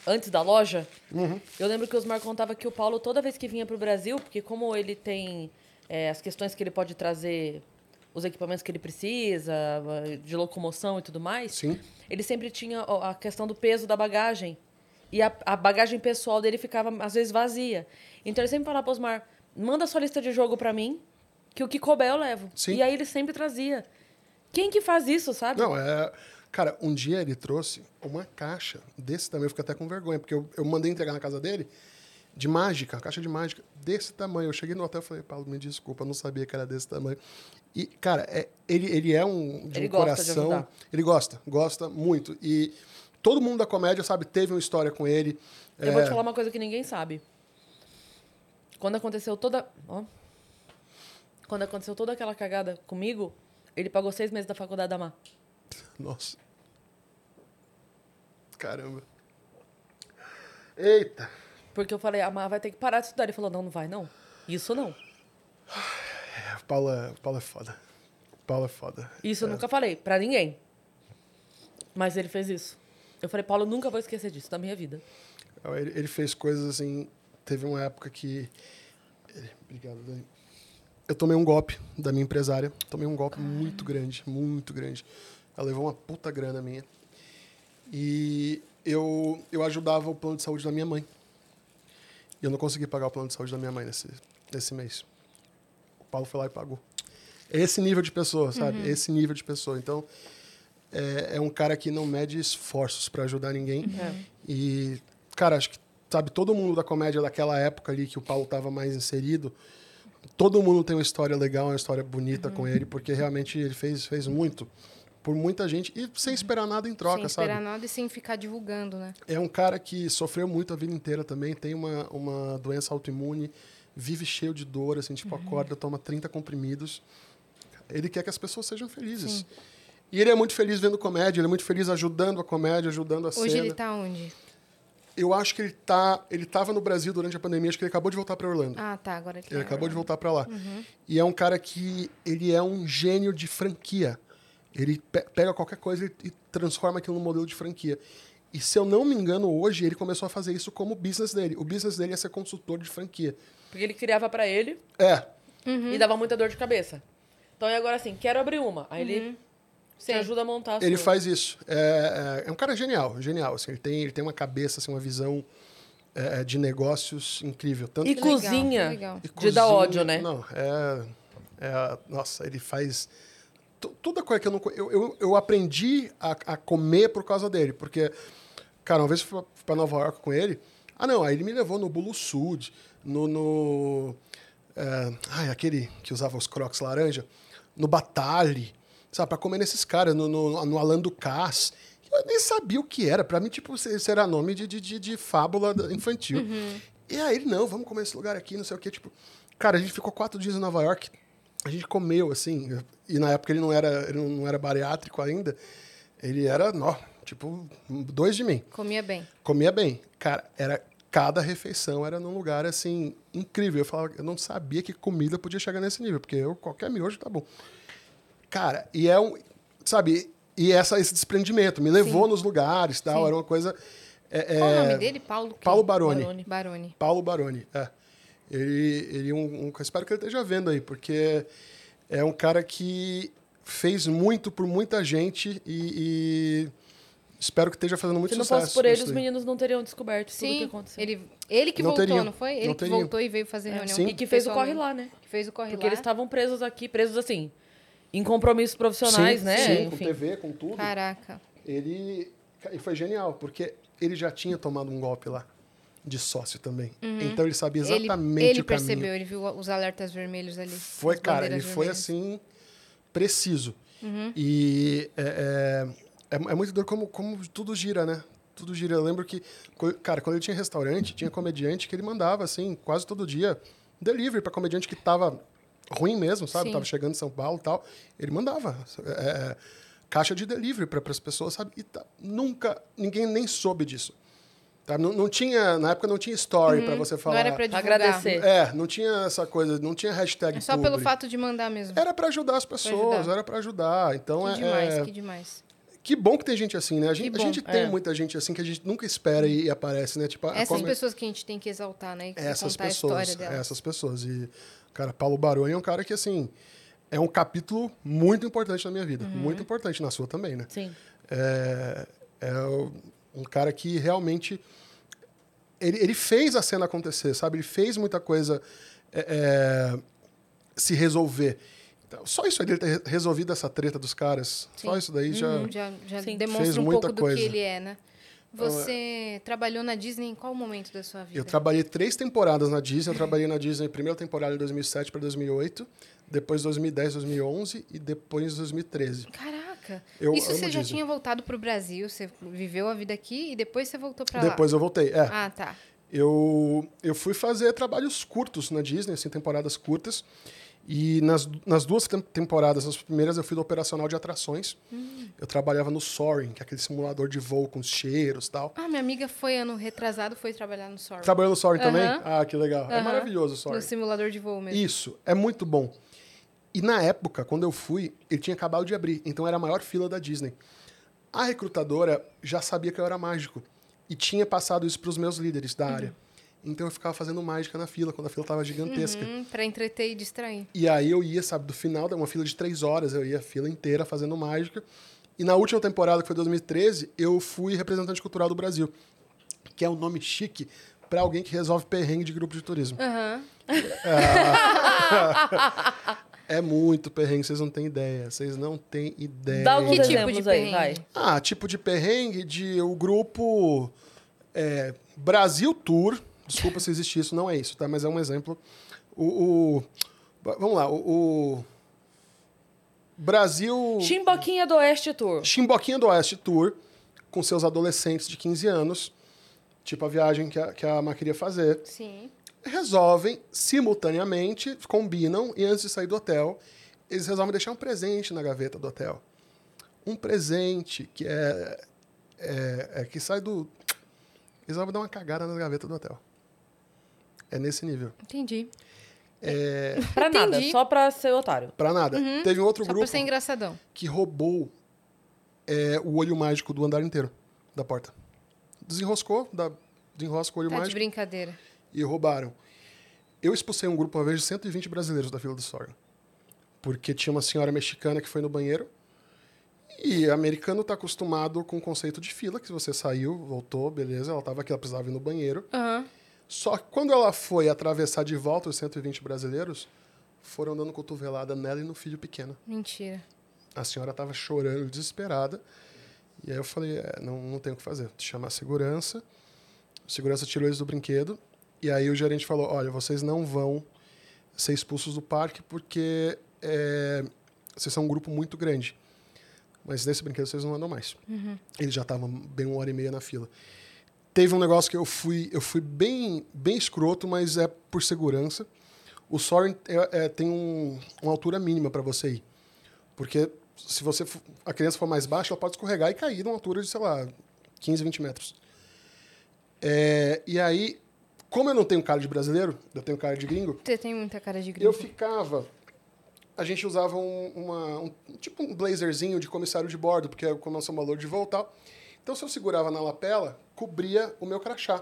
Speaker 1: antes da loja,
Speaker 3: Uhum.
Speaker 1: eu lembro que o Osmar contava que o Paulo, toda vez que vinha pro Brasil, porque como ele tem é, as questões que ele pode trazer, os equipamentos que ele precisa, de locomoção e tudo mais,
Speaker 3: Sim.
Speaker 1: ele sempre tinha ó, a questão do peso da bagagem. E a, a bagagem pessoal dele ficava, às vezes, vazia. Então ele sempre falava pro Osmar, manda sua lista de jogo pra mim, que o que couber eu levo.
Speaker 3: Sim.
Speaker 1: E aí ele sempre trazia. Quem que faz isso, sabe?
Speaker 3: Não, é. Cara, um dia ele trouxe uma caixa desse tamanho, eu fico até com vergonha, porque eu, eu mandei entregar na casa dele, de mágica, uma caixa de mágica desse tamanho. Eu cheguei no hotel e falei, Paulo, me desculpa, eu não sabia que era desse tamanho. E, cara, é- ele, ele é um, de
Speaker 1: Ele gosta de
Speaker 3: um coração.
Speaker 1: ajudar.
Speaker 3: ele gosta, gosta muito. E todo mundo da comédia, sabe, teve uma história com ele.
Speaker 1: Eu
Speaker 3: É,
Speaker 1: vou te falar uma coisa que ninguém sabe. Quando aconteceu toda. Ó. Quando aconteceu toda aquela cagada comigo, ele pagou seis meses da faculdade da Mar.
Speaker 3: Nossa. Caramba. Eita.
Speaker 1: Porque eu falei, a Mar vai ter que parar de estudar. Ele falou, não, não vai, não. Isso não.
Speaker 3: É, o Paulo é, o Paulo é foda. O Paulo é foda.
Speaker 1: Isso eu nunca falei, pra ninguém. Mas ele fez isso. Eu falei, Paulo, eu nunca vou esquecer disso da minha vida.
Speaker 3: Ele, ele fez coisas assim. Teve uma época que. ele- Obrigado, Dani. Eu tomei um golpe da minha empresária. Tomei um golpe muito grande, muito grande. Ela levou uma puta grana minha. E eu, eu ajudava o plano de saúde da minha mãe. E eu não consegui pagar o plano de saúde da minha mãe nesse, nesse mês. O Paulo foi lá e pagou. É Esse nível de pessoa,
Speaker 2: Uhum.
Speaker 3: sabe? Esse nível de pessoa. Então, é, é um cara que não mede esforços pra ajudar ninguém.
Speaker 2: Uhum.
Speaker 3: E, cara, acho que, sabe, todo mundo da comédia daquela época ali que o Paulo tava mais inserido, todo mundo tem uma história legal, uma história bonita
Speaker 2: Uhum.
Speaker 3: com ele, porque realmente ele fez, fez muito por muita gente e sem esperar nada em troca,
Speaker 2: sem
Speaker 3: sabe?
Speaker 2: esperar nada e sem ficar divulgando, né?
Speaker 3: É um cara que sofreu muito a vida inteira também, tem uma, uma doença autoimune, vive cheio de dor, assim, tipo,
Speaker 2: Uhum.
Speaker 3: acorda, toma 30 comprimidos. Ele quer que as pessoas sejam felizes. E ele é muito feliz vendo comédia, ele é muito feliz ajudando a comédia, ajudando a
Speaker 2: Hoje
Speaker 3: cena.
Speaker 2: ele tá onde?
Speaker 3: Eu acho que ele tá, ele tava no Brasil durante a pandemia, acho que ele acabou de voltar para Orlando.
Speaker 2: Ah, tá, agora ele,
Speaker 3: Ele
Speaker 2: tá.
Speaker 3: acabou de voltar para lá.
Speaker 1: Uhum.
Speaker 3: E é um cara que ele é um gênio de franquia. Ele pe- pega qualquer coisa e, e transforma aquilo num modelo de franquia. E se eu não me engano, hoje ele começou a fazer isso como business dele. O business dele é ser consultor de franquia.
Speaker 1: Porque ele criava pra ele
Speaker 3: É,
Speaker 1: e dava muita dor de cabeça. Então, e agora assim, quero abrir uma. Aí ele te ajuda a montar a
Speaker 3: ele
Speaker 1: sua.
Speaker 3: faz isso. É, é- é um cara genial, genial. assim. ele, tem, ele tem uma cabeça, assim, uma visão é, é, de negócios incrível. Tanto
Speaker 1: E
Speaker 3: que-
Speaker 2: Que legal,
Speaker 1: cozinha.
Speaker 2: que legal.
Speaker 3: E
Speaker 1: De dar
Speaker 3: cozinha-
Speaker 1: ódio, né?
Speaker 3: Não, é, é- Nossa, ele faz. tu- Toda coisa que eu não. co- Eu, eu, eu aprendi a, a comer por causa dele, porque. Cara, uma vez eu fui pra- pra Nova York com ele. Ah, não, aí ele me levou no Bulu Sud, no. no é, ai, aquele que usava os crocs laranja, no Batali, sabe, pra comer nesses caras, no, no, no Alan Ducas. Eu nem sabia o que era. Pra mim, tipo, isso era nome de, de, de, de fábula da- infantil. E aí ele, não, vamos comer esse lugar aqui, não sei o quê. Tipo, cara, a gente ficou quatro dias em Nova York, a gente comeu, assim, e na época ele não era, ele não era bariátrico ainda, ele era, nó, tipo, dois de mim.
Speaker 2: Comia bem.
Speaker 3: Comia bem. Cara, era cada refeição era num lugar assim incrível. Eu falava, eu não sabia que comida podia chegar nesse nível, porque eu qualquer miojo tá bom. Cara, e é um, sabe, e essa esse desprendimento me levou nos lugares, tal, era uma coisa é,
Speaker 2: Qual
Speaker 3: é,
Speaker 2: o nome dele? Paulo quê?
Speaker 3: Paulo Baroni.
Speaker 1: Baroni.
Speaker 2: Baroni.
Speaker 3: Paulo Baroni, é. Ele, ele é um, um- espero que ele esteja vendo aí, porque é um cara que fez muito por muita gente e, e espero que esteja fazendo muito
Speaker 1: Se não
Speaker 3: sucesso.
Speaker 1: fosse por ele,
Speaker 3: nisso
Speaker 1: os
Speaker 3: daí.
Speaker 1: meninos não teriam descoberto tudo o que
Speaker 2: Sim,
Speaker 1: aconteceu. É,
Speaker 2: ele, ele que
Speaker 3: Não
Speaker 2: voltou,
Speaker 3: teriam.
Speaker 2: não foi? Ele
Speaker 3: Não
Speaker 2: que
Speaker 3: teriam.
Speaker 2: voltou e veio fazer reunião.
Speaker 3: Sim.
Speaker 1: E que fez o corre lá, né?
Speaker 2: Que fez o corre
Speaker 1: Porque
Speaker 2: lá.
Speaker 1: eles estavam presos aqui, presos assim, em compromissos profissionais,
Speaker 3: sim,
Speaker 1: né?
Speaker 3: Sim, com
Speaker 1: Enfim.
Speaker 3: TV, com tudo.
Speaker 2: Caraca.
Speaker 3: Ele, e foi genial, porque ele já tinha tomado um golpe lá de sócio também.
Speaker 1: Uhum.
Speaker 3: Então ele sabia
Speaker 2: Ele,
Speaker 3: exatamente
Speaker 2: ele
Speaker 3: o caminho.
Speaker 2: percebeu, ele viu os alertas vermelhos ali.
Speaker 3: Foi,
Speaker 2: as
Speaker 3: cara, ele
Speaker 2: bandeiras
Speaker 3: foi
Speaker 2: vermelhas. Uhum.
Speaker 3: assim, preciso. E é, é, é- é muito doido como, como tudo gira, né? Tudo gira. Eu lembro que, co- cara, quando ele tinha restaurante, tinha comediante que ele mandava, assim, quase todo dia, delivery pra comediante que tava ruim mesmo, sabe?
Speaker 2: Sim.
Speaker 3: Tava chegando em São Paulo e tal. Ele mandava. é, é, caixa de delivery para as pessoas, sabe? E tá- nunca, ninguém nem soube disso. Tá? Não, não tinha, na época não tinha story pra você
Speaker 2: Uhum. Não
Speaker 3: falar.
Speaker 2: era pra divulgar.
Speaker 1: Agradecer.
Speaker 3: É, não tinha essa coisa, não tinha hashtag
Speaker 2: É Só pelo
Speaker 3: publi.
Speaker 2: fato de mandar mesmo.
Speaker 3: Era pra ajudar as pessoas,
Speaker 2: ajudar.
Speaker 3: era pra ajudar. Então
Speaker 2: Que
Speaker 3: é,
Speaker 2: demais,
Speaker 3: é-
Speaker 2: que demais.
Speaker 3: que bom que tem gente assim, né? A gente, a
Speaker 2: bom,
Speaker 3: gente tem
Speaker 1: é.
Speaker 3: muita gente assim que a gente nunca espera e aparece, né? Tipo, a-
Speaker 2: Essas
Speaker 3: como-
Speaker 2: pessoas que a gente tem que exaltar, né? E
Speaker 3: essas
Speaker 2: contar a
Speaker 3: pessoas,
Speaker 2: história delas.
Speaker 3: essas pessoas. E cara, Paulo Baroni é um cara que assim é um capítulo muito importante na minha vida,
Speaker 2: Uhum.
Speaker 3: muito importante na sua também, né?
Speaker 1: Sim.
Speaker 3: é, é o- um cara que realmente ele, ele fez a cena acontecer, sabe? Ele fez muita coisa é, é, se resolver. Então, só isso aí dele ter resolvido essa treta dos caras, só isso daí já.
Speaker 2: Hum, já já
Speaker 1: Sim.
Speaker 2: demonstra
Speaker 3: Fez
Speaker 2: um
Speaker 3: muita
Speaker 2: pouco do
Speaker 3: coisa.
Speaker 2: que ele é, né? Você trabalhou na Disney em qual momento da sua vida?
Speaker 3: Eu trabalhei três temporadas na Disney. Eu trabalhei na Disney, primeira temporada de 2007 para 2008, depois 2010, 2011 e depois 2013.
Speaker 2: Caraca!
Speaker 3: Eu
Speaker 2: Isso
Speaker 3: amo
Speaker 2: você já
Speaker 3: Disney.
Speaker 2: tinha voltado pro Brasil, você viveu a vida aqui e depois você voltou pra
Speaker 3: Depois
Speaker 2: lá.
Speaker 3: eu voltei. É,
Speaker 2: Ah, tá.
Speaker 3: Eu, eu fui fazer trabalhos curtos na Disney, assim, temporadas curtas. E nas, nas duas tem- temporadas, as primeiras, eu fui do operacional de atrações.
Speaker 2: Hum.
Speaker 3: Eu trabalhava no Soaring, que é aquele simulador de voo com os cheiros e tal.
Speaker 2: Ah, minha amiga foi ano retrasado, foi trabalhar no Soaring.
Speaker 3: Trabalhou no Soaring também?
Speaker 2: Aham.
Speaker 3: Ah, que legal. É
Speaker 2: Aham.
Speaker 3: maravilhoso
Speaker 2: No
Speaker 3: o Soaring.
Speaker 2: simulador de voo mesmo.
Speaker 3: Isso, é muito bom. E na época, quando eu fui, ele tinha acabado de abrir, então era a maior fila da Disney. A recrutadora já sabia que eu era mágico e tinha passado isso para os meus líderes da área. Então eu ficava fazendo mágica na fila, quando a fila estava gigantesca.
Speaker 2: Hum, pra entreter e distrair.
Speaker 3: E aí eu ia, sabe, do final, uma fila de três horas, eu ia a fila inteira fazendo mágica. E na última temporada, que foi 2013, eu fui representante cultural do Brasil, que é um nome chique para alguém que resolve perrengue de grupo de turismo.
Speaker 2: Aham.
Speaker 3: É muito perrengue, vocês não têm ideia. Vocês não têm ideia.
Speaker 1: Dá alguns
Speaker 2: Que tipo
Speaker 1: exemplos
Speaker 2: de
Speaker 1: aí,
Speaker 2: perrengue?
Speaker 1: vai.
Speaker 3: Ah, tipo de perrengue de o grupo é, Brasil Tour. Desculpa se existe isso, não é isso, tá? Mas é um exemplo. O. o- va- vamos lá, o. o Brasil.
Speaker 1: Chimboquinha do Oeste Tour.
Speaker 3: Chimboquinha do Oeste Tour, com seus adolescentes de 15 anos. Tipo a viagem que a, que a Ma queria fazer
Speaker 2: Sim.
Speaker 3: resolvem simultaneamente, combinam e antes de sair do hotel, eles resolvem deixar um presente na gaveta do hotel. Um presente que é, é- é que sai do eles vão dar uma cagada na gaveta do hotel. É nesse nível. É,
Speaker 2: Entendi.
Speaker 1: Pra nada,
Speaker 2: Entendi.
Speaker 1: só pra ser otário.
Speaker 3: Pra nada. Teve um outro
Speaker 2: Uhum. Só
Speaker 3: grupo
Speaker 2: pra ser engraçadão.
Speaker 3: que roubou é, o olho mágico do andar inteiro da porta. Desenroscou, da, desenrosca o olho
Speaker 2: Tá de
Speaker 3: mágico.
Speaker 2: brincadeira.
Speaker 3: e roubaram. Eu expulsei um grupo uma vez de 120 brasileiros da fila do Sorry. Porque tinha uma senhora mexicana que foi no banheiro. E americano tá acostumado com o conceito de fila, que se você saiu, voltou, beleza, ela tava aqui, ela precisava ir no banheiro.
Speaker 2: Aham.
Speaker 3: Só que quando ela foi atravessar de volta os 120 brasileiros, foram dando cotovelada nela e no filho pequeno.
Speaker 2: Mentira.
Speaker 3: A senhora estava chorando, desesperada. E aí eu falei, é, não, não tem o que fazer. Chamar a segurança. O segurança tirou eles do brinquedo. E aí o gerente falou, olha, vocês não vão ser expulsos do parque porque é, vocês são um grupo muito grande. Mas nesse brinquedo vocês não andam mais. Eles já estavam bem uma hora e meia na fila. Teve um negócio que eu fui, eu fui bem, bem escroto, mas é por segurança. O Soaring é- é, tem um- uma altura mínima para você ir. Porque se você for- a criança for mais baixa, ela pode escorregar e cair numa altura de, sei lá, 15, 20 metros. É, e aí, como eu não tenho cara de brasileiro, eu tenho cara de gringo,
Speaker 2: Você tem muita cara de gringo.
Speaker 3: eu ficava. A gente usava um, uma- um- tipo um blazerzinho de comissário de bordo, porque é como nosso valor de voo e tal. Então, se eu segurava na lapela, cobria o meu crachá.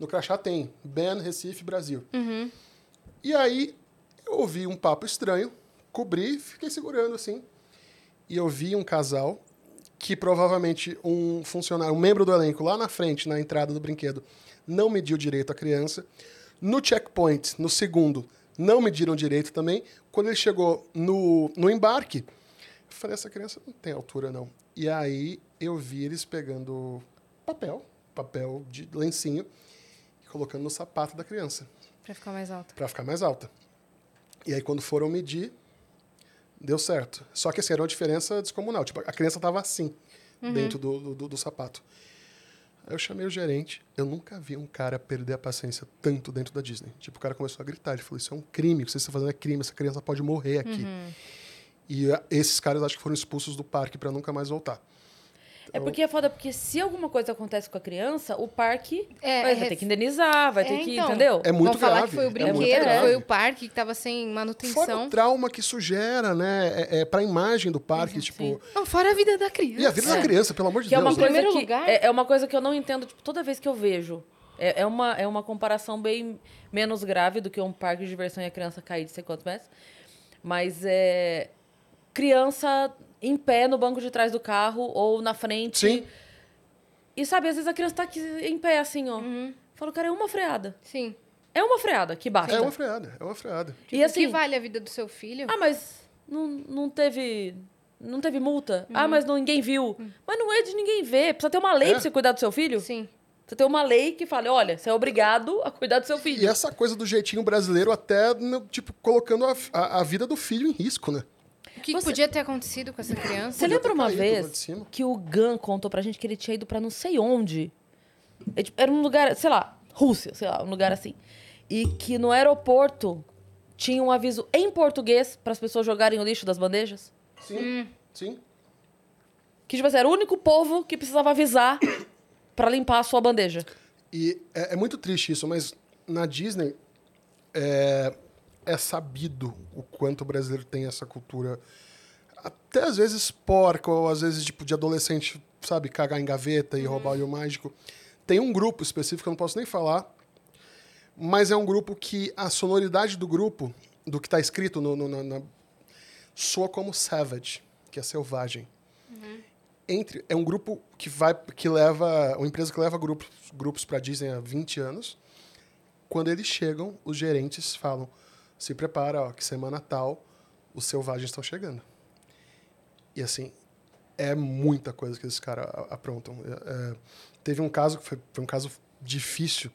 Speaker 3: No crachá tem Ben, Recife, Brasil. E aí eu ouvi um papo estranho, cobri, fiquei segurando assim. E eu vi um casal que provavelmente um funcionário, um membro do elenco lá na frente, na entrada do brinquedo, não mediu direito a criança. No checkpoint, no segundo, não mediram direito também. Quando ele chegou no, no embarque, eu falei: essa criança não tem altura, não. E aí eu vi eles pegando papel, papel de lencinho, e colocando no sapato da criança
Speaker 2: Pra ficar mais alto.
Speaker 3: para ficar mais alta. E aí, quando foram medir, deu certo. Só que assim, era uma diferença descomunal. Tipo, a criança tava assim,
Speaker 1: Uhum.
Speaker 3: dentro do, do- do, do sapato. Aí eu chamei o gerente. Eu nunca vi um cara perder a paciência tanto dentro da Disney. Tipo, o cara começou a gritar. Ele falou: Isso é um crime, o que vocês estão fazendo é crime, essa criança pode morrer aqui.
Speaker 1: Uhum.
Speaker 3: E ah, esses caras acho que foram expulsos do parque para nunca mais voltar. Então-
Speaker 1: É porque é foda, porque se alguma coisa acontece com a criança, o parque vai,
Speaker 2: É, é
Speaker 1: vai ter
Speaker 2: ref-
Speaker 1: que indenizar, vai
Speaker 2: É,
Speaker 1: ter que.
Speaker 2: então.
Speaker 1: Entendeu?
Speaker 3: É muito
Speaker 2: Vão falar
Speaker 3: grave,
Speaker 2: que foi o
Speaker 3: é muito
Speaker 2: brinquedo, que
Speaker 3: grave.
Speaker 2: foi o parque que tava sem
Speaker 3: Fora
Speaker 2: manutenção.
Speaker 3: o trauma que isso gera, né? É, é, pra imagem do parque, tipo.
Speaker 2: Não, fora a vida da criança.
Speaker 3: E a vida da criança, pelo amor de
Speaker 1: Que Uhum, é
Speaker 3: Deus.
Speaker 1: uma
Speaker 3: né?
Speaker 1: coisa
Speaker 2: primeiro
Speaker 1: que,
Speaker 2: lugar-
Speaker 1: É, é uma coisa que eu não entendo, tipo, toda vez que eu vejo. É, é uma, é uma comparação bem menos grave do que um parque de diversão e a criança cair de sei quantos metros. Mas é. Criança em pé no banco de trás do carro ou na frente.
Speaker 3: Sim.
Speaker 1: E sabe, às vezes a criança tá aqui em pé, assim, ó.
Speaker 2: Uhum.
Speaker 1: Falo, cara, é uma freada.
Speaker 2: Sim. Tipo,
Speaker 1: É uma freada que basta.
Speaker 3: É uma freada, é uma freada.
Speaker 1: E assim.
Speaker 2: o que vale a vida do seu filho?
Speaker 1: Ah, mas não, não teve. Não teve multa.
Speaker 2: Uhum.
Speaker 1: Ah, mas não, ninguém viu. Mas não é de ninguém ver. Precisa ter uma lei
Speaker 3: É.
Speaker 1: pra você cuidar do seu filho?
Speaker 2: Sim.
Speaker 1: Você tem uma lei que fala, olha, você é obrigado a cuidar do seu
Speaker 3: E
Speaker 1: filho.
Speaker 3: essa coisa do jeitinho brasileiro até, né, tipo, colocando a, a- a vida do filho em risco, né?
Speaker 2: O que
Speaker 1: Você-
Speaker 2: podia ter acontecido com essa criança?
Speaker 1: Você lembra uma
Speaker 3: caído tá lá de
Speaker 1: vez
Speaker 3: cima.
Speaker 1: que o Gun contou pra gente que ele tinha ido pra não sei onde? É, tipo, Era um lugar, sei lá, Rússia, sei lá, um lugar assim. E que no aeroporto tinha um aviso em português para as pessoas jogarem o lixo das bandejas.
Speaker 3: Sim, sim.
Speaker 1: Que, tipo assim, era o único povo que precisava avisar para limpar a sua bandeja.
Speaker 3: E é, é muito triste isso, mas na Disney é, é sabido o quanto o brasileiro tem essa cultura, até às vezes porca, ou às vezes tipo de adolescente, sabe, cagar em gaveta e roubar o olho mágico. Tem um grupo específico, que eu não posso nem falar, mas é um grupo que a sonoridade do grupo, do que está escrito no, no- na- na- soa como savage, que é selvagem. Entre, é um grupo que vai que leva, uma empresa que leva grupos, grupos para Disney há 20 anos. Quando eles chegam, os gerentes falam: "Se prepara, ó, que semana tal os selvagens estão chegando". E assim, é muita coisa que esses caras a- aprontam. É, é, teve um caso que foi, foi um caso difícil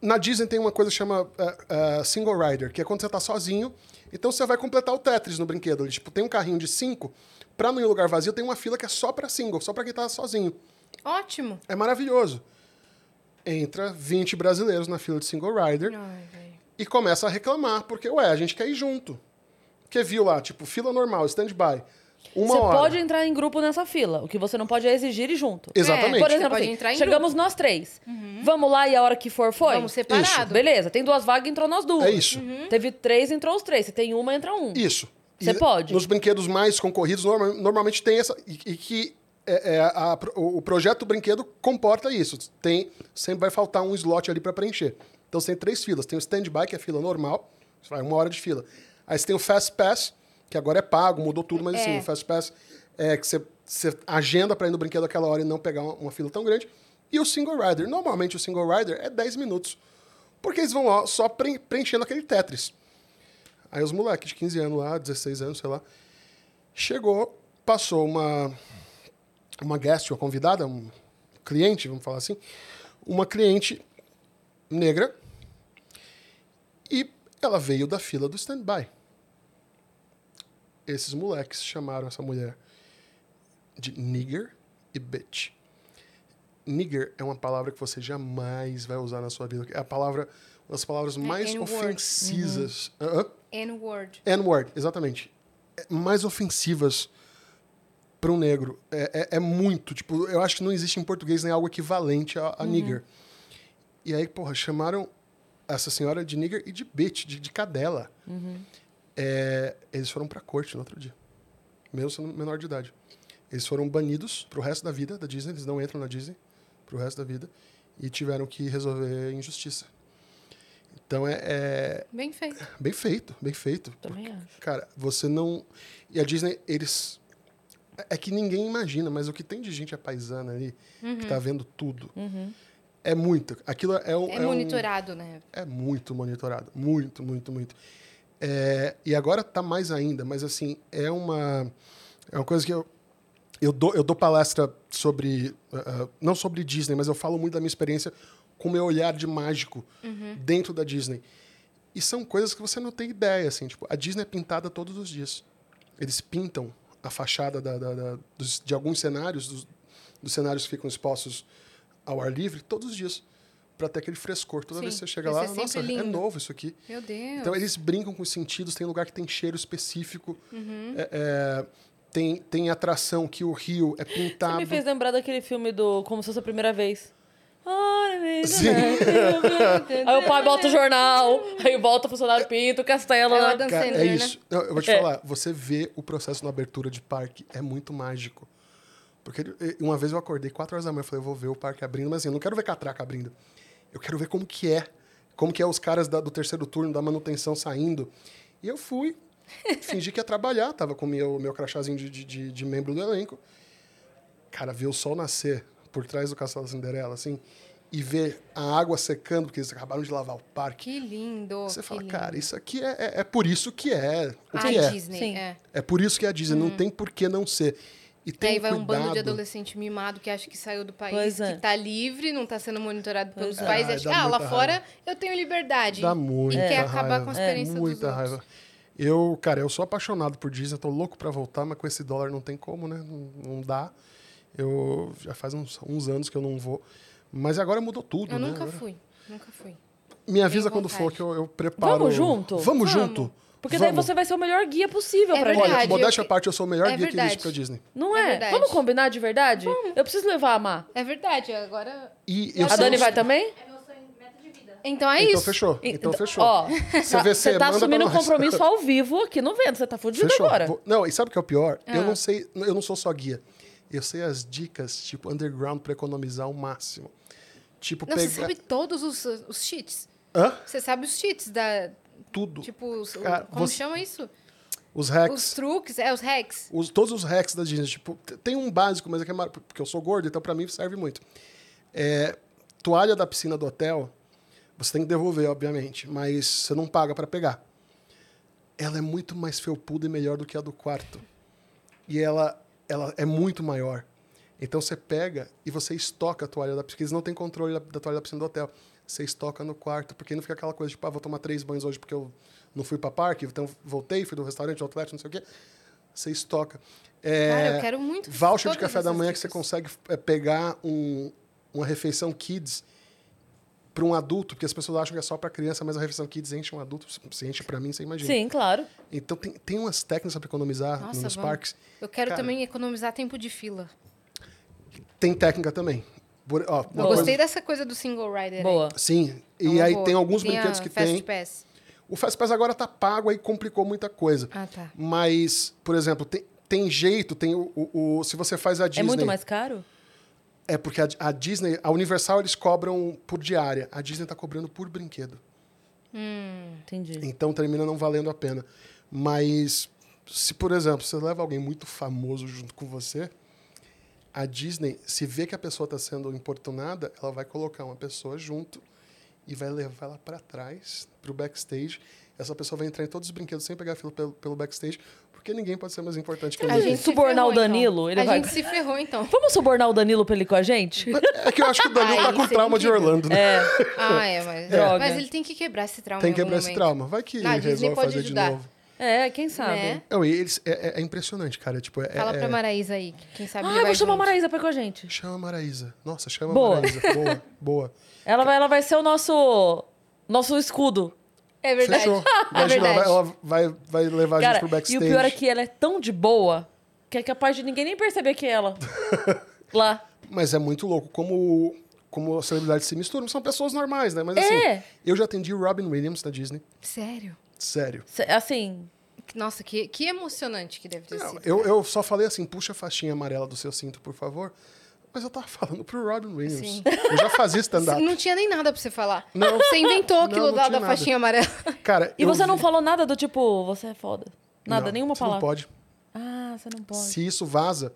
Speaker 3: na Disney tem uma coisa que chama ah, ah, Single Rider, que é quando você tá sozinho, então você vai completar o Tetris no brinquedo. Tipo, tem um carrinho de cinco, pra não ir em lugar vazio, tem uma fila que é só pra single, só pra quem tá sozinho.
Speaker 2: Ótimo.
Speaker 3: É maravilhoso. Entra 20 brasileiros na fila de Single Rider
Speaker 2: Ai, velho.
Speaker 3: e começa a reclamar, porque, ué, a gente quer ir junto. Porque viu lá, tipo, fila normal, stand-by. Uma
Speaker 1: você
Speaker 3: hora.
Speaker 1: pode entrar em grupo nessa fila. O que você não pode é exigir ir junto.
Speaker 3: Exatamente.
Speaker 1: Por
Speaker 2: Você
Speaker 1: exemplo,
Speaker 2: pode
Speaker 1: assim,
Speaker 2: entrar em
Speaker 1: chegamos nós três. Vamos lá e a hora que for, foi?
Speaker 2: Uhum. Vamos separado. Uhum.
Speaker 3: Isso.
Speaker 1: Beleza, tem duas vagas, entrou nós duas. Uhum.
Speaker 3: É isso.
Speaker 1: Teve três, entrou os três. Se tem uma, entra um.
Speaker 3: Isso.
Speaker 1: Você
Speaker 3: E
Speaker 1: pode?
Speaker 3: Nos brinquedos mais concorridos, norma- normalmente tem essa. E, e que é- é a- a- o o projeto brinquedo comporta isso. Tem, sempre vai faltar um slot ali para preencher. Então você tem três filas. Tem o stand-by, que é a fila normal, você vai uma hora de fila. Aí você tem o Fast Pass, que agora é pago, mudou tudo, mas assim, o Fast Pass é que você, você agenda para ir no brinquedo aquela hora e não pegar uma, uma fila tão grande. E o Single Rider. Normalmente o Single Rider é 10 minutos. Porque eles vão ó, só preen- preenchendo aquele Tetris. Aí os moleques de 15 anos lá, 16 anos, sei lá, chegou, passou uma uma guest, uma convidada, um cliente, vamos falar assim, uma cliente negra e ela veio da fila do stand-by. Esses moleques chamaram essa mulher de nigger e bitch. Nigger é uma palavra que você jamais vai usar na sua vida. É a palavra, uma das palavras mais
Speaker 2: N-word.
Speaker 3: ofensivas. Hã?
Speaker 2: N-word.
Speaker 3: N-word, exatamente. É, Mais ofensivas para um negro. É, é- é muito. Tipo, eu acho que não existe em português nem algo equivalente a, a nigger. E aí, porra, chamaram essa senhora de nigger e de bitch, de, de cadela. É, eles foram pra corte no outro dia. Mesmo sendo menor de idade. Eles foram banidos pro resto da vida da Disney. Eles não entram na Disney pro resto da vida. E tiveram que resolver a injustiça. Então é- é,
Speaker 2: Bem feito.
Speaker 3: Bem feito, bem feito.
Speaker 1: Também acho.
Speaker 3: Cara, você não. E a Disney, eles. É que ninguém imagina, mas o que tem de gente apaisana ali, que tá vendo tudo, é muito. Aquilo é, um,
Speaker 2: É,
Speaker 3: um-
Speaker 2: monitorado, né?
Speaker 3: é muito monitorado. Muito, muito, muito. É, e agora tá mais ainda, mas assim, é uma. É uma coisa que eu. Eu dou, eu dou palestra sobre. ah, ah, não sobre Disney, mas eu falo muito da minha experiência com o meu olhar de mágico dentro da Disney. E são coisas que você não tem ideia, assim. Tipo, a Disney é pintada todos os dias. Eles pintam a fachada da- da- da- dos- de alguns cenários, dos, dos cenários que ficam expostos ao ar livre, todos os dias. Pra ter aquele frescor. Toda
Speaker 2: Sim,
Speaker 3: vez que você chega
Speaker 2: pra
Speaker 3: lá,
Speaker 2: ser
Speaker 3: nossa,
Speaker 2: sempre
Speaker 3: é
Speaker 2: lindo."
Speaker 3: novo isso aqui.
Speaker 2: Meu Deus.
Speaker 3: Então eles brincam com os sentidos, tem lugar que tem cheiro específico, é- é, tem, tem atração que o rio é
Speaker 1: Você
Speaker 3: pintado.
Speaker 1: me fez lembrar daquele filme do Como Se Fosse a Primeira Vez. Ora, menina.
Speaker 3: Sim.
Speaker 1: Aí o pai bota o jornal, aí volta o funcionário pinto, castelo.
Speaker 2: Ela
Speaker 1: né?
Speaker 2: dança-
Speaker 3: Cara, é
Speaker 2: Sandler, né?
Speaker 3: isso. Eu, eu vou te
Speaker 1: É.
Speaker 3: falar, você vê o processo na abertura de parque, é muito mágico. Porque eh, uma vez eu acordei 4 horas da manhã e falei, eu vou ver o parque abrindo, mas assim, eu não quero ver catraca abrindo. Eu quero ver como que é. Como que é os caras da- do terceiro turno, da manutenção saindo. E eu fui, fingi que ia trabalhar, tava com o meu, meu crachazinho de, de- de- de membro do elenco. Cara, ver o sol nascer por trás do Castelo Cinderela, assim, e ver a água secando, porque eles acabaram de lavar o parque.
Speaker 2: Que lindo.
Speaker 3: Você
Speaker 2: que
Speaker 3: fala,
Speaker 2: lindo.
Speaker 3: cara, isso aqui é, é, é por isso que é o
Speaker 2: Ai,
Speaker 3: que é.
Speaker 2: Disney.
Speaker 1: Sim.
Speaker 2: É.
Speaker 3: É por isso que é a Disney, não tem por que não ser. E
Speaker 2: E
Speaker 3: tem
Speaker 2: aí vai um bando de
Speaker 3: cuidado.
Speaker 2: adolescente mimado que acha que saiu do país,
Speaker 1: Pois é.
Speaker 2: que tá livre, não tá sendo monitorado pelos
Speaker 1: Pois é.
Speaker 2: pais.
Speaker 3: Ai,
Speaker 2: acha,
Speaker 3: dá
Speaker 2: ah, lá
Speaker 3: muita
Speaker 2: fora eu tenho liberdade.
Speaker 3: Dá muita
Speaker 2: E quer
Speaker 3: raiva.
Speaker 2: acabar com
Speaker 1: É,
Speaker 2: a experiência dos
Speaker 3: muita
Speaker 2: outros.
Speaker 3: raiva. Eu, cara, eu sou apaixonado por Disney, tô louco pra voltar, mas com esse dólar não tem como, né? Não, não dá. Eu já faz uns, uns anos que eu não vou. Mas agora mudou tudo,
Speaker 2: Eu
Speaker 3: né?
Speaker 2: nunca
Speaker 3: Agora-
Speaker 2: fui. Nunca fui.
Speaker 3: Me avisa
Speaker 2: Tenho
Speaker 3: quando
Speaker 2: vontade.
Speaker 3: for, que eu, eu preparo.
Speaker 1: Vamos junto?
Speaker 3: Vamos, junto?
Speaker 1: Porque daí
Speaker 3: Vamos.
Speaker 1: você vai ser o melhor guia possível
Speaker 2: É
Speaker 1: pra
Speaker 2: verdade.
Speaker 1: gente.
Speaker 3: Olha, modéstia
Speaker 2: eu-
Speaker 3: à parte, eu sou o melhor
Speaker 2: É
Speaker 3: guia que
Speaker 2: verdade.
Speaker 3: existe pra Disney.
Speaker 1: Não
Speaker 2: É
Speaker 1: é?
Speaker 2: verdade.
Speaker 1: Vamos combinar de verdade? Eu preciso levar a Má.
Speaker 2: É verdade, agora.
Speaker 3: E eu
Speaker 1: A
Speaker 3: sei
Speaker 1: Dani
Speaker 3: os-
Speaker 1: vai também?
Speaker 4: É meu sonho, meta de vida.
Speaker 2: Então é
Speaker 3: Então
Speaker 2: isso.
Speaker 3: fechou. Então
Speaker 1: E-
Speaker 3: fechou.
Speaker 1: Ó,
Speaker 3: vê,
Speaker 1: você
Speaker 3: cê
Speaker 1: tá
Speaker 3: manda pra
Speaker 1: assumindo um
Speaker 3: nós.
Speaker 1: compromisso ao vivo aqui no vento. Você tá fudido
Speaker 3: Fechou.
Speaker 1: agora. Ah.
Speaker 3: Vou- Não, e sabe o que é o pior? Eu não sei, eu não sou só guia. Eu sei as dicas, tipo, underground pra economizar o máximo. Tipo,
Speaker 2: Não,
Speaker 3: pegar.
Speaker 2: você sabe todos os, os cheats.
Speaker 3: Hã?
Speaker 2: Você sabe os cheats da.
Speaker 3: Tudo.
Speaker 2: Tipo, os, o-
Speaker 3: Cara,
Speaker 2: como
Speaker 3: você-
Speaker 2: chama isso?
Speaker 3: os
Speaker 2: Os
Speaker 3: hacks.
Speaker 2: truques, é, os hacks.
Speaker 3: os- todos os hacks da Disney. Tipo, t- tem um básico, mas é que é mar... porque eu sou gordo, então pra mim serve muito. É, toalha da piscina do hotel, você tem que devolver, obviamente, mas você não paga pra pegar. Ela é muito mais felpuda e melhor do que a do quarto. E ela, ela é muito maior. Então você pega e você estoca a toalha da piscina, porque eles não têm controle da, da toalha da piscina do hotel. Você estoca no quarto, porque não fica aquela coisa de, tipo, ah, vou tomar três banhos hoje porque eu não fui pra parque, então voltei, fui do restaurante, do outlet, não sei o quê. Você estoca. É,
Speaker 2: Cara, eu quero muito
Speaker 3: Voucher de
Speaker 2: todas
Speaker 3: café da
Speaker 2: essas
Speaker 3: manhã que você
Speaker 2: dicas.
Speaker 3: consegue é, pegar um- uma refeição kids para um adulto, porque as pessoas acham que é só para criança, mas a refeição kids enche um adulto, se enche para mim, você imagina.
Speaker 1: Sim, claro.
Speaker 3: Então tem, tem umas técnicas para economizar
Speaker 2: Nossa,
Speaker 3: nos
Speaker 2: vamos.
Speaker 3: parques.
Speaker 2: Eu quero
Speaker 3: Cara.
Speaker 2: também economizar tempo de fila.
Speaker 3: Tem técnica também. Por- ó, uma
Speaker 1: Boa.
Speaker 2: Eu gostei
Speaker 3: coisa-
Speaker 2: dessa coisa do single rider. aí.
Speaker 1: Boa.
Speaker 3: Sim,
Speaker 2: É
Speaker 3: e
Speaker 2: uma
Speaker 3: aí
Speaker 2: boa.
Speaker 3: tem alguns
Speaker 2: a
Speaker 3: brinquedos que
Speaker 2: Fast
Speaker 3: tem.
Speaker 2: Pass.
Speaker 3: O Fast Pass agora tá pago, aí complicou muita coisa.
Speaker 2: Ah, tá.
Speaker 3: Mas, por exemplo, tem, tem jeito, tem o, o- o- Se você faz a Disney.
Speaker 1: É muito mais caro?
Speaker 3: É porque a, a Disney, a Universal, eles cobram por diária. A Disney tá cobrando por brinquedo.
Speaker 1: Entendi.
Speaker 3: Então termina não valendo a pena. Mas se, por exemplo, você leva alguém muito famoso junto com você, a Disney, se vê que a pessoa está sendo importunada, ela vai colocar uma pessoa junto e vai levar ela para trás, para o backstage. Essa pessoa vai entrar em todos os brinquedos sem pegar fila pelo, pelo backstage, porque ninguém pode ser mais importante que
Speaker 1: A
Speaker 2: A
Speaker 3: ninguém.
Speaker 1: gente
Speaker 2: gente se
Speaker 1: subornar
Speaker 2: ferrou,
Speaker 1: o Danilo,
Speaker 2: então.
Speaker 1: ele
Speaker 2: a
Speaker 1: vai-
Speaker 2: gente se ferrou, então.
Speaker 1: Vamos subornar o Danilo pra ele ir com a gente?
Speaker 3: É que eu acho que o Danilo
Speaker 2: Ai,
Speaker 3: tá com
Speaker 2: isso é
Speaker 3: trauma de
Speaker 2: incrível.
Speaker 3: Orlando, né?
Speaker 2: Ah, é, mas...
Speaker 1: Droga.
Speaker 2: Mas ele tem que quebrar esse trauma
Speaker 3: Tem
Speaker 2: É, em
Speaker 3: que
Speaker 2: algum
Speaker 3: quebrar esse
Speaker 2: momento.
Speaker 3: trauma. Vai que
Speaker 2: Não, a
Speaker 3: ele
Speaker 2: Disney
Speaker 3: resolve
Speaker 2: pode
Speaker 3: fazer
Speaker 2: ajudar.
Speaker 3: de novo.
Speaker 1: É, quem sabe?
Speaker 2: Né?
Speaker 3: Não, e eles, é, é- é impressionante, cara. Tipo, é,
Speaker 2: Fala
Speaker 3: é-
Speaker 2: pra Maraísa aí, que quem sabe
Speaker 1: Ah,
Speaker 2: ele
Speaker 1: eu
Speaker 2: vai
Speaker 1: vou chamar a
Speaker 2: junto.
Speaker 1: Maraísa pra ir com a gente.
Speaker 3: Chama a Maraísa. Nossa, chama
Speaker 1: Boa.
Speaker 3: a Maraísa. Boa, boa.
Speaker 1: Ela vai, ela vai ser o nosso, nosso escudo.
Speaker 2: É verdade.
Speaker 3: Fechou.
Speaker 2: É
Speaker 3: Imagina,
Speaker 2: verdade.
Speaker 3: ela vai, vai, vai levar a gente
Speaker 1: Cara, e
Speaker 3: pro
Speaker 1: o
Speaker 3: backstage.
Speaker 1: pior é que ela é tão de boa que é capaz de ninguém nem perceber que é ela. Lá.
Speaker 3: Mas é muito louco como, como as celebridades se misturam. São pessoas normais, né? Mas
Speaker 1: É.
Speaker 3: assim, eu já atendi o Robin Williams da Disney.
Speaker 2: Sério?
Speaker 3: Sério.
Speaker 1: Se- Assim,
Speaker 2: Nossa, que, que emocionante que deve ter
Speaker 3: Não,
Speaker 2: sido.
Speaker 3: eu, eu só falei assim, puxa a faixinha amarela do seu cinto, por favor. Mas eu tava falando pro Robin Williams.
Speaker 2: Sim.
Speaker 3: Eu já fazia stand-up.
Speaker 2: Não tinha nem nada pra você falar.
Speaker 3: Não.
Speaker 2: Você inventou
Speaker 3: Não,
Speaker 2: aquilo
Speaker 3: não
Speaker 2: lá
Speaker 3: tinha
Speaker 2: da
Speaker 3: nada.
Speaker 2: faixinha amarela.
Speaker 3: Cara,
Speaker 1: e
Speaker 3: eu
Speaker 1: você não
Speaker 3: vi-
Speaker 1: falou nada do tipo, você é foda. Nada,
Speaker 3: Não,
Speaker 1: nenhuma
Speaker 3: você não
Speaker 1: palavra.
Speaker 3: pode.
Speaker 1: Ah, você não pode.
Speaker 3: Se isso vaza,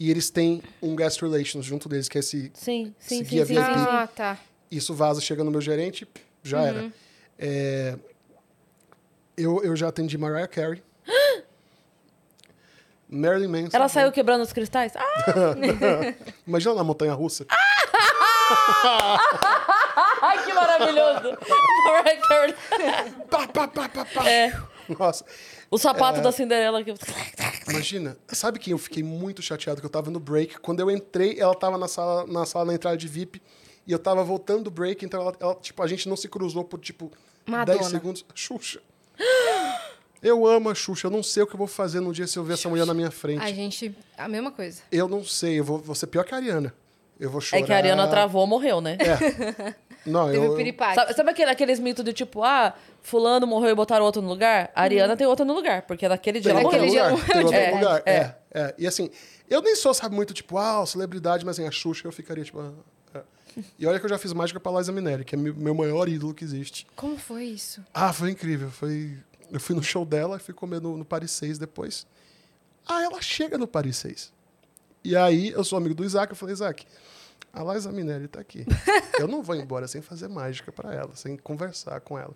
Speaker 3: e eles têm um guest relations junto deles, que é esse
Speaker 1: Sim, sim,
Speaker 3: Se
Speaker 1: sim,
Speaker 3: guia
Speaker 1: sim, sim.
Speaker 3: VIP.
Speaker 1: sim.
Speaker 2: Ah, tá.
Speaker 3: isso vaza, chega no meu gerente, já
Speaker 1: Uhum.
Speaker 3: era. É, eu, eu já atendi Mariah Carey. Marilyn Manson.
Speaker 1: Ela saiu quebrando os cristais? Ah,
Speaker 3: Imagina na montanha russa.
Speaker 1: ai, que maravilhoso! Mariah Carey.
Speaker 3: Pá, pá, pá, pá, pá.
Speaker 1: É,
Speaker 3: Nossa,
Speaker 1: o
Speaker 3: É.
Speaker 1: sapato da Cinderela que.
Speaker 3: imagina. Sabe que eu fiquei muito chateado que eu tava no break. Quando eu entrei, ela tava na sala, na sala na entrada de VIP. E eu tava voltando do break, então ela, ela, tipo, a gente não se cruzou por tipo
Speaker 2: Madonna.
Speaker 3: 10 segundos. Xuxa. Eu amo a Xuxa. Eu não sei o que eu vou fazer no dia se eu ver essa mulher na minha frente.
Speaker 2: A gente... A mesma coisa.
Speaker 3: Eu não sei, eu vou, vou ser pior que a Ariana. Eu vou
Speaker 1: É
Speaker 3: chorar.
Speaker 1: que a Ariana travou, morreu, né?
Speaker 3: Não,
Speaker 2: Teve o
Speaker 3: eu, eu,
Speaker 2: piripate.
Speaker 1: Sabe, sabe aquele, aqueles mitos do tipo, ah, fulano morreu e botaram outro no lugar? A Ariana tem outro no lugar, porque naquele dia
Speaker 3: tem
Speaker 1: ela
Speaker 3: outro
Speaker 1: morreu.
Speaker 2: Naquele dia ela
Speaker 3: lugar. Tem
Speaker 2: morreu de
Speaker 3: outro
Speaker 1: verdade.
Speaker 3: lugar.
Speaker 1: É,
Speaker 3: É, é. E assim, eu nem sou, sabe, muito tipo, ah, celebridade, mas assim, a Xuxa eu ficaria tipo. ah, ah. E olha que eu já fiz mágica pra Liza Minelli, que é meu meu maior ídolo que existe.
Speaker 2: Como foi isso?
Speaker 3: Ah, foi incrível. Foi... Eu fui no show dela e fui comer no, no Paris 6 depois. Ah, ela chega no Paris 6. E aí, eu sou amigo do Isaac, eu falei, Isaac, a Liza Minelli tá aqui. Eu não vou embora sem fazer mágica para ela, sem conversar com ela.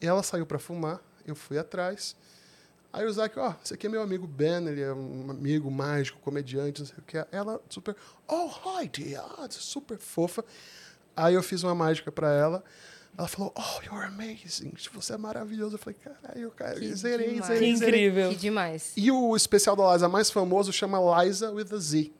Speaker 3: E ela saiu para fumar, eu fui atrás. Aí o Isaac, ó, esse aqui é meu amigo Ben, ele é um amigo mágico, comediante, não sei o que. Ela super, oh, hi, dear, super fofa. Aí eu fiz uma mágica para ela. Ela falou, oh, you're amazing, você é maravilhoso. Eu falei, caralho, cara,
Speaker 2: Que
Speaker 3: zerei,
Speaker 2: demais.
Speaker 1: Que
Speaker 3: zerei, zerei.
Speaker 1: incrível.
Speaker 2: Que demais.
Speaker 3: E o especial da Liza mais famoso chama Liza with a Z.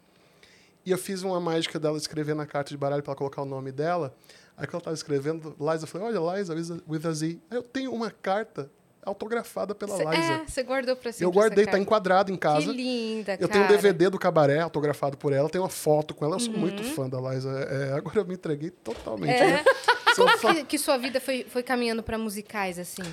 Speaker 3: E eu fiz uma mágica dela escrever na carta de baralho para colocar o nome dela. Aí quando ela tava escrevendo, Liza, eu falei, olha, Liza, with a- with a Z. Aí eu tenho uma carta autografada pela
Speaker 2: Cê-
Speaker 3: Liza.
Speaker 2: é, você guardou pra sempre.
Speaker 3: eu guardei,
Speaker 2: essa
Speaker 3: tá
Speaker 2: carta.
Speaker 3: enquadrado em casa.
Speaker 2: Que linda,
Speaker 3: Eu tenho um
Speaker 2: cara.
Speaker 3: DVD do cabaré autografado por ela, tenho uma foto com ela. Eu sou muito
Speaker 2: Uhum.
Speaker 3: fã da Liza. É, agora eu me entreguei totalmente.
Speaker 2: É.
Speaker 3: né? Sou fã-
Speaker 2: Que, que sua vida foi, foi caminhando pra musicais, assim.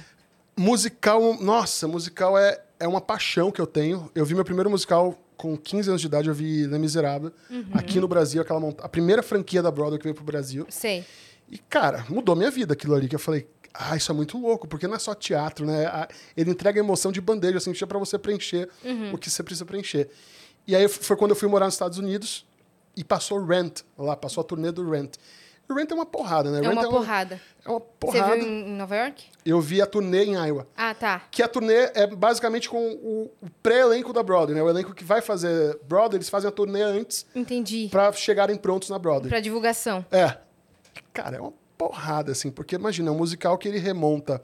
Speaker 3: Musical, nossa, musical é, é uma paixão que eu tenho. Eu vi meu primeiro musical com 15 anos de idade, eu vi La Miserável,
Speaker 2: Uhum.
Speaker 3: aqui no Brasil, aquela monta- a primeira franquia da Broadway que veio pro Brasil.
Speaker 2: Sei.
Speaker 3: E, cara, mudou minha vida aquilo ali, que eu falei, ah, isso é muito louco, porque não é só teatro, né? A- Ele entrega a emoção de bandeja, assim, para você preencher
Speaker 2: Uhum.
Speaker 3: o que você precisa preencher. E aí f- foi quando eu fui morar nos Estados Unidos e passou Rent lá, passou a turnê do Rent. E Rent é uma porrada, né?
Speaker 2: É
Speaker 3: Rent
Speaker 2: uma porrada.
Speaker 3: É uma
Speaker 2: Você
Speaker 3: porrada.
Speaker 2: viu em em Nova York?
Speaker 3: Eu vi a turnê em Iowa.
Speaker 2: Ah, tá.
Speaker 3: Que a turnê é basicamente com o o pré-elenco da Broadway, né? O elenco que vai fazer Broadway, eles fazem a turnê antes
Speaker 2: Entendi.
Speaker 3: para chegarem prontos na Broadway.
Speaker 2: Pra divulgação.
Speaker 3: É. Cara, é uma porrada, assim, porque imagina, é um musical que ele remonta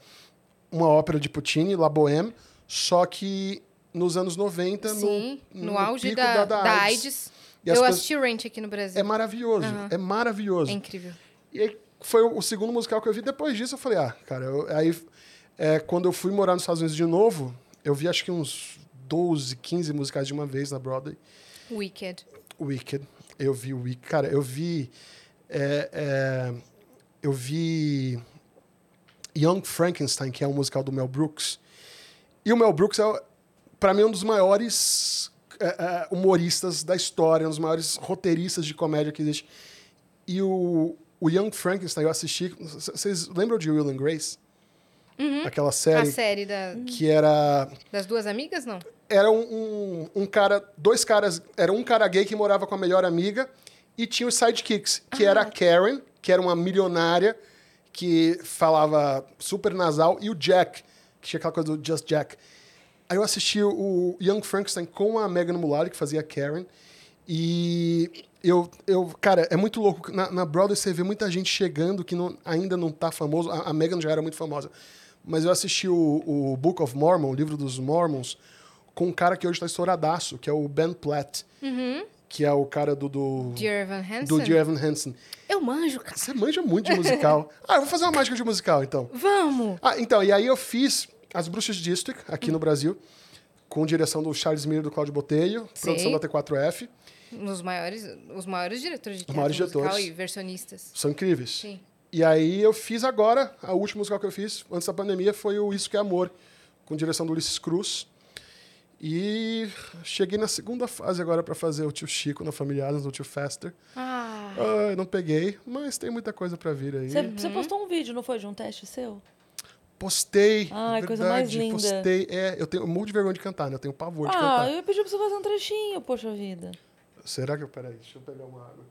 Speaker 3: uma ópera de Puccini, La Bohème, só que nos anos 90, Tá no-
Speaker 2: Sim,
Speaker 3: no,
Speaker 2: no, auge
Speaker 3: pico
Speaker 2: da,
Speaker 3: da,
Speaker 2: da
Speaker 3: AIDS.
Speaker 2: AIDS.
Speaker 3: E
Speaker 2: Eu
Speaker 3: as pessoas-
Speaker 2: assisti Rent aqui no Brasil.
Speaker 3: É maravilhoso, é maravilhoso.
Speaker 2: É incrível.
Speaker 3: E aí foi o o segundo musical que eu vi. Depois disso, eu falei, ah, cara, eu- aí é, quando eu fui morar nos Estados Unidos de novo, eu vi acho que uns 12, 15 musicais de uma vez na Broadway.
Speaker 2: Wicked.
Speaker 3: Wicked. Eu vi o Wicked. Cara, eu vi. é, é, eu vi. Young Frankenstein, que é um musical do Mel Brooks. E o Mel Brooks é, para mim, um dos maiores é, é, humoristas da história, um dos maiores roteiristas de comédia que existe. E o, o Young Frankenstein, eu assisti. c- Vocês lembram de Will and Grace? Aquela
Speaker 2: A
Speaker 3: série
Speaker 2: série da-
Speaker 3: que era
Speaker 2: das duas amigas, não?
Speaker 3: era um, um, um cara, dois caras, era um cara gay que morava com a melhor amiga e tinha os sidekicks, que era a Karen, que era uma milionária que falava super nasal, e o Jack, que tinha aquela coisa do Just Jack. Aí eu assisti o Young Frankenstein com a Megan Mullally, que fazia a Karen, e eu, eu cara, é muito louco. Na, na Broadway você vê muita gente chegando que não- ainda não tá famoso. A, a Megan já era muito famosa. Mas eu assisti o, o Book of Mormon, o livro dos Mormons, com um cara que hoje tá estouradaço, que é o Ben Platt. Que é o cara do. do
Speaker 2: Uhum. Dear Evan Hansen.
Speaker 3: do Dear Evan Hansen.
Speaker 2: Eu manjo, cara.
Speaker 3: Você manja muito de musical. ah, eu vou fazer uma mágica de musical, então.
Speaker 2: Vamos!
Speaker 3: Ah, então, e aí eu fiz As Bruxas de Eastwick, aqui
Speaker 2: Uhum.
Speaker 3: no Brasil, com direção do Charles Miller e do Cláudio Botelho,
Speaker 2: Sei.
Speaker 3: produção da T4F.
Speaker 2: Um dos maiores, os maiores diretores de teatro
Speaker 3: maiores
Speaker 2: musical
Speaker 3: diretores.
Speaker 2: e versionistas.
Speaker 3: São incríveis.
Speaker 2: Sim.
Speaker 3: E aí eu fiz agora, a última musical que eu fiz, antes da pandemia, foi o Isso Que É Amor, com direção do Ulisses Cruz. E cheguei na segunda fase agora para fazer o tio Chico na Família Adams, o tio Fester.
Speaker 2: Ah,
Speaker 3: Ah, eu não peguei, mas tem muita coisa para vir aí.
Speaker 1: Você, você postou um vídeo, não foi? De um teste seu?
Speaker 3: Postei.
Speaker 1: Ai, coisa mais linda.
Speaker 3: Postei. É, eu tenho eu morro de vergonha de cantar, né? Eu tenho pavor de
Speaker 1: Ah,
Speaker 3: cantar.
Speaker 1: eu pedi pra você fazer um trechinho, poxa vida.
Speaker 3: Será que eu. Peraí, deixa eu pegar uma água.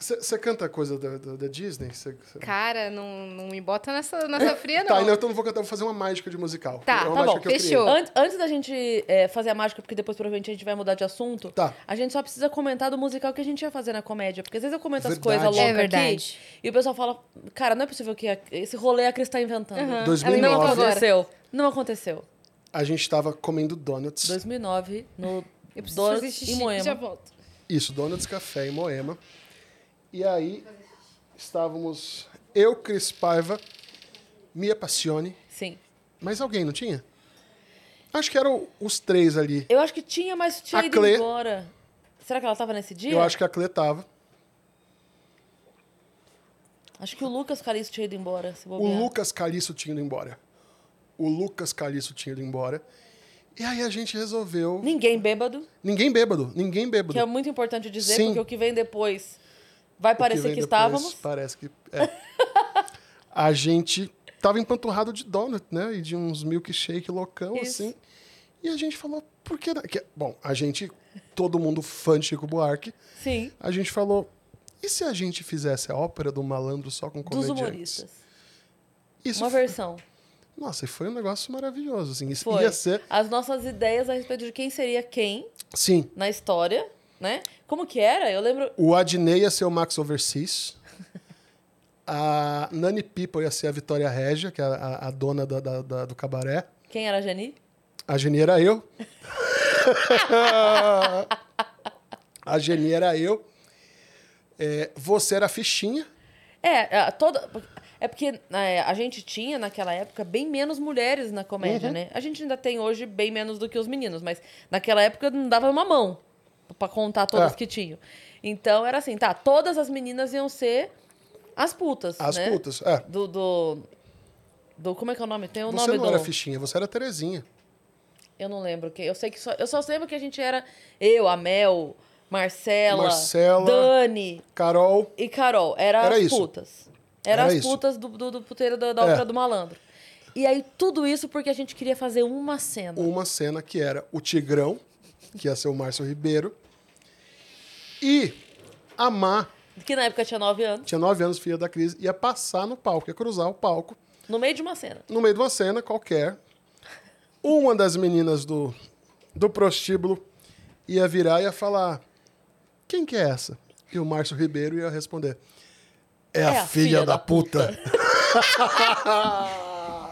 Speaker 3: Você canta coisa da, da- da Disney? Cê, cê...
Speaker 2: cara, não, não me bota nessa, nessa fria, não.
Speaker 3: Tá, então eu não vou cantar, eu vou fazer uma mágica de musical.
Speaker 2: Tá,
Speaker 3: é
Speaker 2: tá
Speaker 3: uma mágica
Speaker 2: bom,
Speaker 3: que eu criei.
Speaker 2: fechou.
Speaker 1: An- antes da gente é, fazer a mágica, porque depois provavelmente a gente vai mudar de assunto,
Speaker 3: Tá.
Speaker 1: a gente só precisa comentar do musical que a gente ia fazer na comédia. Porque às vezes eu comento as
Speaker 3: Verdade.
Speaker 1: coisas loucas
Speaker 2: É
Speaker 1: aqui
Speaker 2: verdade.
Speaker 1: e o pessoal fala, cara, não é possível que a- esse rolê a Cris tá inventando. Não
Speaker 3: 2009,
Speaker 2: Agora.
Speaker 1: aconteceu. Não aconteceu.
Speaker 3: a gente tava comendo donuts.
Speaker 1: 2009, no
Speaker 2: Eu preciso
Speaker 1: Donuts
Speaker 2: fazer xixi,
Speaker 1: e Moema.
Speaker 2: já volto.
Speaker 3: Isso, donuts, café em Moema. E aí, estávamos eu, Cris Paiva, Mia Passione,
Speaker 1: Sim.
Speaker 3: mas alguém, não tinha? Acho que eram os três ali.
Speaker 1: Eu acho que tinha, mas tinha
Speaker 3: A
Speaker 1: ido
Speaker 3: Clê.
Speaker 1: embora. Será que ela tava nesse dia?
Speaker 3: Eu acho que a Clê tava.
Speaker 1: Acho que o Lucas Cariço tinha ido embora, se
Speaker 3: O
Speaker 1: bobear.
Speaker 3: Lucas Caliço tinha ido embora. O Lucas Caliço tinha ido embora. E aí a gente resolveu.
Speaker 1: Ninguém bêbado,
Speaker 3: Ninguém bêbado, ninguém bêbado.
Speaker 1: que é muito importante dizer,
Speaker 3: Sim.
Speaker 1: porque o que vem depois vai parecer que,
Speaker 3: vem depois
Speaker 1: estávamos.
Speaker 3: Parece que. é. a gente tava empanturrado de donut, né? E de uns milkshake loucão,
Speaker 1: Isso.
Speaker 3: assim. E a gente falou, por que não? Que- Bom, a gente, todo mundo fã de Chico Buarque,
Speaker 1: Sim.
Speaker 3: a gente falou. E se a gente fizesse a ópera do malandro só com
Speaker 1: Dos
Speaker 3: comediantes?
Speaker 1: humoristas.
Speaker 3: Isso
Speaker 1: Uma
Speaker 3: foi-
Speaker 1: versão.
Speaker 3: Nossa, e foi um negócio maravilhoso, assim. Isso
Speaker 1: Foi.
Speaker 3: ia ser.
Speaker 1: As nossas ideias a respeito de quem seria quem
Speaker 3: Sim,
Speaker 1: na história, né? Como que era? Eu lembro.
Speaker 3: O Adnei ia ser o Max Overseas. A Nani People ia ser a Vitória Régia, que é a- a, a dona da- da- da- do cabaré.
Speaker 1: Quem era a Jani?
Speaker 3: A Geni era eu. a Geni era eu. É, você era a fichinha.
Speaker 1: É, é, toda. É porque é, a gente tinha, naquela época, bem menos mulheres na comédia,
Speaker 3: Uhum.
Speaker 1: né? A gente ainda tem hoje bem menos do que os meninos, mas naquela época não dava uma mão pra contar todas
Speaker 3: É.
Speaker 1: que tinham. Então era assim, tá, todas as meninas iam ser as putas.
Speaker 3: As
Speaker 1: né?
Speaker 3: putas, é.
Speaker 1: Do, do. do- Como é que é o nome? Tem o
Speaker 3: Você
Speaker 1: nome
Speaker 3: não
Speaker 1: do.
Speaker 3: era fichinha, você era Terezinha.
Speaker 1: Eu não lembro quem. Eu sei que só. Eu só lembro que a gente era. Eu, a Mel, Marcela,
Speaker 3: Marcela.
Speaker 1: Dani
Speaker 3: Carol,
Speaker 1: e Carol. Era,
Speaker 3: Era
Speaker 1: as
Speaker 3: isso.
Speaker 1: putas. Era,
Speaker 3: Era
Speaker 1: as
Speaker 3: isso.
Speaker 1: putas do, do, do puteiro da, da
Speaker 3: É.
Speaker 1: ópera do malandro. E aí, tudo isso porque a gente queria fazer uma cena.
Speaker 3: uma cena que era o Tigrão, que ia ser o Márcio Ribeiro, e a Má,
Speaker 1: Que na época tinha nove anos.
Speaker 3: tinha nove anos, filha da crise, ia passar no palco, ia cruzar o palco,
Speaker 1: No meio de uma cena.
Speaker 3: no meio de uma cena qualquer. Uma das meninas do, do prostíbulo ia virar e ia falar: Quem que é essa? E o Márcio Ribeiro ia responder: É, a, filha, da, puta.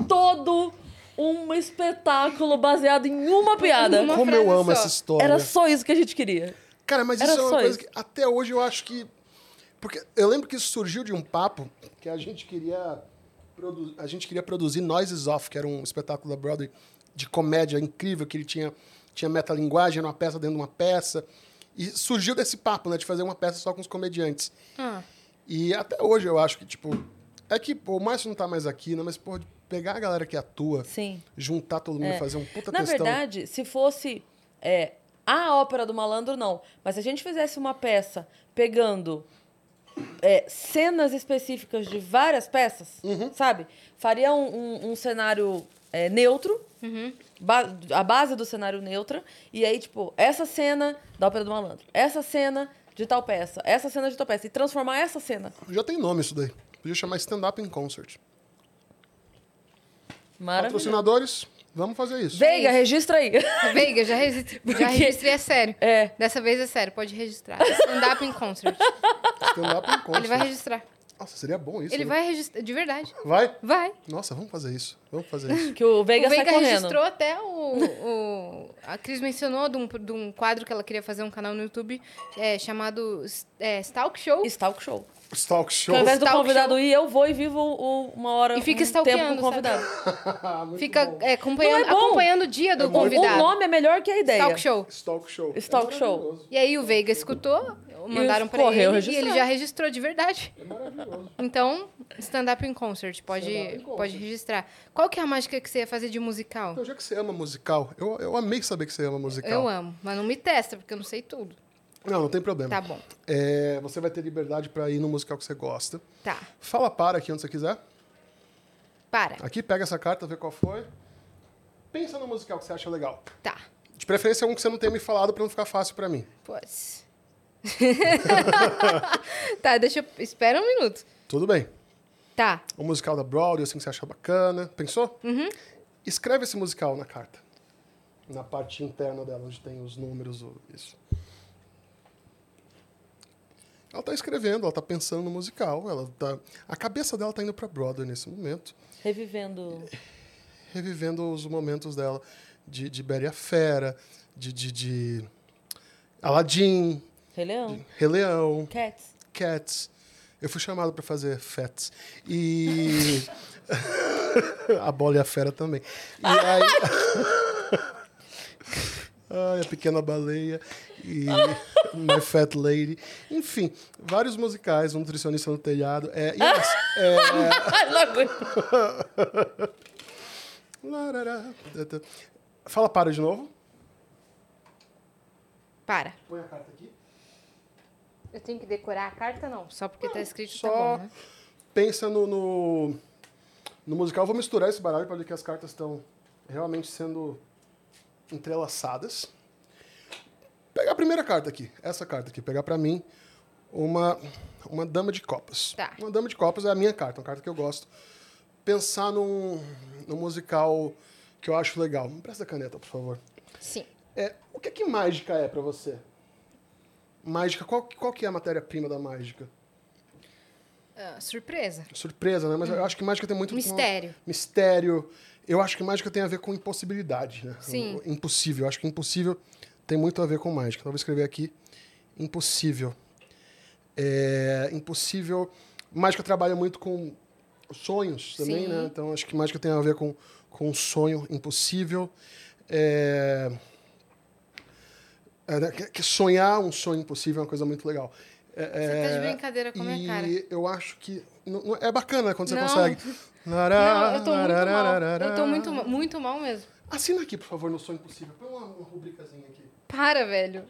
Speaker 1: Todo um espetáculo baseado em uma piada.
Speaker 2: Uma-
Speaker 3: Como eu
Speaker 2: frase
Speaker 3: amo
Speaker 2: só.
Speaker 3: essa história.
Speaker 1: Era só isso que a gente queria.
Speaker 3: Cara, mas
Speaker 1: Era
Speaker 3: isso é uma
Speaker 1: só isso.
Speaker 3: coisa que até hoje eu acho que. Porque eu lembro que isso surgiu de um papo que a gente queria. produ- A gente queria produzir Noises Off, que era um espetáculo da Broadway de comédia incrível, que ele tinha, tinha metalinguagem, era uma peça dentro de uma peça. E surgiu desse papo, né? De fazer uma peça só com os comediantes.
Speaker 2: Ah,
Speaker 3: E até hoje eu acho que, tipo. É que, pô, o Márcio não tá mais aqui, né? Mas, pô, pegar a galera que atua,
Speaker 1: Sim. É.
Speaker 3: juntar todo mundo, e fazer um puta
Speaker 1: Na
Speaker 3: textão.
Speaker 1: verdade, se fosse é, a ópera do malandro, não. Mas se a gente fizesse uma peça pegando é, cenas específicas de várias peças, sabe? Faria um, um- um cenário é, neutro.
Speaker 2: Uhum.
Speaker 1: ba- a base do cenário neutra. E aí, tipo, essa cena da ópera do malandro. Essa cena de tal peça. Essa cena de tal peça. E transformar essa cena.
Speaker 3: Já tem nome isso daí. Podia chamar Stand-Up in Concert.
Speaker 1: Maravilhoso.
Speaker 3: Patrocinadores, vamos fazer isso.
Speaker 1: Veiga, registra aí.
Speaker 2: Veiga, Tá já, resi-
Speaker 1: Porque-
Speaker 2: já registrei, é sério.
Speaker 1: É.
Speaker 2: Dessa vez é sério, pode registrar. Stand-up in concert.
Speaker 3: Stand-up em concert.
Speaker 2: Ele vai registrar.
Speaker 3: Nossa, seria bom isso.
Speaker 2: Ele
Speaker 3: né?
Speaker 2: vai registrar, de verdade.
Speaker 3: Vai?
Speaker 2: Vai.
Speaker 3: Nossa, vamos fazer isso. Vamos fazer isso.
Speaker 1: Que o Veiga,
Speaker 2: o Veiga
Speaker 1: sai correndo.
Speaker 2: registrou até o, o- A Cris mencionou de um, de um quadro que ela queria fazer um canal no YouTube é, chamado é, Stalk Show.
Speaker 1: Stalk show.
Speaker 3: Os talk show.
Speaker 1: Então, Ao invés do
Speaker 2: Stalk
Speaker 1: convidado
Speaker 2: show.
Speaker 1: ir, eu vou e vivo o- uma hora
Speaker 2: E fica
Speaker 1: um tempo com
Speaker 2: stalkeando,
Speaker 1: o convidado.
Speaker 3: Ah,
Speaker 2: Fica é,
Speaker 1: Não
Speaker 2: acompanhando,
Speaker 1: é bom.
Speaker 2: acompanhando o dia do
Speaker 1: O-
Speaker 2: convidado.
Speaker 1: O nome é melhor que a ideia.
Speaker 2: Stalk Show.
Speaker 3: Stalk show. É
Speaker 1: Esse talk show.
Speaker 3: maravilhoso,
Speaker 2: E aí o Veiga escutou, mandaram pra
Speaker 1: correu
Speaker 2: ele
Speaker 1: registrar.
Speaker 2: e ele já registrou de verdade.
Speaker 3: É maravilhoso.
Speaker 2: Então, stand-up in concert, pode,
Speaker 3: Stand-up in concert.
Speaker 2: pode registrar. Qual que é a mágica que você ia fazer de musical?
Speaker 3: Então, já que você ama musical, eu, eu amei saber que você ama musical.
Speaker 2: Eu amo, mas não me testa, porque eu não sei tudo.
Speaker 3: Não, não tem problema.
Speaker 2: Tá bom,
Speaker 3: É, você vai ter liberdade pra ir no musical que você gosta.
Speaker 2: tá.
Speaker 3: Fala para aqui onde você quiser.
Speaker 2: Para,
Speaker 3: Aqui, pega essa carta, vê qual foi. Pensa no musical que você acha legal.
Speaker 2: tá.
Speaker 3: De preferência, um que você não tenha me falado pra não ficar fácil pra mim.
Speaker 2: Pois. tá, deixa eu... Espera um minuto.
Speaker 3: Tudo bem.
Speaker 2: Tá,
Speaker 3: um musical da Broadway, assim que você acha bacana. Pensou? Escreve esse musical na carta. Na parte interna dela, onde tem os números, o- isso. Ela tá escrevendo, ela tá pensando no musical, ela tá... A cabeça dela tá indo pra Broadway nesse momento,
Speaker 1: Revivendo.
Speaker 3: revivendo os momentos dela de, de Bela e a Fera, de, de, de Aladdin,
Speaker 1: Rei Leão.
Speaker 3: Rei Leão,
Speaker 1: Cats.
Speaker 3: Cats. Eu fui chamado para fazer Fats. E. a bola e a fera também. E aí. Ai, a pequena baleia e My Fat Lady. Enfim, vários musicais, um nutricionista no telhado. É, e elas- é,
Speaker 1: Não aguento.
Speaker 3: larará, tata. Fala para de novo.
Speaker 2: para.
Speaker 3: Põe a carta aqui.
Speaker 2: Eu tenho que decorar a carta, não? Só porque tá escrito
Speaker 3: Só
Speaker 2: tá bom, né?
Speaker 3: pensa no, no, no musical. Eu vou misturar esse baralho para ver que as cartas estão realmente sendo entrelaçadas. Pegar a primeira carta aqui, essa carta aqui, pegar para mim uma, uma dama de copas.
Speaker 2: Tá.
Speaker 3: Uma dama de copas é a minha carta, uma carta que eu gosto. Pensar num, num musical que eu acho legal. Me presta a caneta, por favor.
Speaker 2: Sim.
Speaker 3: É, o que, que mágica é para você? Mágica, qual, qual que é a matéria-prima da mágica?
Speaker 2: Ah, surpresa.
Speaker 3: Surpresa, né? Mas eu acho que mágica tem muito...
Speaker 2: Hum. Mistério.
Speaker 3: Mistério. Eu acho que mágica tem a ver com impossibilidade, né?
Speaker 2: Sim.
Speaker 3: O- Impossível. Eu acho que impossível tem muito a ver com mágica. Então, eu vou escrever aqui impossível. É, impossível Mágica trabalha muito com sonhos também,
Speaker 2: Sim.
Speaker 3: né? Então acho que mágica tem a ver com, com um sonho impossível. É... é, né, que- que sonhar um sonho impossível é uma coisa muito legal. É,
Speaker 2: Você tá de
Speaker 3: é,
Speaker 2: brincadeira com a minha
Speaker 3: e
Speaker 2: cara.
Speaker 3: eu acho que. não- não- é bacana quando você
Speaker 2: Não.
Speaker 3: consegue.
Speaker 2: Não, eu tô muito mal. Eu tô muito, ma- muito mal mesmo.
Speaker 3: Assina aqui, por favor, no Sonho Impossível. Põe uma, uma rubricazinha aqui.
Speaker 2: Para, velho.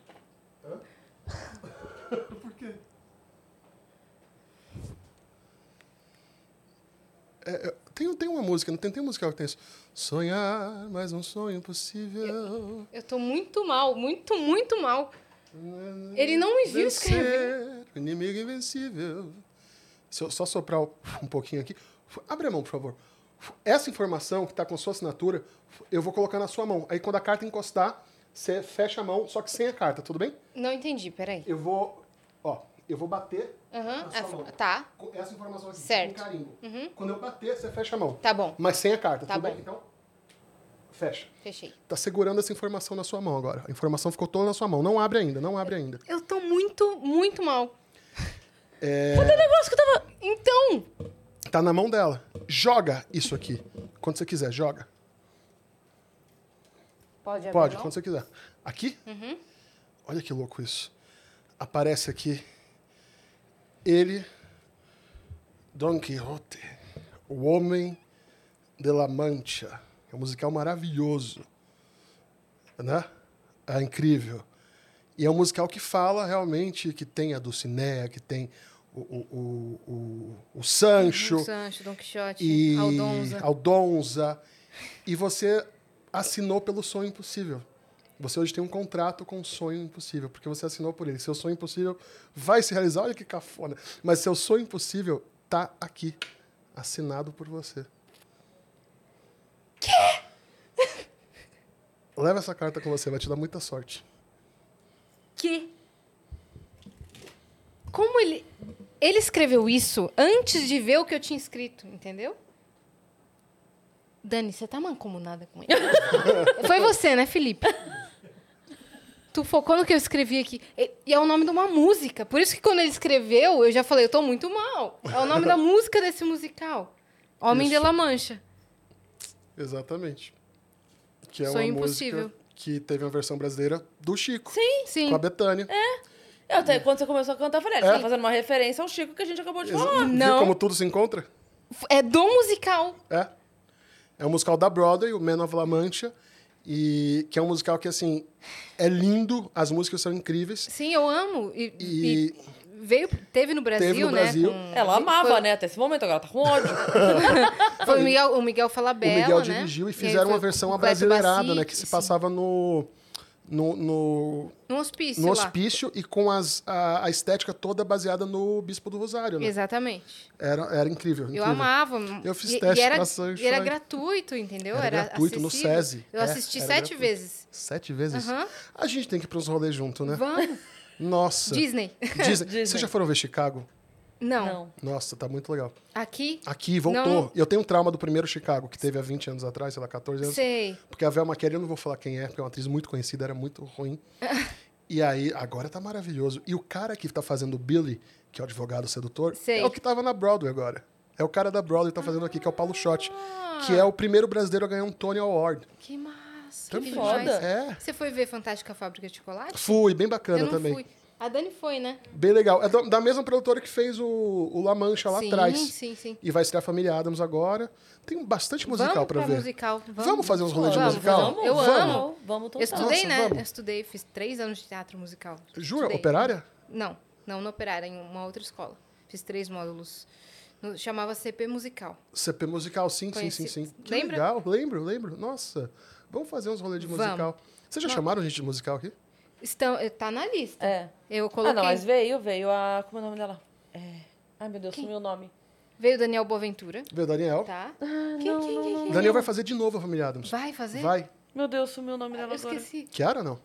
Speaker 3: Por quê? É, é, tem, tem uma música, não tem, tem musical que tem isso. Sonhar, mais um sonho impossível.
Speaker 2: Eu tô muito mal, muito, muito mal. Ele não me viu escrever.
Speaker 3: Vencer, o inimigo invencível. Se eu só soprar o- um pouquinho aqui. Abre a mão, por favor. Essa informação que está com sua assinatura, eu vou colocar na sua mão. Aí quando a carta encostar, você fecha a mão, só que sem a carta, tudo bem?
Speaker 2: Não entendi, peraí.
Speaker 3: Eu vou. Ó, eu vou bater
Speaker 2: Aham,
Speaker 3: Na sua
Speaker 2: ah,
Speaker 3: mão.
Speaker 2: tá,
Speaker 3: com essa informação aqui,
Speaker 2: Certo.
Speaker 3: com carimbo. Quando eu bater, você fecha a mão.
Speaker 2: tá bom,
Speaker 3: Mas sem a carta,
Speaker 2: Tá
Speaker 3: tudo
Speaker 2: bom.
Speaker 3: bem? Então, fecha.
Speaker 2: fechei.
Speaker 3: Tá segurando essa informação na sua mão agora. A informação ficou toda na sua mão. Não abre ainda, não abre ainda.
Speaker 2: Eu tô muito, muito mal. É... Foi negócio que eu tava... Então,
Speaker 3: Tá na mão dela. Joga isso aqui. Quando você quiser, joga.
Speaker 2: Pode abrir
Speaker 3: Pode,
Speaker 2: mão?
Speaker 3: quando você quiser. Aqui? Olha que louco isso. Aparece aqui. Ele, Don Quixote, o Homem de La Mancha. É um musical maravilhoso. Né? É incrível. E é um musical que fala realmente que tem a Dulcinea, que tem o, o, o, o, o Sancho
Speaker 2: Hum, Sancho, Don Quixote,
Speaker 3: e
Speaker 2: Aldonza.
Speaker 3: Aldonza. E você assinou pelo Sonho Impossível. Você hoje tem um contrato com o Sonho Impossível, porque você assinou por ele. Seu Sonho Impossível vai se realizar. Olha que cafona. Mas seu Sonho Impossível tá aqui, assinado por você. Quê? Leva essa carta com você, vai te dar muita sorte.
Speaker 2: Que? Como ele... Ele escreveu isso antes de ver o que eu tinha escrito, entendeu? Dani, você tá mancomunada com ele. Foi você, né, Felipe? Tu focou no que eu escrevi aqui. E- E é o nome de uma música. Por isso que quando ele escreveu, eu já falei, eu tô muito mal. É o nome da música desse musical. Homem de
Speaker 3: Isso.
Speaker 2: La Mancha.
Speaker 3: Exatamente. Que é
Speaker 2: Sonho
Speaker 3: uma
Speaker 2: Impossível.
Speaker 3: música que teve uma versão brasileira do Chico,
Speaker 2: Sim. É.
Speaker 3: com a Betânia.
Speaker 1: Eu até, quando você começou a cantar, eu falei, ah, você
Speaker 3: É.
Speaker 1: tá fazendo uma referência ao Chico que a gente acabou de falar.
Speaker 3: Viu
Speaker 2: Ah, Não.
Speaker 3: como tudo se encontra?
Speaker 2: É do musical.
Speaker 3: É. É um musical da Broadway, o Man of La Mancha, e que é um musical que, assim, é lindo, as músicas são incríveis.
Speaker 2: Sim, eu amo. E,
Speaker 3: E-
Speaker 2: e veio, teve no Brasil,
Speaker 3: Teve no
Speaker 2: né?
Speaker 3: Brasil.
Speaker 2: com-
Speaker 1: Ela amava,
Speaker 2: Foi-
Speaker 1: né? Até esse momento, agora tá com ódio.
Speaker 2: Foi o Miguel, o Miguel Falabella,
Speaker 3: o Miguel
Speaker 2: né?
Speaker 3: dirigiu e
Speaker 2: aí
Speaker 3: fizeram
Speaker 2: foi
Speaker 3: uma versão
Speaker 2: com o Cleto
Speaker 3: brasileirada,
Speaker 2: Bacci,
Speaker 3: né? Que se
Speaker 2: sim.
Speaker 3: passava no. No, no,
Speaker 2: No um hospício
Speaker 3: no
Speaker 2: lá.
Speaker 3: hospício e com as, a, a estética toda baseada no Bispo do Rosário, né?
Speaker 2: Exatamente.
Speaker 3: Era, era incrível,
Speaker 2: Eu
Speaker 3: incrível.
Speaker 2: amava.
Speaker 3: Eu fiz
Speaker 2: e,
Speaker 3: teste
Speaker 2: e era,
Speaker 3: pra Sancho
Speaker 2: E era
Speaker 3: lá em-
Speaker 2: gratuito, entendeu?
Speaker 3: Era gratuito no
Speaker 2: acessível.
Speaker 3: SESI.
Speaker 2: Eu
Speaker 3: É,
Speaker 2: assisti
Speaker 3: era
Speaker 2: sete
Speaker 3: gratuito.
Speaker 2: vezes.
Speaker 3: Sete vezes?
Speaker 2: Aham.
Speaker 3: A gente tem que ir pros rolês junto, né?
Speaker 2: Vamos.
Speaker 3: Nossa.
Speaker 2: Disney.
Speaker 3: Disney.
Speaker 1: Disney.
Speaker 3: Vocês já
Speaker 2: né?
Speaker 3: foram ver Chicago?
Speaker 2: Não.
Speaker 1: Não.
Speaker 3: Nossa, tá muito legal.
Speaker 2: Aqui,
Speaker 3: Aqui, voltou.
Speaker 2: Não.
Speaker 3: Eu tenho um trauma do primeiro Chicago, que teve há 20 anos atrás, sei lá, 14 anos.
Speaker 2: sei.
Speaker 3: Porque a Velma Kelly, eu não vou falar quem é, porque é uma atriz muito conhecida, era muito ruim. e aí, agora tá maravilhoso. E o cara que tá fazendo o Billy, que é o advogado sedutor,
Speaker 2: Sei.
Speaker 3: é o que tava na Broadway agora. É o cara da Broadway que tá fazendo aqui, que é o Paulo Schott.
Speaker 2: Ah.
Speaker 3: Que é o primeiro brasileiro a ganhar um Tony Award.
Speaker 2: Que massa.
Speaker 3: Então,
Speaker 2: que
Speaker 1: foda.
Speaker 2: demais.
Speaker 3: É.
Speaker 2: Você foi ver Fantástica Fábrica de Chocolate?
Speaker 3: Fui, bem bacana
Speaker 2: eu não
Speaker 3: também.
Speaker 2: fui. A Dani foi, né?
Speaker 3: Bem legal. É da, da mesma produtora que fez o, o La Mancha lá
Speaker 2: sim,
Speaker 3: atrás.
Speaker 2: sim, sim.
Speaker 3: E vai estrear a Família Adams agora. Tem bastante musical
Speaker 2: vamos
Speaker 3: pra
Speaker 2: pra
Speaker 3: ver.
Speaker 2: musical. Vamos,
Speaker 3: Vamos fazer uns rolês de
Speaker 2: Vamos,
Speaker 3: musical?
Speaker 2: vamos. Eu amo.
Speaker 1: Vamos
Speaker 2: Eu
Speaker 1: total.
Speaker 2: estudei,
Speaker 3: Nossa,
Speaker 2: né?
Speaker 3: vamos.
Speaker 2: Eu estudei, fiz três anos de teatro musical.
Speaker 3: Jura?
Speaker 2: Estudei.
Speaker 3: é Operária?
Speaker 2: Não, não no operária, em uma outra escola. Fiz três módulos. No- chamava CP Musical.
Speaker 3: CP musical, sim,
Speaker 2: Conheci.
Speaker 3: sim, sim, sim. Que
Speaker 2: Lembra?
Speaker 3: legal. Lembro, lembro. Nossa, vamos fazer uns rolês de
Speaker 2: Vamos.
Speaker 3: musical. Vocês já chamaram gente de musical aqui?
Speaker 2: Estão, eh, tá na lista.
Speaker 1: É.
Speaker 2: Eu
Speaker 1: Ah,
Speaker 2: coloquei.
Speaker 1: não, mas veio, veio a... Como é o nome dela? É... Ai, meu Deus, sumiu o nome.
Speaker 2: Veio o Daniel Boventura,
Speaker 3: Vê, Daniel.
Speaker 2: tá?
Speaker 1: Ah, não, não, não.
Speaker 3: Daniel vai fazer de novo a Família Adams.
Speaker 2: Vai fazer?
Speaker 3: Vai.
Speaker 1: Meu Deus, sumiu o nome
Speaker 2: Eu
Speaker 1: dela agora.
Speaker 2: esqueci.
Speaker 3: Kiara, não?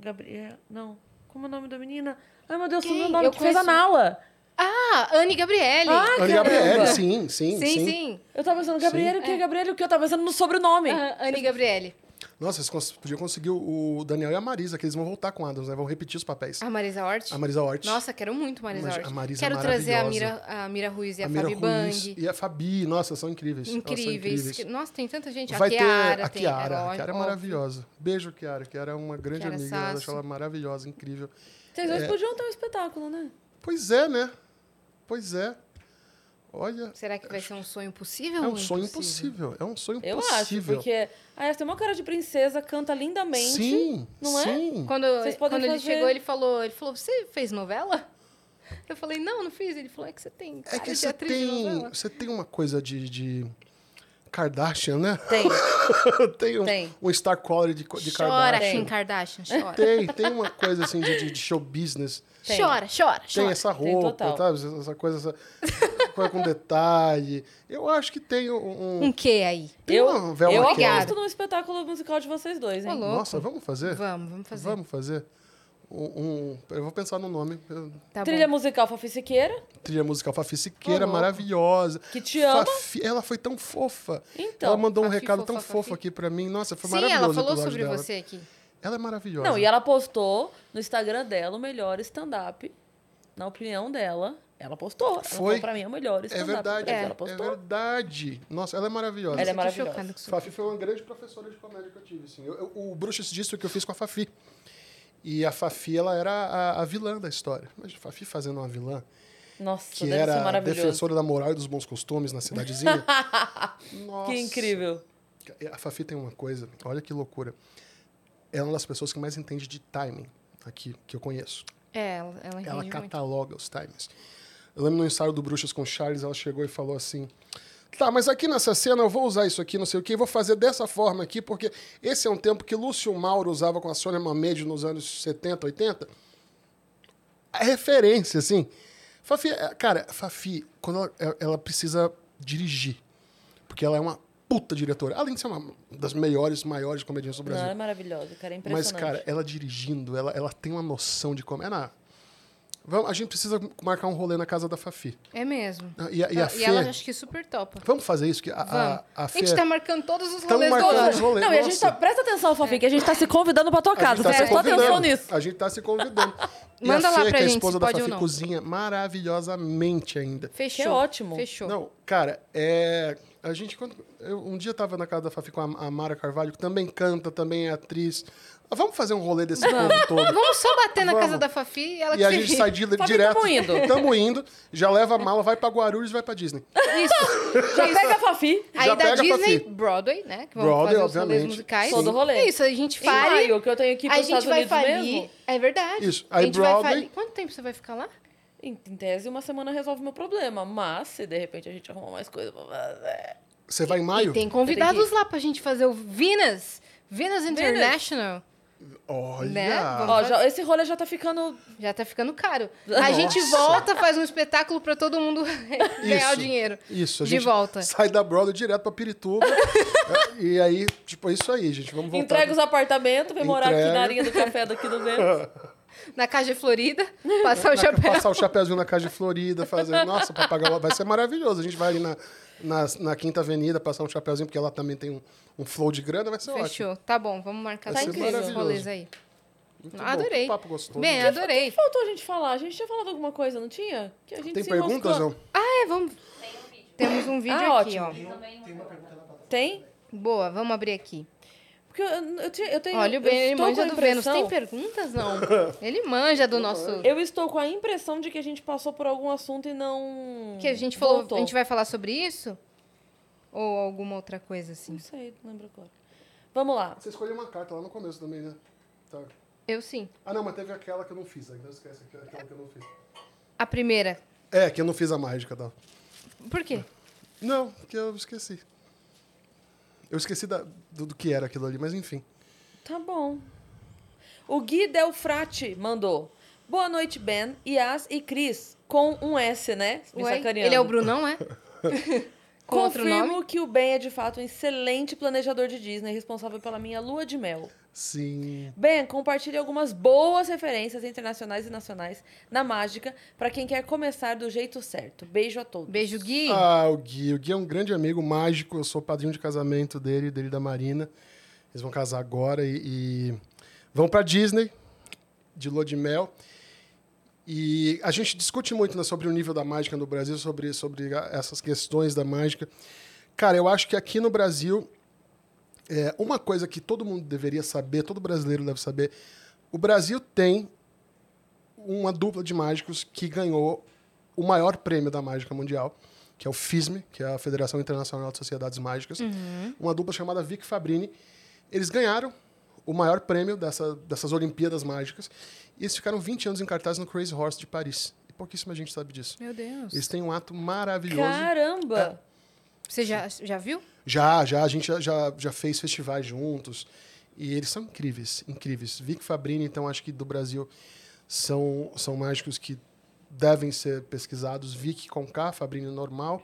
Speaker 1: Gabriel, não. Como é o nome da menina? Ai, meu Deus,
Speaker 2: Quem?
Speaker 1: sumiu o nome
Speaker 2: Eu
Speaker 1: que fez a
Speaker 2: conheço-
Speaker 1: Nala.
Speaker 2: Ah, Anne Gabriele.
Speaker 1: Ah,
Speaker 3: Anne
Speaker 1: caramba.
Speaker 3: Gabriele, sim,
Speaker 2: sim,
Speaker 3: sim, sim.
Speaker 2: sim.
Speaker 1: É. Eu tava pensando Gabriele, o que? Gabriele, o que? Eu tava pensando no sobrenome.
Speaker 2: Ah, Anne Gabriele.
Speaker 3: Nossa, vocês cons- podiam conseguir o o Daniel e a Marisa, que eles vão voltar com o Adams, né? Vão repetir os papéis.
Speaker 2: A Marisa Hort?
Speaker 3: A Marisa Hort.
Speaker 2: Nossa, quero muito Marisa
Speaker 3: Mas
Speaker 2: Hort.
Speaker 3: a Marisa é
Speaker 2: quero trazer a
Speaker 3: maravilhosa.
Speaker 2: Mira, a Mira Ruiz e a,
Speaker 3: a Mira
Speaker 2: Fabi
Speaker 3: Ruiz
Speaker 2: Bang.
Speaker 3: e a Fabi. Nossa, são incríveis. Elas são
Speaker 2: Incríveis. Que- Nossa, tem tanta gente.
Speaker 3: Vai
Speaker 2: a Kiara
Speaker 3: ter a
Speaker 2: tem.
Speaker 3: Kiara. a
Speaker 2: ó,
Speaker 3: Kiara é
Speaker 2: ó,
Speaker 3: maravilhosa. Beijo, Kiara. Kiara é uma grande
Speaker 2: Kiara
Speaker 3: amiga. Eu acho
Speaker 2: Sasso.
Speaker 3: ela maravilhosa, incrível.
Speaker 1: Vocês
Speaker 3: É.
Speaker 1: dois podiam ter um espetáculo, né?
Speaker 3: Pois é, né? Pois é. Olha,
Speaker 2: Será que vai ser um sonho possível?
Speaker 3: é
Speaker 2: ou
Speaker 3: um sonho impossível. É um sonho
Speaker 1: Eu
Speaker 3: impossível.
Speaker 1: acho, porque. Ah, ela tem uma cara de princesa, canta lindamente.
Speaker 3: Sim,
Speaker 1: não é?
Speaker 3: sim.
Speaker 2: Quando,
Speaker 1: Vocês podem
Speaker 2: quando ele
Speaker 1: fazer-
Speaker 2: chegou, ele falou, ele falou, você fez novela? Eu falei, não, não fiz. Ele falou, é que você tem cara
Speaker 3: É que
Speaker 2: de
Speaker 3: você
Speaker 2: atriz de
Speaker 3: tem,
Speaker 2: novela.
Speaker 3: você tem uma coisa de, de Kardashian, né?
Speaker 1: Tem.
Speaker 3: tem um,
Speaker 1: Tem.
Speaker 3: um star quality de, co- de
Speaker 2: Chora,
Speaker 3: Kardashian. É,
Speaker 2: Kim Kardashian, chora.
Speaker 3: Tem, tem uma coisa assim de, de- de show business.
Speaker 1: Tem.
Speaker 2: Chora, chora,
Speaker 3: Tem
Speaker 2: chora.
Speaker 3: essa
Speaker 1: Tá, tem
Speaker 3: roupa,
Speaker 1: total.
Speaker 3: sabe? Essa- Essa coisa, essa coisa com detalhe. Eu acho que tem um... um-
Speaker 2: Um quê aí?
Speaker 3: tem
Speaker 1: eu
Speaker 3: uma né? Velma
Speaker 1: eu
Speaker 3: Kelly.
Speaker 1: aposto num espetáculo musical de vocês dois,
Speaker 2: Ô,
Speaker 1: hein?
Speaker 2: louco.
Speaker 3: Nossa, vamos fazer?
Speaker 2: Vamos, vamos fazer.
Speaker 3: É. Vamos fazer? Um, um- eu vou pensar no nome. Eu-
Speaker 2: Tá
Speaker 1: Trilha
Speaker 2: bom.
Speaker 1: musical Fafi Siqueira.
Speaker 3: Trilha musical Fafi Siqueira,
Speaker 2: Ô, louco.
Speaker 3: maravilhosa.
Speaker 1: Que te ama.
Speaker 3: Fafi- ela foi tão fofa.
Speaker 1: Então,
Speaker 3: ela mandou um
Speaker 2: Fafi,
Speaker 3: recado
Speaker 2: fofa,
Speaker 3: tão
Speaker 2: Fafi.
Speaker 3: fofo aqui pra mim. Nossa, foi
Speaker 2: Sim,
Speaker 3: maravilhoso.
Speaker 2: ela
Speaker 3: o
Speaker 2: falou
Speaker 3: episódio
Speaker 2: sobre
Speaker 3: dela.
Speaker 2: você aqui.
Speaker 3: Ela é maravilhosa.
Speaker 1: Não, e ela postou no Instagram dela o melhor stand-up. Na opinião dela, ela postou. Ela
Speaker 3: Foi.
Speaker 1: falou pra mim é o melhor
Speaker 3: É
Speaker 1: stand-up.
Speaker 3: verdade.
Speaker 1: que
Speaker 3: É,
Speaker 1: Ela postou.
Speaker 3: verdade. Nossa, ela é maravilhosa.
Speaker 1: Ela é
Speaker 2: Eu tô
Speaker 1: maravilhosa.
Speaker 2: chocada com isso.
Speaker 3: Fafi foi uma grande professora de comédia que eu tive. Assim. Eu- eu- o Bruxas disse o que eu fiz com a Fafi. E a Fafi, ela era a, a vilã da história. Mas a Fafi fazendo uma vilã,
Speaker 1: Nossa,
Speaker 3: que
Speaker 1: deve ser
Speaker 3: era
Speaker 1: maravilhoso.
Speaker 3: defensora da moral e dos bons costumes na cidadezinha. Nossa.
Speaker 1: Que incrível.
Speaker 3: A Fafi tem uma coisa, olha que loucura. Ela é uma das pessoas que mais entende de timing aqui, que eu conheço.
Speaker 2: É, ela, ela
Speaker 3: Ela
Speaker 2: entende muito.
Speaker 3: cataloga os times. Eu lembro no ensaio do Bruxas com o Charles, ela chegou e falou assim: Tá, mas aqui nessa cena eu vou usar isso aqui, não sei o quê, e vou fazer dessa forma aqui, porque esse é um tempo que Lúcio Mauro usava com a Sônia Mamedio nos anos 70, 80. A referência, assim. Fafi, é- cara, Fafi, quando ela, ela- ela precisa dirigir, porque ela é uma puta diretora, além de ser uma das melhores, maiores comediantes do
Speaker 1: Não,
Speaker 3: Brasil.
Speaker 1: ela é maravilhosa, cara. É
Speaker 3: Mas,
Speaker 1: impressionante.
Speaker 3: cara, ela dirigindo, ela, ela tem uma noção de como. É na... Vamos, a gente precisa marcar um rolê na casa da Fafi.
Speaker 2: É mesmo.
Speaker 3: Ah, E, a- e a Fê.
Speaker 2: ela acho que super topa.
Speaker 3: Vamos fazer isso? Que a,
Speaker 2: Vamos.
Speaker 3: a, a
Speaker 2: a
Speaker 3: Fê.
Speaker 2: gente tá marcando todos os
Speaker 3: Tamo
Speaker 2: rolês
Speaker 3: marcando
Speaker 2: do ano.
Speaker 3: os rolês,
Speaker 1: Não, e a gente
Speaker 3: nossa.
Speaker 1: tá. Presta atenção, Fafi, que a gente tá se convidando pra tua
Speaker 3: a
Speaker 1: casa.
Speaker 3: gente tá se
Speaker 1: Presta atenção
Speaker 3: convidando.
Speaker 1: nisso.
Speaker 3: A gente tá se convidando. E
Speaker 2: Manda
Speaker 3: a Fê,
Speaker 2: lá pra
Speaker 3: que é a
Speaker 2: gente,
Speaker 3: esposa
Speaker 2: se
Speaker 3: da
Speaker 2: pode ou
Speaker 3: Fafi,
Speaker 2: não.
Speaker 3: cozinha maravilhosamente ainda.
Speaker 2: Fechou.
Speaker 1: Que ótimo.
Speaker 2: Fechou.
Speaker 3: Não, cara, é. A gente, quando. Eu, um dia tava na casa da Fafi com a, a Mara Carvalho, que também canta, também é atriz. Ah, Vamos fazer um rolê desse povo todo.
Speaker 2: Vamos só bater na
Speaker 3: Vamos.
Speaker 2: casa da Fafi e ela
Speaker 3: E a
Speaker 2: que
Speaker 3: gente
Speaker 2: se
Speaker 3: sai di-
Speaker 1: Fabi,
Speaker 3: direto.
Speaker 1: tamo indo.
Speaker 3: Tamo indo, já leva a mala, vai pra Guarulhos, vai pra Disney.
Speaker 2: Isso.
Speaker 1: Já
Speaker 2: isso.
Speaker 3: tá
Speaker 1: pega a Fafi.
Speaker 2: Aí
Speaker 3: Já
Speaker 2: da
Speaker 3: pega a
Speaker 2: Disney,
Speaker 3: Fafi.
Speaker 2: Broadway, né? Que vamos fazer
Speaker 3: Broadway,
Speaker 2: os rolês
Speaker 3: obviamente.
Speaker 2: musicais.
Speaker 1: Todo rolê.
Speaker 2: Isso, a gente
Speaker 1: Em
Speaker 2: fale.
Speaker 1: maio, que eu tenho que ir
Speaker 2: a
Speaker 1: pros
Speaker 2: gente
Speaker 1: Estados
Speaker 2: vai
Speaker 1: Unidos
Speaker 2: falir.
Speaker 1: mesmo.
Speaker 2: É verdade.
Speaker 3: Isso.
Speaker 2: A
Speaker 3: Aí
Speaker 2: gente vai
Speaker 3: Broadway-
Speaker 2: falir. Quanto tempo você vai ficar lá?
Speaker 1: Em, em tese, uma semana resolve meu problema. Mas, se de repente a gente arrumar mais coisa pra fazer.
Speaker 3: Você vai em maio?
Speaker 2: E tem
Speaker 1: Eu tenho
Speaker 2: convidados lá pra gente fazer o Venus. Venus International.
Speaker 3: Olha!
Speaker 2: Né? Vamos-
Speaker 1: Ó, já- esse rolê já tá ficando.
Speaker 2: Já tá ficando caro. A gente
Speaker 3: Nossa.
Speaker 2: volta, faz um espetáculo pra todo mundo ganhar o
Speaker 3: Isso.
Speaker 2: dinheiro.
Speaker 3: Isso, a
Speaker 2: De
Speaker 3: gente
Speaker 2: volta.
Speaker 3: sai da Broadway direto pra Pirituba. É, e aí, tipo, é isso aí, gente. Vamos voltar.
Speaker 1: Entrega os apartamentos, vem morar aqui
Speaker 3: Entrega.
Speaker 1: na linha do café daqui do vento.
Speaker 2: Na Casa Florida, passar o
Speaker 3: pra
Speaker 2: chapéu.
Speaker 3: Passar o chapéuzinho na casa de Florida, fazer. Nossa, pra pagar o- Vai ser maravilhoso. A gente vai ali na, na, na Quinta Avenida, passar um chapéuzinho, porque ela também tem um, um flow de grana, vai ser ótimo.
Speaker 2: Fechou. Tá bom, vamos marcar
Speaker 3: Vai
Speaker 2: todos
Speaker 1: ser
Speaker 2: esses
Speaker 3: maravilhoso.
Speaker 2: rolês aí.
Speaker 3: Muito bom,
Speaker 2: adorei.
Speaker 3: que papo gostoso.
Speaker 2: Bem, adorei.
Speaker 1: Faltou a gente falar. A gente tinha falado alguma coisa, não tinha? Que a gente
Speaker 3: tem
Speaker 1: se
Speaker 3: perguntas,
Speaker 1: enroscou.
Speaker 3: não?
Speaker 2: Ah, é, vamos. Temos um vídeo
Speaker 1: Ah,
Speaker 2: aqui, ó.
Speaker 1: Tem?
Speaker 2: Boa, vamos abrir aqui.
Speaker 1: Porque eu, eu, tinha- eu tenho.
Speaker 2: Olha, o Ben,
Speaker 1: eu
Speaker 2: ele
Speaker 1: estou com
Speaker 2: manja
Speaker 1: a
Speaker 2: do Vênus.
Speaker 1: impressão-
Speaker 2: Tem perguntas, não? Ele manja do nosso...
Speaker 1: Eu estou com a impressão de que a gente passou por algum assunto e não.
Speaker 2: Que a gente falou...
Speaker 1: voltou.
Speaker 2: A gente vai falar sobre isso? Ou alguma outra coisa, assim?
Speaker 1: Não sei, não lembro agora. Vamos lá.
Speaker 3: Você escolheu uma carta lá no começo também, né? Tá.
Speaker 2: Eu sim.
Speaker 3: Ah, não, mas teve aquela que eu não fiz. Então esquece aquela aquela que eu não fiz.
Speaker 2: A primeira.
Speaker 3: É, que eu não fiz a mágica, tá?
Speaker 2: Por quê?
Speaker 3: Não, porque eu esqueci. Eu esqueci da- do, do que era aquilo ali, mas enfim.
Speaker 1: Tá bom. O Gui Delfrati mandou. Boa noite, Ben, Yas e Cris. Com um S, né? Me
Speaker 2: Ué,
Speaker 1: sacaneando.
Speaker 2: ele é o Brunão, é? Com outro
Speaker 1: Confirmo
Speaker 2: nome?
Speaker 1: que o Ben é de fato um excelente planejador de Disney, responsável pela minha lua de mel.
Speaker 3: Sim.
Speaker 1: Ben, compartilhe algumas boas referências internacionais e nacionais na mágica pra quem quer começar do jeito certo. Beijo a todos.
Speaker 2: Beijo, Gui.
Speaker 3: Ah, o Gui. O Gui é um grande amigo mágico. Eu sou padrinho de casamento dele, dele e da Marina. Eles vão casar agora e, e vão para Disney de lua de mel. E a gente discute muito né, sobre o nível da mágica no Brasil, sobre, sobre a- essas questões da mágica. Cara, eu acho que aqui no Brasil, é, uma coisa que todo mundo deveria saber, todo brasileiro deve saber, o Brasil tem uma dupla de mágicos que ganhou o maior prêmio da mágica mundial, que é o FISM, que é a Federação Internacional de Sociedades Mágicas,
Speaker 2: Uhum.
Speaker 3: uma dupla chamada Vic Fabrini. Eles ganharam o maior prêmio dessa, dessas Olimpíadas Mágicas e eles ficaram 20 anos em cartaz no Crazy Horse de Paris. E pouquíssima gente sabe disso.
Speaker 2: Meu Deus.
Speaker 3: Eles têm um ato maravilhoso.
Speaker 1: Caramba!
Speaker 2: Você já, já viu?
Speaker 3: Já, já, a gente já, já, já fez festivais juntos. E eles são incríveis, incríveis. Vic Fabrini, então, acho que do Brasil são, são mágicos que devem ser pesquisados. Vic com K, Fabrini normal.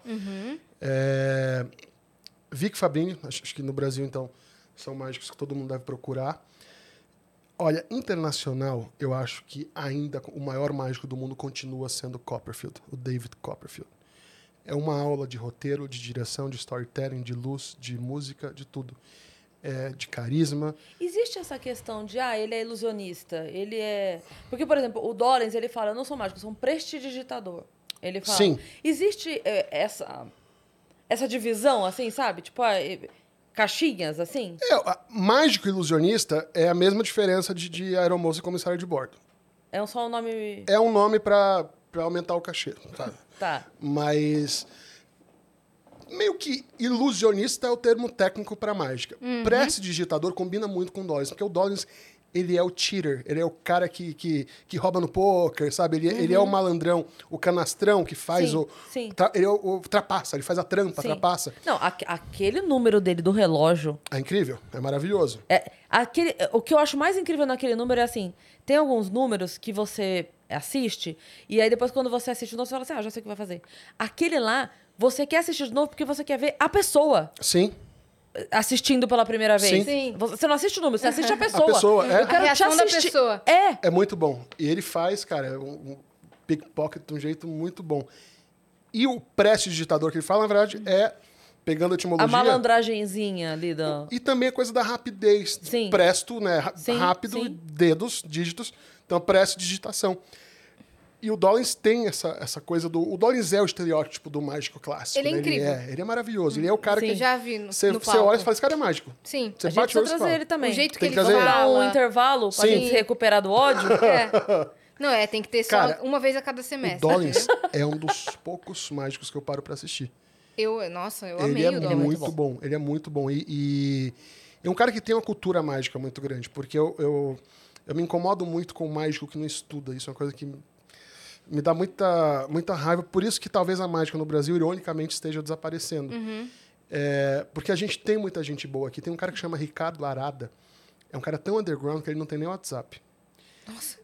Speaker 3: É, Vic Fabrini, acho, acho que no Brasil, então, são mágicos que todo mundo deve procurar. Olha, internacional, eu acho que ainda o maior mágico do mundo continua sendo Copperfield, o David Copperfield. É uma aula de roteiro, de direção, de storytelling, de luz, de música, de tudo. É, de carisma.
Speaker 1: Existe essa questão de, ah, ele é ilusionista, ele é... Porque, por exemplo, o Dollens, ele fala, eu não sou mágico, eu sou um prestidigitador. Ele fala.
Speaker 3: Sim.
Speaker 1: Existe é, essa, essa divisão, assim, sabe? Tipo, ah, e- caixinhas, assim?
Speaker 3: É, a- mágico e ilusionista é a mesma diferença de, de aeromoça e comissário de bordo.
Speaker 1: É só um nome...
Speaker 3: É um nome para aumentar o cachê, sabe?
Speaker 1: Tá.
Speaker 3: mas meio que ilusionista é o termo técnico para mágica.
Speaker 1: Uhum.
Speaker 3: Prestidigitador combina muito com o Dollins, porque o Dollins ele é o cheater, ele é o cara que, que, que rouba no poker, sabe? Ele, ele é o malandrão, o canastrão que faz
Speaker 1: Uhum. Sim,
Speaker 3: o.
Speaker 1: sim.
Speaker 3: tra- ele é o, o trapaça, ele faz a trampa,
Speaker 1: Sim.
Speaker 3: trapaça.
Speaker 1: Não, aque- aquele número dele do relógio...
Speaker 3: É incrível, é maravilhoso.
Speaker 1: É, aquele, o que eu acho mais incrível naquele número é assim: tem alguns números que você assiste, e aí depois, quando você assiste de novo, você fala assim: ah, já sei o que vai fazer. Aquele lá, você quer assistir de novo porque você quer ver a pessoa
Speaker 3: Sim.
Speaker 1: assistindo pela primeira vez.
Speaker 3: Sim.
Speaker 2: Sim.
Speaker 1: Você não assiste o número, você assiste a pessoa.
Speaker 3: pessoa, é.
Speaker 1: Eu quero
Speaker 2: A
Speaker 1: te
Speaker 2: reação da
Speaker 1: assistir.
Speaker 2: pessoa.
Speaker 1: É.
Speaker 3: É muito bom. E ele faz, cara, um, um pickpocket de um jeito muito bom. E o prestidigitador que ele fala, na verdade, é pegando a
Speaker 1: A
Speaker 3: etimologia.
Speaker 1: malandragenzinha ali do.
Speaker 3: E também a coisa da rapidez.
Speaker 1: Sim.
Speaker 3: Presto, né? ra-
Speaker 1: Sim,
Speaker 3: Rápido,
Speaker 1: sim.
Speaker 3: dedos, dígitos. Então, presto, digitação. E o Dollins tem essa, essa coisa do... O Dollins é o estereótipo do mágico clássico.
Speaker 2: Ele é
Speaker 3: né?
Speaker 2: incrível.
Speaker 3: Ele é, ele é maravilhoso. Ele é o cara
Speaker 2: Sim.
Speaker 3: que...
Speaker 2: Eu já vi no-
Speaker 3: Você
Speaker 2: no
Speaker 3: você olha e
Speaker 2: palco.
Speaker 3: fala, esse cara é mágico.
Speaker 2: Sim.
Speaker 3: Você
Speaker 1: A gente
Speaker 3: bate
Speaker 1: precisa
Speaker 3: o olho e
Speaker 1: trazer
Speaker 3: fala.
Speaker 1: ele também.
Speaker 2: O jeito que
Speaker 3: Tem
Speaker 2: ele
Speaker 3: que trazer ele.
Speaker 1: Dá um
Speaker 2: fala.
Speaker 1: intervalo pra
Speaker 3: Sim.
Speaker 1: gente se recuperar do ódio.
Speaker 2: É. Não, é, tem que ter só
Speaker 3: Cara,
Speaker 2: uma vez a cada
Speaker 3: O
Speaker 2: semestre.
Speaker 3: Dollins é um dos poucos mágicos que eu paro pra assistir.
Speaker 2: Eu, nossa, eu amei
Speaker 3: Ele é
Speaker 2: o
Speaker 3: muito,
Speaker 2: Dollars.
Speaker 3: bom. Ele é muito bom. E, e é um cara que tem uma cultura mágica muito grande, porque eu, eu, eu me incomodo muito com o mágico que não estuda. Isso é uma coisa que me dá muita, muita raiva. Por isso que talvez a mágica no Brasil, ironicamente, esteja desaparecendo.
Speaker 2: Uhum.
Speaker 3: É, porque a gente tem muita gente boa aqui. Tem um cara que chama Ricardo Arada. É um cara tão underground que ele não tem nem WhatsApp.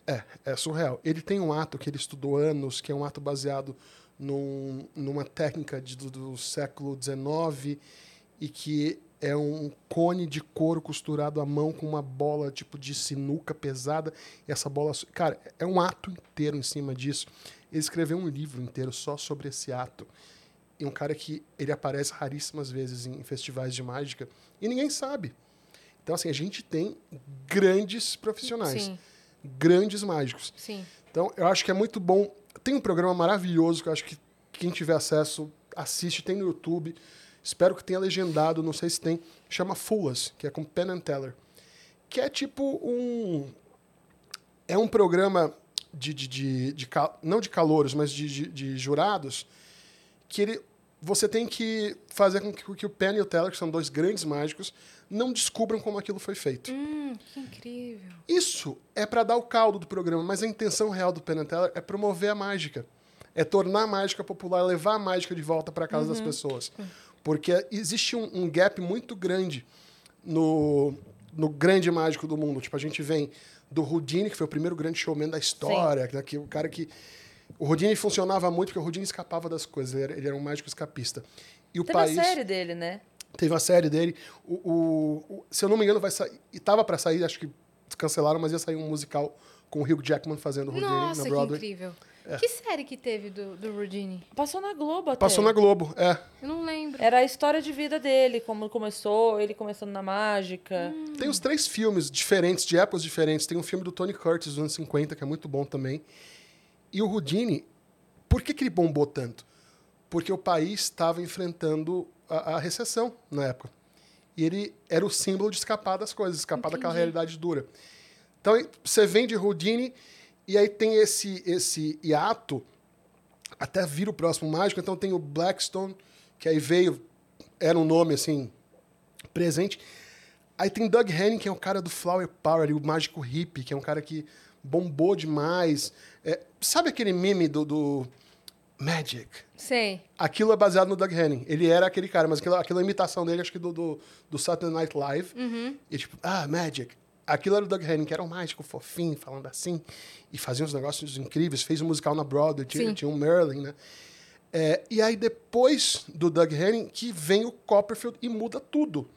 Speaker 3: É, é surreal. Ele tem um ato que ele estudou anos, que é um ato baseado num- numa técnica de- do, do século XIX e que é um cone de couro costurado à mão com uma bola tipo de sinuca pesada. E essa bola. su- Cara, é um ato inteiro em cima disso. Ele escreveu um livro inteiro só sobre esse ato. E um cara que ele aparece raríssimas vezes em festivais de mágica e ninguém sabe. Então, assim, a gente tem grandes profissionais
Speaker 2: Sim,
Speaker 3: grandes mágicos.
Speaker 2: sim.
Speaker 3: Então, eu acho que é muito bom. Tem um programa maravilhoso que eu acho que quem tiver acesso assiste, tem no YouTube. Espero que tenha legendado, não sei se tem. Chama Fulas, que é com Penn and Teller. Que é tipo um. É um programa de. de, de, de ca- não de calouros, mas de, de, de jurados. Que ele. Você tem que fazer com que, que o Penn e o Teller, que são dois grandes mágicos, não descubram como aquilo foi feito.
Speaker 2: Hum, que incrível.
Speaker 3: Isso é para dar o caldo do programa, mas a intenção real do Penn and Teller é promover a mágica. É tornar a mágica popular, levar a mágica de volta para casa
Speaker 1: Uhum.
Speaker 3: das pessoas. Porque existe um, um gap muito grande no, no grande mágico do mundo. Tipo, a gente vem do Houdini, que foi o primeiro grande showman da história, que, que o cara que. O Houdini funcionava muito porque o Houdini escapava das coisas, ele era, ele era um mágico escapista. E o
Speaker 1: Teve
Speaker 3: país
Speaker 1: a série dele, né?
Speaker 3: teve uma série dele. O, o- o- se eu não me engano, vai sair. E tava pra sair, acho que cancelaram, mas ia sair um musical com o Hugh Jackman fazendo o Houdini
Speaker 2: Nossa,
Speaker 3: na
Speaker 2: que
Speaker 3: Broadway.
Speaker 2: incrível.
Speaker 3: É.
Speaker 2: Que série que teve do, do Rudini?
Speaker 1: Passou na Globo até.
Speaker 3: Passou na Globo, é.
Speaker 2: Eu não lembro.
Speaker 1: Era a história de vida dele, como começou, ele começando na mágica.
Speaker 3: Tem os três filmes diferentes, de épocas diferentes. Tem um filme do Tony Curtis dos anos 50, que é muito bom também. E o Houdini, por que, que ele bombou tanto? Porque o país estava enfrentando a, a recessão na época. E ele era o símbolo de escapar das coisas, escapar daquela realidade dura. Então, aí, você vende Houdini e aí tem esse, esse hiato até vir o próximo mágico. Então, tem o Blackstone, que aí veio, era um nome, assim, presente. Aí tem Doug Henning, que é o cara do Flower Power, ali, o mágico hippie, que é um cara que bombou demais. É, sabe aquele meme do, do Magic?
Speaker 2: Sei.
Speaker 3: Aquilo é baseado no Doug Henning. Ele era aquele cara, mas aquilo, aquela imitação dele, acho que do, do, do Saturday Night Live. E tipo, ah, Magic. Aquilo era o Doug Henning, que era um mágico fofinho, falando assim, e fazia uns negócios incríveis. Fez um musical na Broadway, tinha,
Speaker 2: Sim.
Speaker 3: tinha um Merlin, né? É, e aí, depois do Doug Henning, que vem o Copperfield e muda tudo.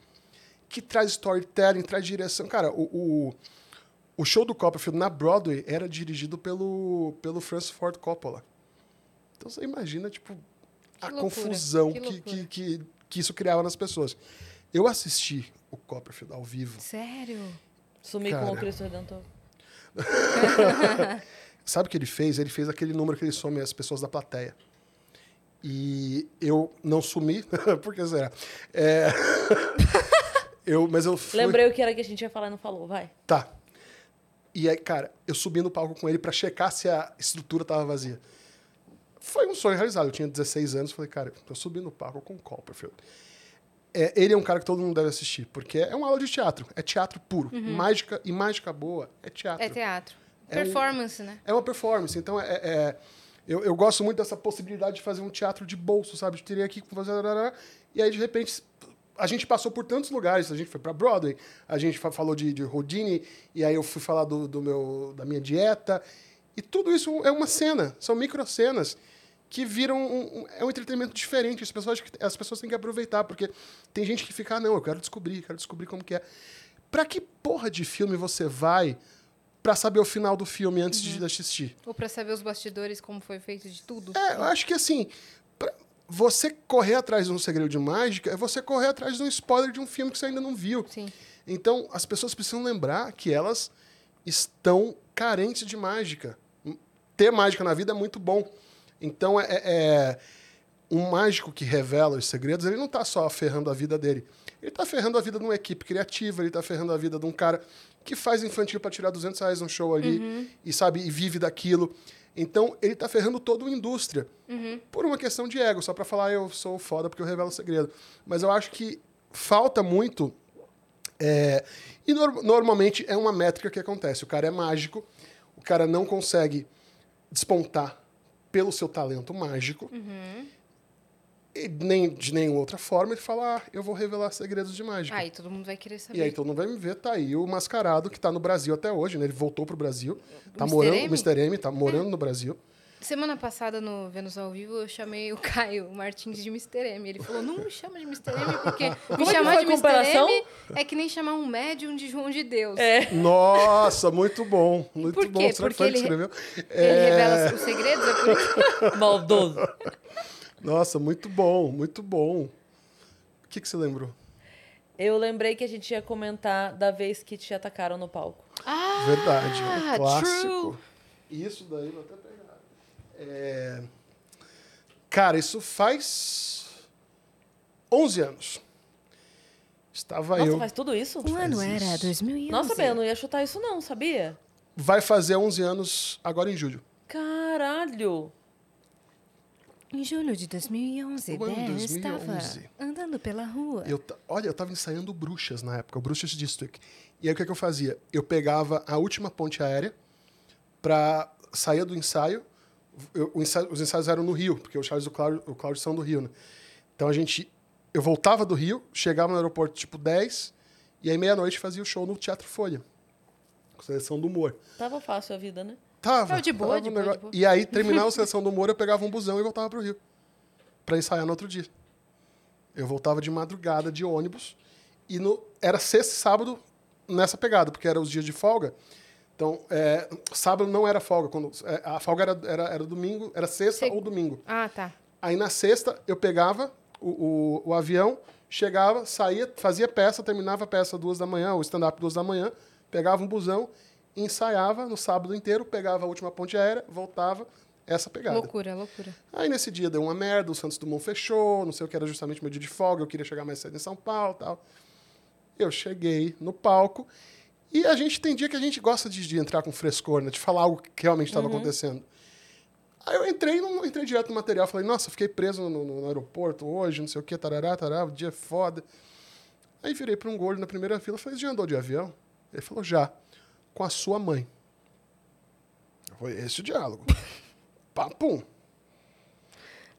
Speaker 3: Que traz storytelling, traz direção. Cara, o, o, o show do Copperfield na Broadway era dirigido pelo, pelo Francis Ford Coppola. Então você imagina, tipo, a
Speaker 2: loucura,
Speaker 3: confusão
Speaker 2: que
Speaker 3: que, que,
Speaker 2: loucura.
Speaker 3: que, que isso criava nas pessoas. Eu assisti o Copperfield ao vivo.
Speaker 2: Sério?
Speaker 1: Sumir com o
Speaker 3: Cara.
Speaker 1: Cristo Redentor.
Speaker 3: Sabe o que ele fez? Ele fez aquele número que ele some as pessoas da plateia. E eu não sumi, porque será? É... eu, mas eu fui...
Speaker 1: Lembrei o que era que a gente ia falar e não falou, vai.
Speaker 3: Tá. E aí, cara, eu subi no palco com ele pra checar se a estrutura tava vazia. Foi um sonho realizado. Eu tinha 16 anos, falei, cara, eu subi no palco com o Copperfield. É, ele é um cara que todo mundo deve assistir, porque é uma aula de teatro. É teatro puro. Mágica e mágica boa é teatro.
Speaker 2: É teatro.
Speaker 3: É um-
Speaker 2: Performance, né?
Speaker 3: É uma performance. Então, é, é- eu, eu gosto muito dessa possibilidade de fazer um teatro de bolso, sabe? De ter aqui, fazer... E aí, de repente, a gente passou por tantos lugares. A gente foi pra Broadway, a gente fa- falou de, de Rodine, e aí eu fui falar do, do meu, da minha dieta. E tudo isso é uma cena, são microcenas que viram um, um- é um entretenimento diferente. As pessoas, acho que- as pessoas têm que aproveitar, porque tem gente que fica, ah, não, eu quero descobrir, quero descobrir como que é. Pra que porra de filme você vai pra saber o final do filme antes de assistir?
Speaker 2: Ou pra saber os bastidores, como foi feito de tudo.
Speaker 3: É, eu acho que assim, pra você correr atrás de um segredo de mágica é você correr atrás de um spoiler de um filme que você ainda não viu.
Speaker 2: Sim.
Speaker 3: Então, as pessoas precisam lembrar que elas estão carentes de mágica. Ter mágica na vida é muito bom. Então, é, é- um mágico que revela os segredos, ele não está só ferrando a vida dele. Ele está ferrando a vida de uma equipe criativa, ele está ferrando a vida de um cara que faz infantil para tirar 200 reais num show ali e sabe e vive daquilo. Então, ele está ferrando toda uma indústria por uma questão de ego, só para falar "Ah, eu sou foda porque eu revelo o segredo. Mas eu acho que falta muito é, e nor- normalmente é uma métrica que acontece. O cara é mágico, o cara não consegue despontar pelo seu talento mágico,
Speaker 2: Uhum.
Speaker 3: e nem de nenhuma outra forma ele fala, ah, eu vou revelar segredos de mágica.
Speaker 2: Aí todo mundo vai querer saber.
Speaker 3: E aí todo mundo vai me ver, tá aí o mascarado que tá no Brasil até hoje, né? Ele voltou pro Brasil, tá
Speaker 2: Mr.
Speaker 3: morando,
Speaker 2: M?
Speaker 3: Mr. M, tá morando no Brasil.
Speaker 2: Semana passada no Vênus ao Vivo, eu chamei o Caio Martins de Mr. M. Ele falou: não me chama de Mr. M, porque
Speaker 1: Como é
Speaker 2: me
Speaker 1: que
Speaker 2: chamar
Speaker 1: foi
Speaker 2: de
Speaker 1: a
Speaker 2: Mr.
Speaker 1: comparação?
Speaker 2: M é que nem chamar um médium de João de Deus.
Speaker 3: É. Nossa, muito bom, muito
Speaker 2: por
Speaker 3: bom.
Speaker 2: quê?
Speaker 3: Será
Speaker 2: Porque
Speaker 3: que foi ele que
Speaker 2: ele-
Speaker 3: escreveu?
Speaker 2: Ele
Speaker 3: É,
Speaker 2: revela os segredos, é por isso.
Speaker 1: Maldoso.
Speaker 3: Nossa, muito bom, muito bom. O que, que você lembrou?
Speaker 1: Eu lembrei que a gente ia comentar da vez que te atacaram no palco.
Speaker 3: Verdade, é um
Speaker 2: Ah,
Speaker 3: clássico. Isso daí vou até pegar. É, Cara, isso faz 11 anos. Estava
Speaker 1: Nossa,
Speaker 3: eu.
Speaker 1: faz tudo isso?
Speaker 2: O ano era 2011.
Speaker 1: Nossa, bem, eu não ia chutar isso não, sabia?
Speaker 3: Vai fazer 11 anos agora em julho.
Speaker 1: Caralho.
Speaker 2: Em julho de 2011,
Speaker 3: O ano
Speaker 2: Bea
Speaker 3: 2011.
Speaker 2: estava andando pela rua.
Speaker 3: Eu ta- Olha, eu estava ensaiando bruxas na época, o Bruxas District. E aí o que, é que eu fazia? Eu pegava a última ponte aérea para sair do ensaio. Eu- o ensaio- Os ensaios eram no Rio, porque o Charles e o Cláudio, o Cláudio são do Rio, né? Então a gente. Eu voltava do Rio, chegava no aeroporto tipo 10, e aí meia-noite fazia o show no Teatro Folha. Com seleção do humor.
Speaker 1: Tava fácil a vida, né?
Speaker 3: Tava.
Speaker 2: Não, de boa,
Speaker 3: tava
Speaker 2: de
Speaker 3: um
Speaker 2: boa,
Speaker 3: negócio-
Speaker 2: de boa.
Speaker 3: E aí, terminava a seleção do humor, eu pegava um busão e voltava pro Rio. Pra ensaiar no outro dia. Eu voltava de madrugada de ônibus. E no... era sexta e sábado nessa pegada, porque eram os dias de folga. Então, é, sábado não era folga. Quando, é, a folga era, era, era domingo, era sexta
Speaker 2: Sei-
Speaker 3: ou domingo.
Speaker 2: Ah, tá.
Speaker 3: Aí na sexta eu pegava o, o, o avião, chegava, saía, fazia peça, terminava a peça duas da manhã, o stand-up duas da manhã, pegava um busão, ensaiava no sábado inteiro, pegava a última ponte aérea, voltava, essa pegada.
Speaker 2: Loucura, loucura.
Speaker 3: Aí nesse dia deu uma merda, o Santos Dumont fechou, não sei o que era justamente meu dia de folga, eu queria chegar mais cedo em São Paulo tal. Eu cheguei no palco e a gente tem dia que a gente gosta de, de entrar com frescor, né? De falar algo que realmente estava acontecendo. Aí eu entrei, não entrei direto no material, falei, nossa, fiquei preso no, no- no aeroporto hoje, não sei o que, tarará, tarará, o dia é foda. Aí virei para um gordo na primeira fila, falei, já andou de avião? Ele falou, já, com a sua mãe. Foi esse o diálogo. Papum.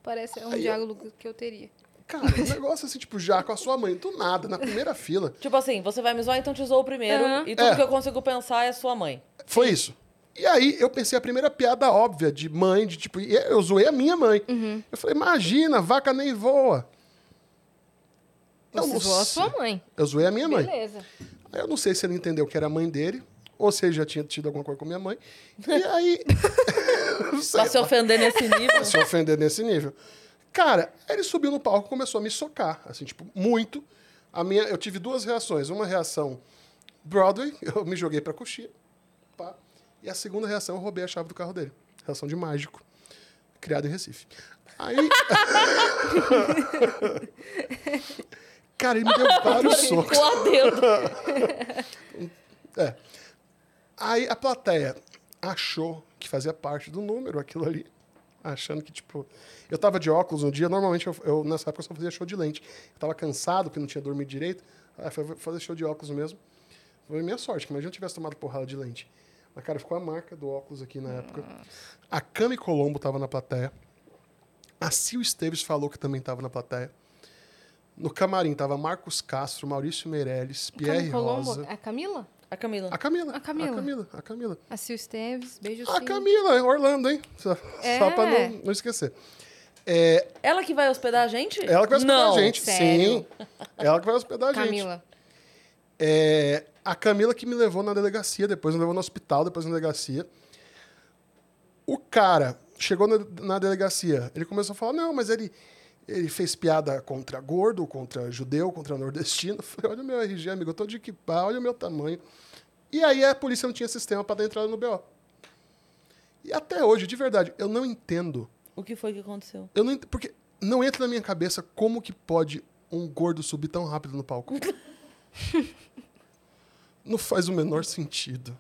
Speaker 2: Parece um
Speaker 3: Aí eu-
Speaker 2: diálogo que eu teria.
Speaker 3: Cara, um negócio assim, tipo, já com a sua mãe, do nada, na primeira fila.
Speaker 1: Tipo assim, você vai me zoar, então te zoou primeiro.
Speaker 2: Aham.
Speaker 1: E tudo
Speaker 3: É.
Speaker 1: que eu consigo pensar é sua mãe.
Speaker 3: Foi isso. E aí eu pensei a primeira piada óbvia de mãe, de tipo, e eu zoei a minha mãe.
Speaker 2: Uhum.
Speaker 3: Eu falei, imagina, vaca nem voa. Eu
Speaker 2: Você
Speaker 3: não
Speaker 2: zoou a
Speaker 3: sei.
Speaker 2: sua mãe.
Speaker 3: Eu zoei a minha mãe.
Speaker 2: Beleza.
Speaker 3: Aí eu não sei se ele entendeu que era a mãe dele, ou se ele já tinha tido alguma coisa com minha mãe. E aí. não sei,
Speaker 1: Pra se ofender nesse nível.
Speaker 3: se ofender nesse nível. Cara, ele subiu no palco e começou a me socar, assim, tipo, muito. A minha, eu tive duas reações. Uma reação Broadway, eu me joguei pra coxia. pá. E a segunda reação, eu roubei a chave do carro dele. Reação de mágico, criado em Recife. Aí... Cara, ele me deu vários socos.
Speaker 1: Lá dentro.
Speaker 3: É. Aí a plateia achou que fazia parte do número aquilo ali. Achando que, tipo. Eu tava de óculos um dia, normalmente eu, eu- nessa época eu só fazia show de lente. Eu tava cansado porque não tinha dormido direito. Aí foi fazer show de óculos mesmo. Foi minha sorte, que imagina eu tivesse tomado porrada de lente. Mas, cara, ficou a marca do óculos aqui na época. A Cami Colombo tava na plateia. A Sil Esteves falou que também tava na plateia. No camarim tava Marcos Castro, Maurício Meirelles, Pierre
Speaker 2: Cami Colombo,
Speaker 3: é
Speaker 2: É
Speaker 3: Rosa.
Speaker 2: a Camila?
Speaker 1: A Camila.
Speaker 3: A Camila.
Speaker 2: A Camila.
Speaker 3: A Camila. A Camila.
Speaker 2: A Sil Esteves, beijo
Speaker 3: A
Speaker 2: Sil.
Speaker 3: Ah, Camila, Orlando, hein? Só,
Speaker 2: É.
Speaker 3: só pra não, não esquecer. É,
Speaker 1: Ela que vai hospedar a gente?
Speaker 3: ela que vai hospedar
Speaker 1: Não.
Speaker 3: a gente.
Speaker 2: sério?
Speaker 3: Sim. Ela que vai hospedar a gente.
Speaker 2: Camila.
Speaker 3: É, a Camila que me levou na delegacia, depois me levou no hospital, depois na delegacia. O cara chegou na, na delegacia, ele começou a falar, não, mas ele, ele fez piada contra gordo, contra judeu, contra nordestino. Eu falei, olha o meu RG, amigo, eu tô de que pá, olha o meu tamanho. E aí a polícia não tinha sistema para dar entrada no BO. E até hoje, de verdade, eu não entendo.
Speaker 1: O que foi que aconteceu?
Speaker 3: Eu não ent- Porque não entra na minha cabeça como que pode um gordo subir tão rápido no palco. não faz o menor sentido.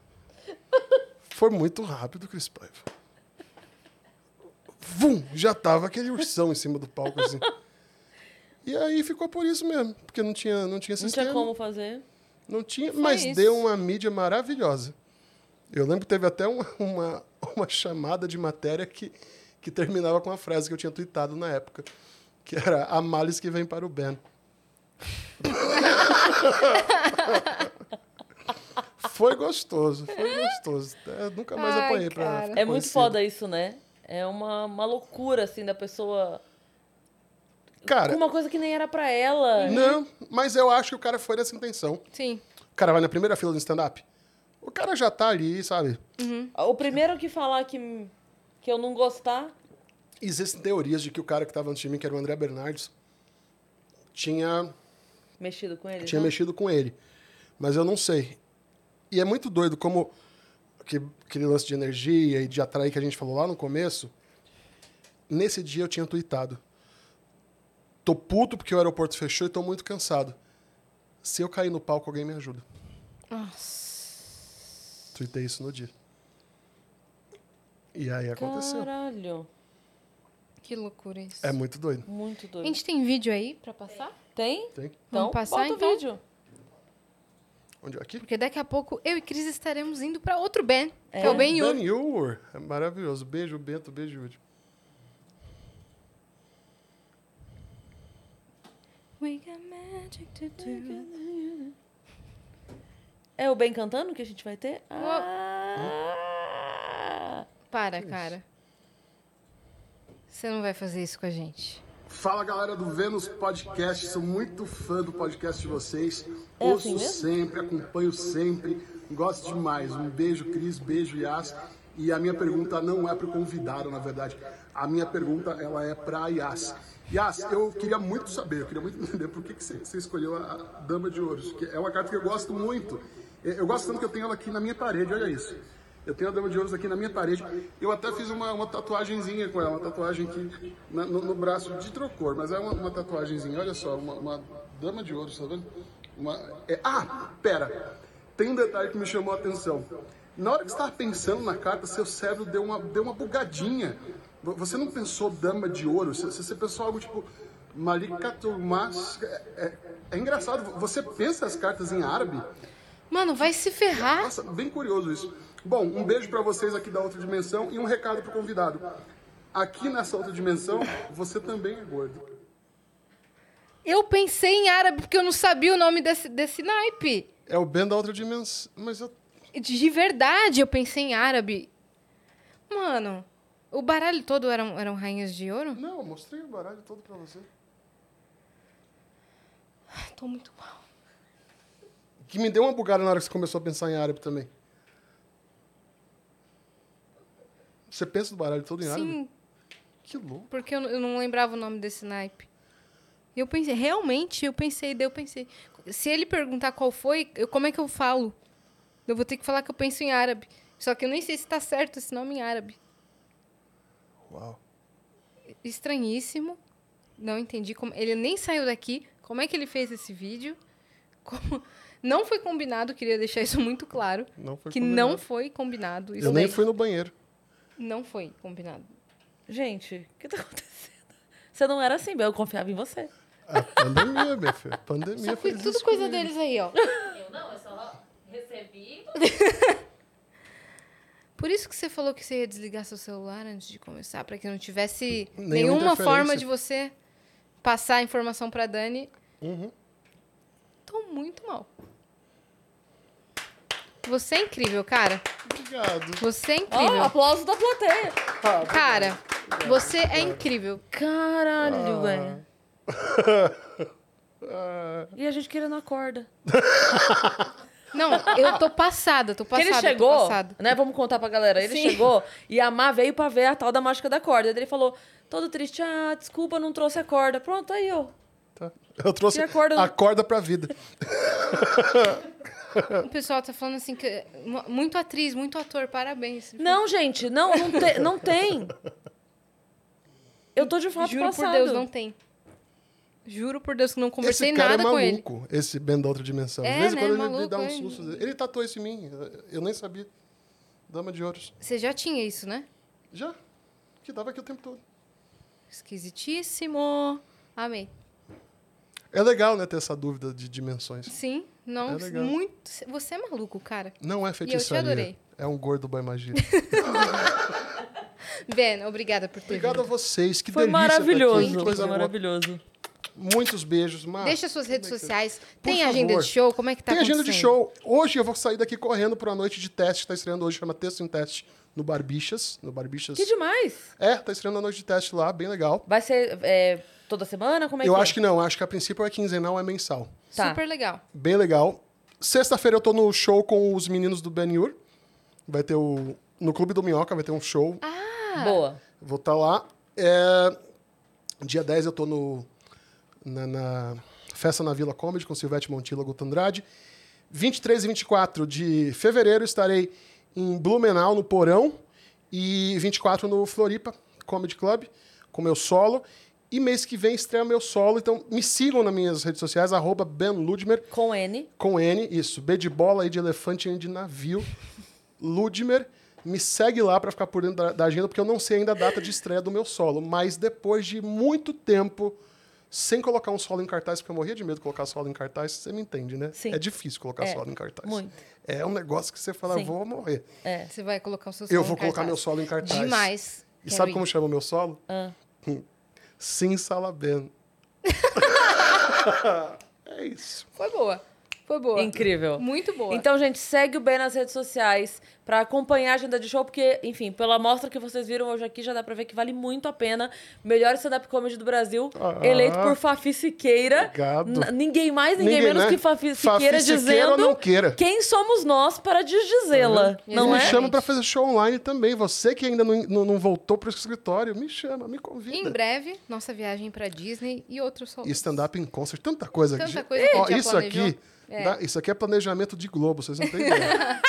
Speaker 3: Foi muito rápido, Cris Paiva. Vum! Já tava aquele ursão em cima do palco, assim. E aí ficou por isso mesmo, porque não tinha, não tinha
Speaker 1: Não
Speaker 3: sistema.
Speaker 1: tinha como fazer.
Speaker 3: Não tinha, mas
Speaker 2: isso.
Speaker 3: deu uma mídia maravilhosa. Eu lembro que teve até uma, uma, uma chamada de matéria que, que terminava com uma frase que eu tinha tweetado na época, que era a males que vem para o Ben. foi gostoso, foi gostoso. É, nunca mais
Speaker 2: Ai,
Speaker 3: apanhei pra
Speaker 2: cara.
Speaker 3: ficar
Speaker 1: É muito
Speaker 3: conhecido.
Speaker 1: foda isso, né? É uma, uma loucura, assim, da pessoa.
Speaker 3: Cara,
Speaker 1: Uma coisa que nem era pra ela.
Speaker 3: não, mas eu acho que o cara foi nessa intenção.
Speaker 2: Sim.
Speaker 3: O cara vai na primeira fila do stand-up. O cara já tá ali, sabe?
Speaker 1: O primeiro que falar que, que eu não gostar.
Speaker 3: Existem teorias de que o cara que estava no time, que era o André Bernardes, tinha,
Speaker 1: Mexido com ele.
Speaker 3: tinha
Speaker 1: né?
Speaker 3: mexido com ele. Mas eu não sei. E é muito doido como que, aquele lance de energia e de atrair que a gente falou lá no começo. Nesse dia eu tinha tuitado. Tô puto porque o aeroporto fechou e tô muito cansado. Se eu cair no palco, alguém me ajuda.
Speaker 2: Nossa.
Speaker 3: Tuitei isso no dia. E aí aconteceu.
Speaker 1: Caralho.
Speaker 2: Que loucura isso.
Speaker 3: É muito doido.
Speaker 1: Muito
Speaker 2: A
Speaker 1: doido.
Speaker 2: gente tem vídeo aí pra passar?
Speaker 1: Tem?
Speaker 3: Tem?
Speaker 1: Então,
Speaker 2: passar,
Speaker 1: bota
Speaker 2: então?
Speaker 1: o vídeo.
Speaker 3: Onde é aqui?
Speaker 2: Porque daqui a pouco eu e Cris estaremos indo pra outro Ben,
Speaker 1: É.
Speaker 2: que é o Ben Yu.
Speaker 3: Ben Yur. É maravilhoso. Beijo, Bento. Beijo, Yuri.
Speaker 2: We got magic to do.
Speaker 1: É o Ben cantando que a gente vai ter? Ah!
Speaker 2: Para, cara. Você não vai fazer isso com a gente.
Speaker 3: Fala galera do Vênus Podcast, sou muito fã do podcast de vocês.
Speaker 1: É
Speaker 3: Ouço
Speaker 1: assim mesmo?
Speaker 3: sempre, acompanho sempre. Gosto demais. Um beijo, Cris. Beijo, Yas. E a minha pergunta não é para o convidado, na verdade. A minha pergunta ela é para Yas. Yas, eu queria muito saber, eu queria muito entender por que, que você, você escolheu a, a Dama de Ouros, que é uma carta que eu gosto muito. Eh, Eu gosto tanto que eu tenho ela aqui na minha parede, olha isso. Eu tenho a Dama de Ouros aqui na minha parede. Eu até fiz uma, uma tatuagenzinha com ela, uma tatuagem aqui na- no, no braço de trocor, mas é uma, uma tatuagenzinha, olha só, uma, uma Dama de Ouros, tá vendo? Uma, é- ah, pera! Tem um detalhe que me chamou a atenção. Na hora que você estava pensando na carta, seu cérebro deu uma, deu uma bugadinha. Vo- Você não pensou dama de ouro, você, você pensou algo tipo Malikatumas. É, é, é engraçado, vo- você pensa as cartas em árabe?
Speaker 2: Mano, vai se ferrar.
Speaker 3: Nossa, bem curioso isso. Bom, um beijo para vocês aqui da outra dimensão e um recado para o convidado. Aqui nessa outra dimensão, você também é gordo.
Speaker 2: Eu pensei em árabe porque eu não sabia o nome desse, desse naipe.
Speaker 3: É o Ben da outra dimensão, mas eu
Speaker 2: De verdade, eu pensei em árabe. Mano, o baralho todo eram, eram rainhas de ouro?
Speaker 3: não, eu mostrei o baralho todo para você.
Speaker 2: Ah, Tô muito mal.
Speaker 3: Que me deu uma bugada na hora que você começou a pensar em árabe também. Você pensa do baralho todo em árabe?
Speaker 2: Sim,
Speaker 3: Que louco.
Speaker 2: porque eu, eu não lembrava o nome desse naipe. E eu pensei, realmente, eu pensei, daí eu pensei. Se ele perguntar qual foi, eu, como é que eu falo? Eu vou ter que falar que eu penso em árabe. Só que eu nem sei se tá certo esse nome em árabe.
Speaker 3: Uau.
Speaker 2: estranhíssimo. Não entendi como. Ele nem saiu daqui. Como é que ele fez esse vídeo? Como- Não foi combinado, queria deixar isso muito claro.
Speaker 3: Não foi
Speaker 2: que
Speaker 3: combinado.
Speaker 2: não foi combinado. Isso
Speaker 3: Eu nem
Speaker 2: daí
Speaker 3: fui no banheiro.
Speaker 2: Não foi combinado.
Speaker 1: Gente, o que tá acontecendo? Você não era assim, Bel. Eu confiava em você.
Speaker 3: A pandemia, minha filha. A pandemia
Speaker 2: Só foi
Speaker 3: fez
Speaker 2: tudo
Speaker 3: isso
Speaker 2: coisa
Speaker 3: comigo.
Speaker 2: deles aí, ó.
Speaker 4: Eu não, eu só recebi.
Speaker 2: Por isso que você falou que você ia desligar seu celular antes de começar, pra que não tivesse
Speaker 3: Nenhuma
Speaker 2: nenhuma forma
Speaker 3: interferência.
Speaker 2: de você passar a informação pra Dani.
Speaker 3: Uhum.
Speaker 2: Tô muito mal. Você é incrível, cara.
Speaker 3: Obrigado.
Speaker 2: Você é
Speaker 1: Ó,
Speaker 2: incrível.
Speaker 3: Ah,
Speaker 1: aplauso da plateia.
Speaker 3: tá,
Speaker 2: Cara, você é incrível.
Speaker 1: Caralho, velho.
Speaker 3: Ah,
Speaker 1: E a gente querendo acorda.
Speaker 2: Não, eu tô passada, tô
Speaker 1: Porque
Speaker 2: passada.
Speaker 1: ele
Speaker 2: tô
Speaker 1: chegou,
Speaker 2: passada.
Speaker 1: né? Vamos contar pra galera. Ele
Speaker 2: Sim.
Speaker 1: chegou e a Má veio pra ver a tal da mágica da corda. Daí Ele falou, todo triste, ah, desculpa, não trouxe a corda. Pronto, aí, ó.
Speaker 3: tá. Eu trouxe
Speaker 1: E
Speaker 3: a
Speaker 1: a corda-
Speaker 3: corda... pra vida.
Speaker 2: O pessoal tá falando assim que mu- muito atriz, muito ator, parabéns.
Speaker 1: Não, gente, não, não, te- não tem. Eu tô de fato
Speaker 2: juro
Speaker 1: tá passado.
Speaker 2: por Deus, não tem. Juro por Deus que não conversei
Speaker 3: esse cara
Speaker 2: nada
Speaker 3: é
Speaker 2: com ele.
Speaker 3: maluco, esse Ben da outra dimensão.
Speaker 2: É,
Speaker 3: de vez em
Speaker 2: né?
Speaker 3: quando ele, ele
Speaker 2: Maluco,
Speaker 3: dá um
Speaker 2: é.
Speaker 3: susto. Ele tatuou isso em mim. Eu nem sabia. Dama de ouros.
Speaker 2: Você já tinha isso, né?
Speaker 3: Já. Que dava aqui o tempo todo.
Speaker 2: Esquisitíssimo. Amei.
Speaker 3: É legal, né, ter essa dúvida de dimensões.
Speaker 2: Sim, não,
Speaker 3: É legal.
Speaker 2: muito. Você é maluco, cara.
Speaker 3: Não é feitiçaria.
Speaker 2: adorei.
Speaker 3: É um gordo by magia.
Speaker 2: Ben, obrigada por ter
Speaker 3: Obrigado a
Speaker 2: vindo.
Speaker 3: vocês. Que
Speaker 1: Foi
Speaker 3: delícia tá aqui,
Speaker 1: maravilhoso.
Speaker 3: que
Speaker 1: Foi
Speaker 3: coisa boa.
Speaker 1: maravilhoso.
Speaker 3: Muitos beijos, Mar.
Speaker 2: Deixa suas redes sociais.
Speaker 3: é Por
Speaker 2: Tem agenda
Speaker 3: favor.
Speaker 2: de show? Como é que tá
Speaker 3: Tem agenda de
Speaker 2: acontecendo?
Speaker 3: show. Hoje eu vou sair daqui correndo para uma noite de teste que tá estreando hoje, chama Texto em Teste, no Barbixas. No Barbixas.
Speaker 1: Que demais.
Speaker 3: É, tá estreando a noite de teste lá, bem legal.
Speaker 1: Vai ser é, toda semana? Como é
Speaker 3: eu
Speaker 1: que é?
Speaker 3: acho que não, acho que a princípio é quinzenal, é mensal.
Speaker 1: Tá.
Speaker 2: Super legal.
Speaker 3: Bem legal. Sexta-feira eu tô no show com os meninos do Ben Yur. Vai ter o. No Clube do Minhoca vai ter um show
Speaker 1: Boa.
Speaker 3: Vou estar lá. É, Dia 10 eu tô no, na, na Festa na Vila Comedy com Silvete Montila Guto Andrade. 23 e 24 de fevereiro estarei em Blumenau, no Porão. E 24 no Floripa Comedy Club, com meu solo. E mês que vem estreia meu solo. Então me sigam nas minhas redes sociais, arroba Ben Ludmer,
Speaker 1: Com N.
Speaker 3: com N, isso. B de bola, I de elefante, N de navio. Ludmer, me segue lá pra ficar por dentro da, da agenda, porque eu não sei ainda a data de estreia do meu solo. Mas depois de muito tempo sem colocar um solo em cartaz, porque eu morria de medo de colocar solo em cartaz, você me entende, né?
Speaker 1: Sim.
Speaker 3: É difícil colocar
Speaker 1: É,
Speaker 3: solo em cartaz.
Speaker 1: muito.
Speaker 3: É um negócio que você fala,
Speaker 1: Sim.
Speaker 3: vou morrer.
Speaker 2: Você vai colocar o seu solo
Speaker 3: eu
Speaker 2: em
Speaker 3: vou colocar
Speaker 2: cartaz.
Speaker 3: meu solo em cartaz.
Speaker 2: Demais.
Speaker 3: E
Speaker 2: Quero
Speaker 3: sabe
Speaker 2: ir.
Speaker 3: como chama o meu solo?
Speaker 1: Ah.
Speaker 3: Sim, Salaben. é isso.
Speaker 2: Foi boa. Foi boa.
Speaker 3: Então,
Speaker 1: Incrível.
Speaker 2: Muito boa.
Speaker 1: Então, gente, segue o Ben nas redes sociais pra acompanhar a agenda de show, porque, enfim, pela amostra que vocês viram hoje aqui, já dá pra ver que vale muito a pena. Melhor stand-up comedy do Brasil,
Speaker 3: Ah.
Speaker 1: eleito por Fafi Siqueira.
Speaker 3: Obrigado.
Speaker 1: N- Ninguém mais, ninguém,
Speaker 3: Ninguém,
Speaker 1: menos
Speaker 3: né?
Speaker 1: que Fafi
Speaker 3: Fafi
Speaker 1: Siqueira
Speaker 3: Siqueira
Speaker 1: dizendo
Speaker 3: não queira.
Speaker 1: quem somos nós para desdizê-la,
Speaker 2: Uhum.
Speaker 1: não
Speaker 3: me
Speaker 1: é?
Speaker 2: Exatamente.
Speaker 3: chama pra fazer show online também. Você que ainda não, não, não voltou pro escritório, me chama, me convida.
Speaker 2: Em breve, nossa viagem pra Disney e outros
Speaker 3: E
Speaker 2: solos.
Speaker 3: stand-up em concert, tanta coisa.
Speaker 2: Tanta
Speaker 3: gente.
Speaker 2: coisa que a
Speaker 3: Ó,
Speaker 2: gente já
Speaker 3: isso
Speaker 2: planejou.
Speaker 3: aqui,
Speaker 2: É.
Speaker 3: dá- isso aqui é planejamento de Globo, vocês não têm ideia.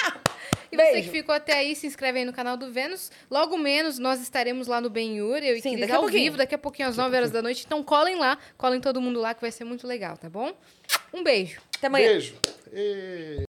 Speaker 2: E você
Speaker 1: Beijo.
Speaker 2: que ficou até aí, se inscreve aí no canal do Vênus. Logo menos, nós estaremos lá no Benhur, eu e
Speaker 1: Sim,
Speaker 2: Cris,
Speaker 1: daqui a
Speaker 2: ao
Speaker 1: pouquinho.
Speaker 2: vivo, daqui a pouquinho, às 9 horas da noite. Então colem lá, colem todo mundo lá, que vai ser muito legal, tá bom? Um beijo.
Speaker 1: Até amanhã.
Speaker 3: Beijo. E-